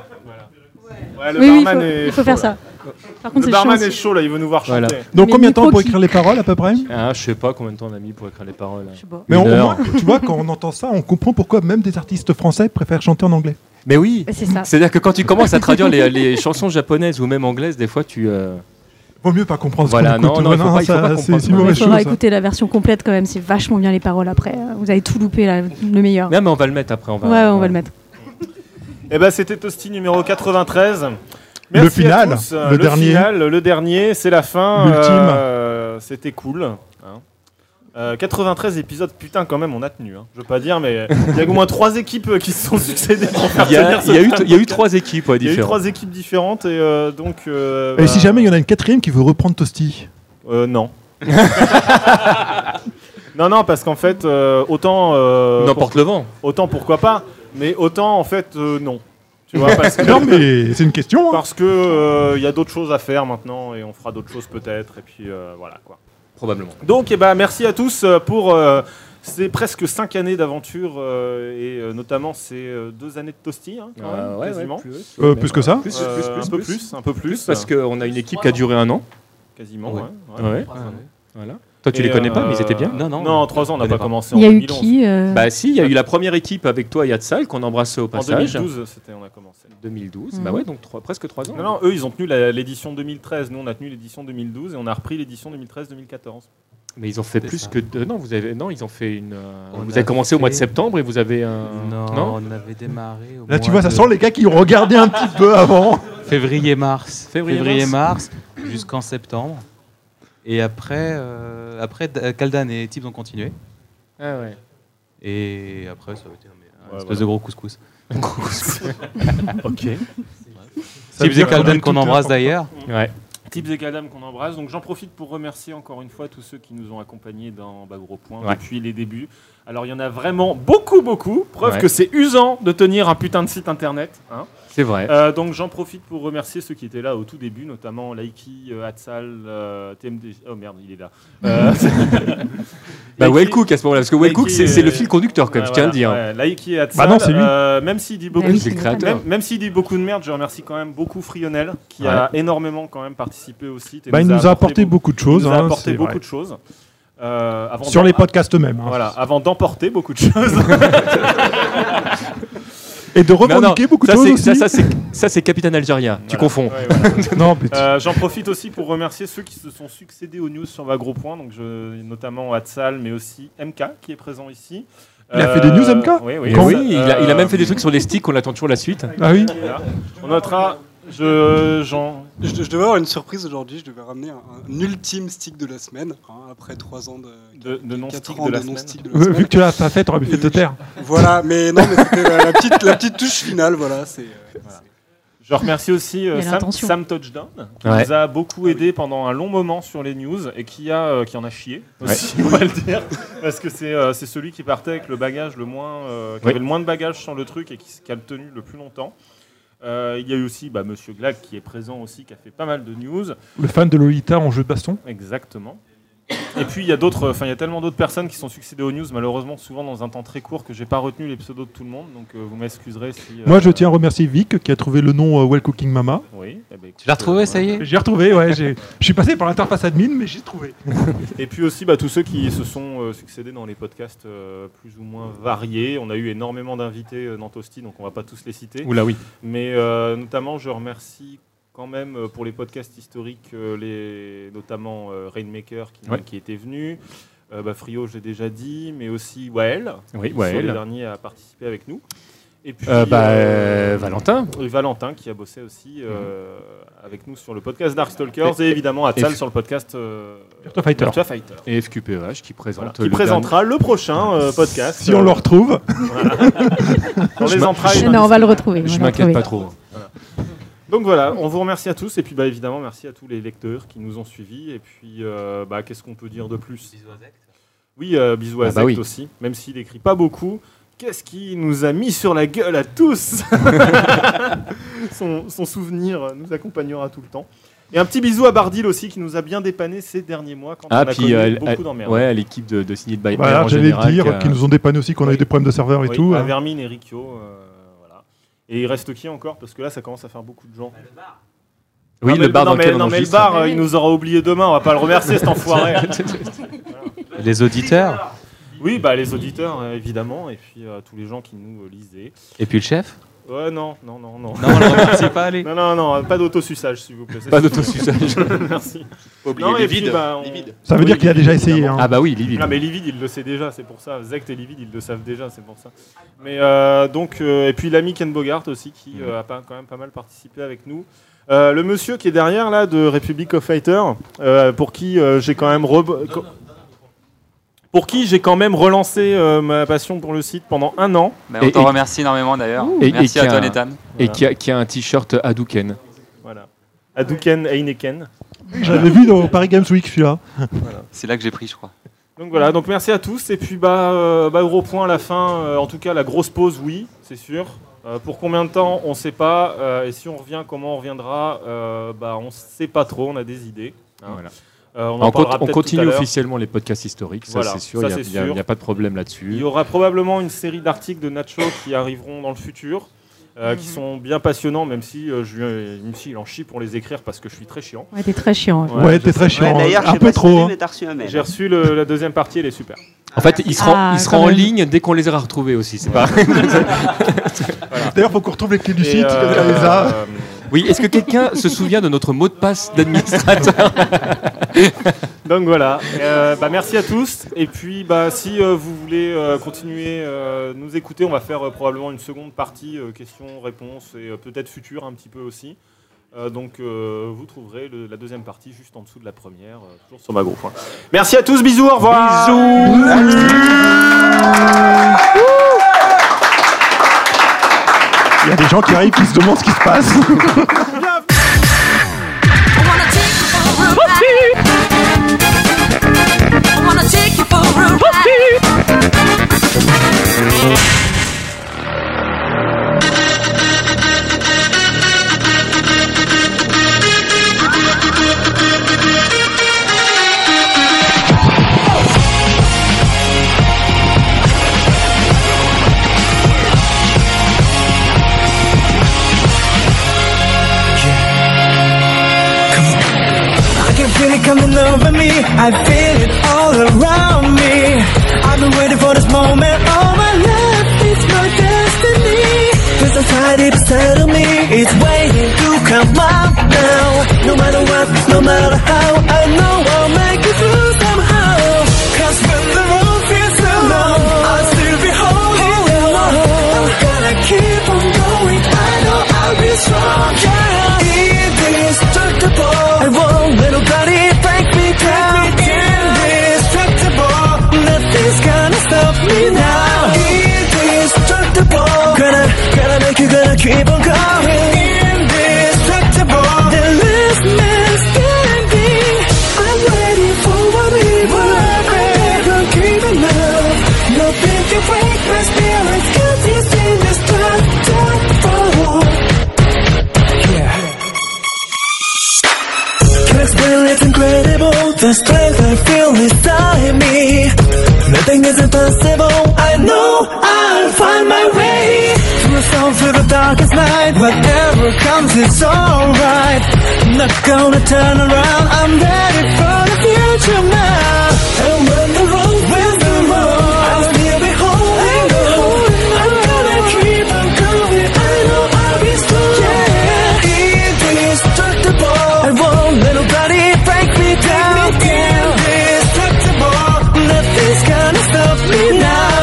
A: Ouais, le
G: Oui, oui, il
A: barman
G: faut,
A: est
G: il
A: chaud,
G: faut faire
A: là.
G: ça. Par
A: Le
G: contre, c'est
A: barman
G: chiant.
A: est chaud là, il veut nous voir chanter.
C: Voilà.
B: Donc,
G: Mais
B: combien de temps
G: micro
B: pour
G: qui-
B: écrire les paroles à peu près
C: Ah, je sais pas combien de temps on a mis pour écrire les paroles. hein.
G: Je sais pas.
B: Mais on-
C: Une
B: au moins,
C: heure.
B: tu vois, quand on entend ça, on comprend pourquoi même des artistes français préfèrent chanter en anglais.
C: Mais oui
G: Mais C'est ça.
C: C'est-à-dire que quand tu commences à traduire les, les chansons japonaises ou même anglaises, des fois tu... euh,
B: Vaut mieux pas comprendre
C: Voilà,
B: ce qu'on écoute.
C: non, non, il faut pas- il faut
B: ça,
C: pas
B: c'est
C: comprendre.
B: c'est
C: Non,
G: Il
B: mauvaise chose.
G: faudra
B: ça.
G: écouter la version complète quand même, c'est vachement bien les paroles après. Vous avez tout loupé, là, le meilleur.
C: Non mais on va le mettre après, on va...
G: Ouais, ouais, on va le mettre.
A: Et ben c'était Toasty numéro 93.
B: Le final,
A: à tous.
B: le dernier.
A: final, le dernier, c'est la fin.
B: L'ultime.
A: Euh, C'était cool. hein. Euh, 93 épisodes, putain, quand même, on a tenu. hein. Je veux pas dire, mais il y a au moins trois équipes euh, qui se sont succédées. pour faire
C: Il y a,
A: tenir ce
C: il y a eu,
A: podcast.
C: il y a eu trois équipes ouais,
A: Il y a eu
C: différentes.
A: trois équipes différentes et euh, donc. euh,
B: Et
A: bah,
B: si jamais il y en a une quatrième qui veut reprendre Toasty
A: euh, non. non, non, parce qu'en fait, euh, autant. euh,
C: N'importe le vent.
A: pour- autant pourquoi pas, mais autant en fait, euh, non. Tu vois, parce que.
B: Non, mais c'est une question. hein.
A: Parce que il y a d'autres choses à faire maintenant et on fera d'autres choses peut-être et puis euh, voilà quoi.
C: Probablement.
A: Donc eh ben merci à tous euh, pour euh, ces presque 5 années d'aventure euh, et euh, notamment ces euh, deux années de toasty hein, quand même, quasiment.
C: Ah, plus,
B: Euh, plus que ça
A: Euh, un peu plus, un peu plus,
C: parce qu'on a une équipe qui a duré un an.
A: quasiment.
F: Ouais.
A: ouais, ouais.
C: Ouais. Voilà. Toi, tu
A: Et,
C: les connais pas, mais ils étaient
A: euh,
C: bien.
F: Non, non.
A: Non, en 3 ans on n'a
F: connais
A: pas
F: pas.
A: commencé
G: Il y
A: en
G: a eu
A: 2011.
G: qui euh,
C: Bah si, il y a eu la première équipe avec toi et Yatsal qu'on embrasse au
A: En
C: passage.
A: 2012 c'était on a commencé.
C: 2012,
G: Mhm.
C: bah ouais, donc trois- presque trois ans.
A: Non, non, eux ils ont tenu la- l'édition 2013, nous on a tenu l'édition 2012 et on a repris l'édition 2013-2014.
C: Mais ils ont fait
F: C'est
C: plus
F: ça.
C: que deux. Non, vous avez non, ils ont fait une. euh,
F: On
C: vous
F: a
C: avez commencé au mois de
F: fait-
C: septembre et vous avez un.
F: Non, on avait démarré. Au
B: Là, tu
F: mois
B: vois, ça
F: de
B: sent les gars qui ont regardé un petit peu avant.
F: Février-mars.
C: Février-mars.
F: Février-mars. jusqu'en septembre. Et après, euh, après D- Kaldan et Tibbs ont continué.
C: Ah ouais.
F: Et après, ça a été un, un
C: Ouais,
F: espèce
C: voilà.
F: de gros couscous.
C: Couscous.
A: Ok.
F: Ça Tibbs et Kaldan qu'on embrasse d'ailleurs.
A: Tips et Kadam qu'on embrasse. Donc j'en profite pour remercier encore une fois tous ceux qui nous ont accompagnés dans Bagro Point
C: Ouais.
A: depuis les débuts. Alors il y en a vraiment beaucoup, beaucoup. Preuve
C: Ouais.
A: que c'est usant de tenir un putain de site internet. hein.
C: C'est vrai.
A: Euh, donc j'en profite pour remercier ceux qui étaient là au tout début, notamment Laiki, euh, Hatsal, euh, TMD. Oh merde, il est là. Euh,
C: Bah,
A: Laiki-
C: Wellcook à ce moment-là, parce que Wellcook,
A: Laiki,
C: c'est- c'est le
A: euh,
C: fil conducteur, quand même,
A: ouais,
C: je tiens à le
A: voilà,
C: dire.
A: ouais, Laiki et Hatsal.
C: Bah non, c'est lui.
A: euh, même s'il dit beaucoup,
C: Bah oui, c'est le créateur.
A: Même, même s'il dit beaucoup de merde, je remercie quand même beaucoup Frionel qui a énormément quand même particé au site. et
B: Bah, il nous a apporté beaucoup de choses,
A: Il nous a
B: hein,
A: apporté
B: c'est
A: beaucoup
B: vrai.
A: de choses. Euh, avant
B: Sur
A: d'en-
B: les podcasts eux-mêmes, hein.
A: Voilà, avant d'emporter beaucoup de choses.
B: Et de revendiquer
C: Non, non,
B: beaucoup de
C: ça,
B: choses
C: c'est-
B: aussi.
C: ça, ça, c'est- ça, c'est Capitaine Algérien. Tu
A: Voilà.
C: confonds.
A: Ouais, voilà.
B: Non, mais tu-
A: Euh, J'en profite aussi pour remercier ceux qui se sont succédés aux news sur Vagro Point, donc je, notamment Hatsal, mais aussi MK qui est présent ici. Euh,
B: Il a fait des news, MK
A: Oui, oui.
C: Quand oui, il, a, il a
A: Euh,
C: même fait des trucs sur les sticks, on attend toujours la suite.
B: Ah oui
A: voilà. On notera. Je, Jean,
L: Je, je devais avoir une surprise aujourd'hui, je devais ramener un, un ultime stick de la semaine, hein, après 3 ans de,
A: de, de non
L: quatre
A: stick
L: ans
A: de la
L: non
A: semaine.
L: stick
B: Ouais, vu que tu l'as pas fait, t'aurais pu
L: Euh,
B: fait te taire.
L: Voilà, mais non, mais c'était la, la petite, la petite touche finale, voilà. c'est euh, voilà.
A: Je remercie aussi euh,
L: Il y a
A: Sam,
L: l'intention. Ah
A: Sam Touchdown, qui
C: Ouais.
A: nous a beaucoup aidé pendant un long moment sur les news et qui, a, euh, qui en a chié,
C: Ouais.
A: aussi, on va le dire, parce que c'est euh, c'est celui qui partait avec le bagage le moins, euh, qui
C: Oui.
A: avait le moins de bagages sur le truc et qui, s- qui a le tenu le plus longtemps. Euh, il y a eu aussi bah, Monsieur Glack qui est présent aussi, qui a fait pas mal de news.
B: Le fan de Lolita en jeu de baston.
A: Exactement. Et puis il y a d'autres, enfin il y a tellement d'autres personnes qui sont succédées aux news, malheureusement souvent dans un temps très court que j'ai pas retenu les pseudos de tout le monde, donc euh, vous m'excuserez si. euh,
B: Moi, je tiens à remercier Vic qui a trouvé le nom euh, Well Cooking Mama.
A: Oui. eh ben, écoute,
F: Tu l'as retrouvé,
A: euh,
F: ça y est
B: J'ai retrouvé, ouais. j'ai- Je suis passé par l'interface admin, mais j'ai trouvé.
A: Et puis aussi bah, tous ceux qui se sont euh, succédés dans les podcasts euh, plus ou moins variés. On a eu énormément d'invités euh, dans Toasty, donc on va pas tous les citer.
C: Oula, oui.
A: Mais euh, notamment, je remercie quand même euh, pour les podcasts historiques, euh, les, notamment euh, Rainmaker qui,
C: Ouais.
A: qui était venu. Euh, bah, Frio, j'ai déjà dit, mais aussi Wael,
C: Oui,
A: qui
C: Wael.
A: sont les derniers à participer avec nous. Et puis
C: Euh, bah, euh, Valentin.
A: et Valentin qui a bossé aussi euh, avec nous sur le podcast Darkstalkers
C: Et-
A: et, évidemment
C: Mhm. et-
A: Atsal sur le podcast euh,
B: Virtua Fighter.
A: Virtua Fighter.
C: Et FQPEH E qui présente.
A: Voilà, qui
C: le
A: présentera le prochain euh, podcast.
B: Si on le retrouve.
A: Voilà. Dans
C: bah, Je
A: les
C: m'in-
A: entrailles.
G: Non, Eh ben, on va le retrouver.
C: Je
G: on va le
C: m'inquiète
G: retrouver.
C: pas trop.
A: Voilà. Donc voilà, on vous remercie à tous et puis bah, évidemment merci à tous les lecteurs qui nous ont suivis et puis euh, bah, qu'est-ce qu'on peut dire de plus Oui, euh, bisous à
C: Ah bah
A: Zect
C: oui.
A: aussi, même s'il n'écrit pas beaucoup. Qu'est-ce qui nous a mis sur la gueule à tous son, son souvenir nous accompagnera tout le temps. Et un petit bisou à Bardil aussi qui nous a bien dépanné ces derniers mois quand
C: Ah,
A: on a
C: puis
A: connu
C: euh, à-
A: beaucoup d'emmerdes.
C: ouais, à l'équipe de, de Signed by Air
B: Voilà,
C: en
B: j'allais le
C: général, qui
B: dire,
C: a-
B: qui nous ont dépanné aussi, qu'on a eu des problèmes de serveur et
A: Oui,
B: tout.
A: à
B: hein.
A: Vermine et Riccio, euh, voilà. Et il reste qui encore Parce que là, ça commence à faire beaucoup de gens.
C: Oui,
A: Ah, mais
C: le bar
A: non,
C: dans
A: mais-
C: lequel on
A: non, mais le
C: enregistre.
A: bar, euh, il nous aura oublié demain. On va pas le remercier, cet enfoiré.
F: Les auditeurs.
A: Oui, bah les auditeurs, euh, évidemment, et puis euh, tous les gens qui nous euh, lisaient.
F: Et puis le chef
A: Ouais, non, non, non, non.
F: Non, on le remercie pas, allez.
A: Non, non, non, euh, pas d'autosuçage, s'il vous plaît. c'est
C: Pas
A: tout.
C: d'autosuçage.
A: Merci.
J: Faut oublier les
A: et puis,
J: vides,
A: bah,
J: les
A: on-
J: vides.
B: Ça veut
A: Oui,
B: dire qu'il a
A: les
B: déjà
A: vides,
B: essayé,
A: évidemment.
B: hein.
C: Ah bah oui, Livide.
A: Non, mais Livid, il le sait déjà, c'est pour ça. Zect et Livid, ils le savent déjà, c'est pour ça. Mais euh, donc, euh, et puis l'ami Ken Bogart aussi, qui
C: Mhm.
A: euh, a pas- quand même pas mal participé avec nous. Euh, le monsieur qui est derrière là de Republic of Fighter, euh, pour qui euh, j'ai quand même reb- co- pour qui j'ai quand même relancé euh, ma passion pour le site pendant un an.
M: Mais on
C: Et-
M: te
C: et-
M: remercie énormément d'ailleurs.
C: Et- et
M: Merci
C: qui
M: à
C: a
M: toi,
C: un-
M: Nathan.
C: Et qui a, qui a un t-shirt Hadouken.
A: Voilà. Hadouken Heineken.
B: J'avais vu dans Paris Games Week celui-là.
M: C'est là que j'ai pris, je crois.
A: Donc voilà, donc merci à tous. Et puis bah, euh, bah, gros point à la fin, euh, en tout cas la grosse pause, oui, c'est sûr. Euh, pour combien de temps, on ne sait pas. Euh, et si on revient, comment on reviendra, euh, bah, on ne sait pas trop, on a des idées. hein.
C: Voilà.
A: Euh, on en
C: on, co-
A: parlera peut-être
C: on
A: tout à
C: continue
A: l'heure.
C: officiellement les podcasts historiques, ça
A: Voilà,
C: c'est sûr,
A: ça,
C: il
A: c'est
C: n'y a,
A: sûr.
C: y a pas de problème
A: Il y
C: là-dessus.
A: aura probablement une série d'articles de Nacho qui arriveront dans le futur, euh, qui sont bien passionnants, même si, euh, je, lui- même si il en chie pour les écrire parce que je suis très chiant.
G: Ouais, t'es très chiant, ouais.
B: Ouais,
A: je
B: t'es
A: sais.
B: très chiant,
A: Ouais,
B: hein.
A: d'ailleurs,
B: un
A: j'ai
B: peu
A: pas
B: trop. hein.
A: salué, mais t'as reçu un mail. J'ai reçu le- la deuxième partie, elle est super.
C: En fait, il sera,
A: Ah,
C: il sera
A: quand
C: en
A: même.
C: ligne dès qu'on les a retrouvés aussi, c'est
M: Ah.
C: pas...
B: D'ailleurs, faut qu'on retrouve les clés du
A: Et,
B: site,
A: euh,
B: quelqu'un les a.
A: euh,
C: Oui, est-ce que quelqu'un se souvient de notre mot de passe d'administrateur
A: Donc voilà, Euh, bah, merci à tous. Et puis bah, si euh, vous voulez euh, continuer euh, nous écouter, on va faire euh, probablement une seconde partie euh, questions-réponses et euh, peut-être future un petit peu aussi. Euh, donc euh, vous trouverez le- la deuxième partie juste en dessous de la première, euh, toujours sur magro.fr. Merci à tous, bisous, au revoir.
B: Il y a des gens qui arrivent qui se demandent ce qui se passe.
K: I can feel it coming over me. I feel it all around me. I've been waiting for this moment all my life. It's my destiny. This society beside of me is waiting to come out now. No matter what, no matter how, I know I'll make it through somehow. Cause when the road feels so long, I'll still be holding on. I'm gonna keep on going. I know I'll be strong. Yeah. Indestructible. I won't let nobody break me down. Indestructible. Nothing's gonna stop me now. Indestructible. Gonna, gonna make you gonna keep on going. Indestructible. The last man standing. I'm waiting for what we were. I'm never giving up. Nothing can break my spirit. Cause it's indestructible. Can explain it's incredible. The strength I feel inside me. Nothing is impossible. I know I'll find my way. Through the storm, through the darkest night. Whatever comes, it's alright. I'm not gonna turn around. I'm ready for the future now. And when the road wins the road, I'll still be holding on. I'm gonna keep on going. I know I'll be strong. Yeah, indestructible. I won't let nobody break me down. Indestructible. Nothing's gonna stop me now.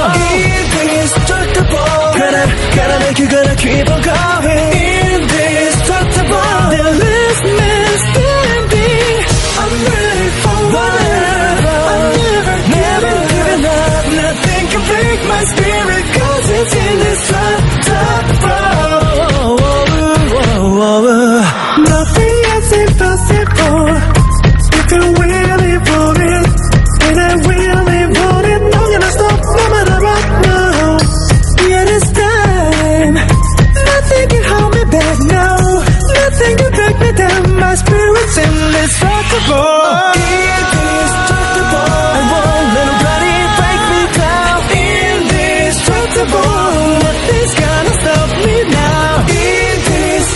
K: Indestructible. Gonna, gonna make you gonna keep on going. Indestructible. The last man standing. I'm ready for whatever. I'm never, never giving up. Nothing can break my spirit 'cause it's Oh, indestructible. oh, Nothing is impossible. If you really want it, and I really want it, I'm gonna stop no matter what now. It is time. Nothing can hold me back now. Nothing can break me down. My spirit's indestructible. Indestructible. I won't let nobody break me down. Indestructible. Nothing's gonna stop me now. Indestructible.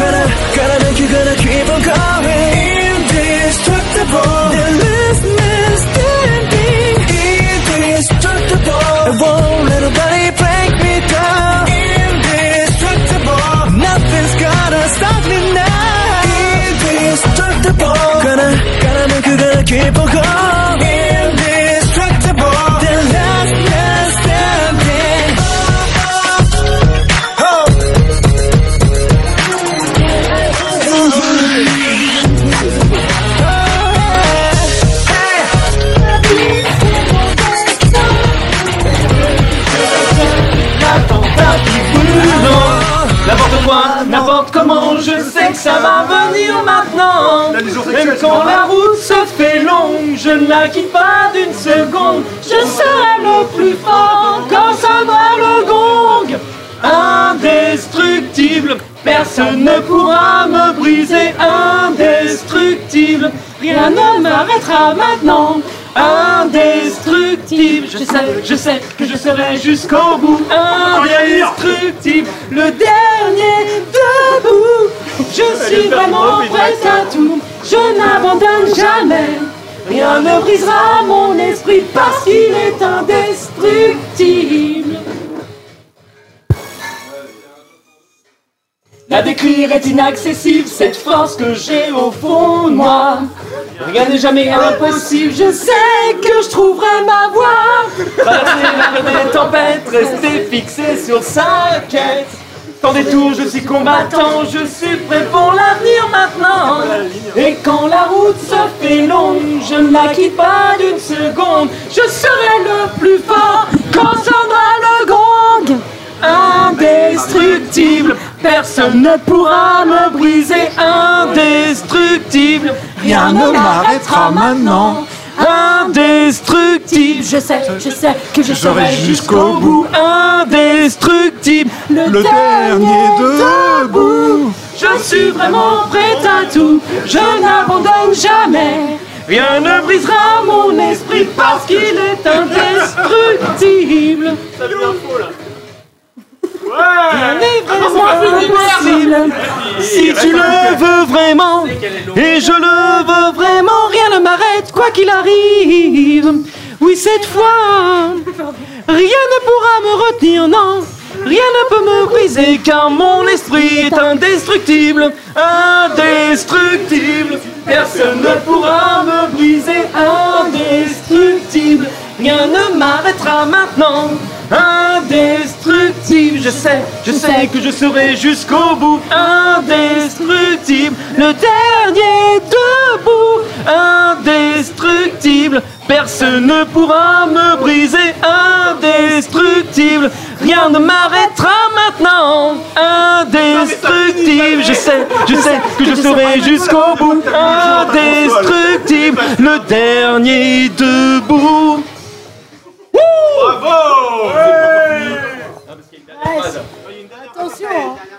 K: Gonna, gonna make you gonna keep on going. Indestructible. The last man standing. Indestructible. I won't let nobody break me down. Indestructible. Nothing's gonna stop me now. Indestructible. Gonna, gonna make you gonna keep on going. Indestructible. The last man standing. Oh.
C: N'importe quoi, n'importe comment, je sais que ça va venir maintenant. Même quand la route se fait longue, je ne la quitte pas d'une seconde. Je serai le plus fort quand ça va le gong. Indestructible, personne ne pourra me briser. Indestructible, rien ne m'arrêtera maintenant. Indestructible, je sais, je sais que je serai jusqu'au bout. Indestructible, le dernier debout. Je suis vraiment prêt à tout, je n'abandonne jamais. Rien ne brisera mon esprit parce qu'il est indestructible. La décrire est inaccessible, cette force que j'ai au fond de moi. Rien n'est jamais impossible, je sais que je trouverai ma voie. Traverser la tempête, rester fixé sur sa quête. Tant des tours, je suis combattant, je suis prêt pour l'avenir maintenant. Et quand la route se fait longue, je ne la quitte pas d'une seconde. Je serai le plus fort quand sonnera le gong. Indestructible, personne ne pourra me briser. Indestructible, rien ne m'arrêtera maintenant. Indestructible, je sais, je sais que je serai jusqu'au bout. Indestructible, le, dernier debout. Je suis vraiment prêt à tout, je n'abandonne jamais. Rien ne brisera mon esprit parce qu'il est indestructible.
N: Ça devient faux là.
C: Rien n'est vraiment impossible. Si tu le veux vraiment, et je le veux vraiment, rien ne m'arrête, quoi qu'il arrive. Oui, cette fois, rien ne pourra me retenir, non. Rien ne peut me briser, car mon esprit est indestructible. Indestructible, personne ne pourra me briser. Indestructible, rien ne m'arrêtera maintenant. Indestructible, je sais, je sais que je serai jusqu'au bout. Indestructible, le dernier debout. Indestructible, personne ne pourra me briser. Indestructible, rien ne m'arrêtera maintenant. Indestructible, je sais, je sais que je serai jusqu'au bout. Indestructible, le dernier debout. Bravo
N: Attention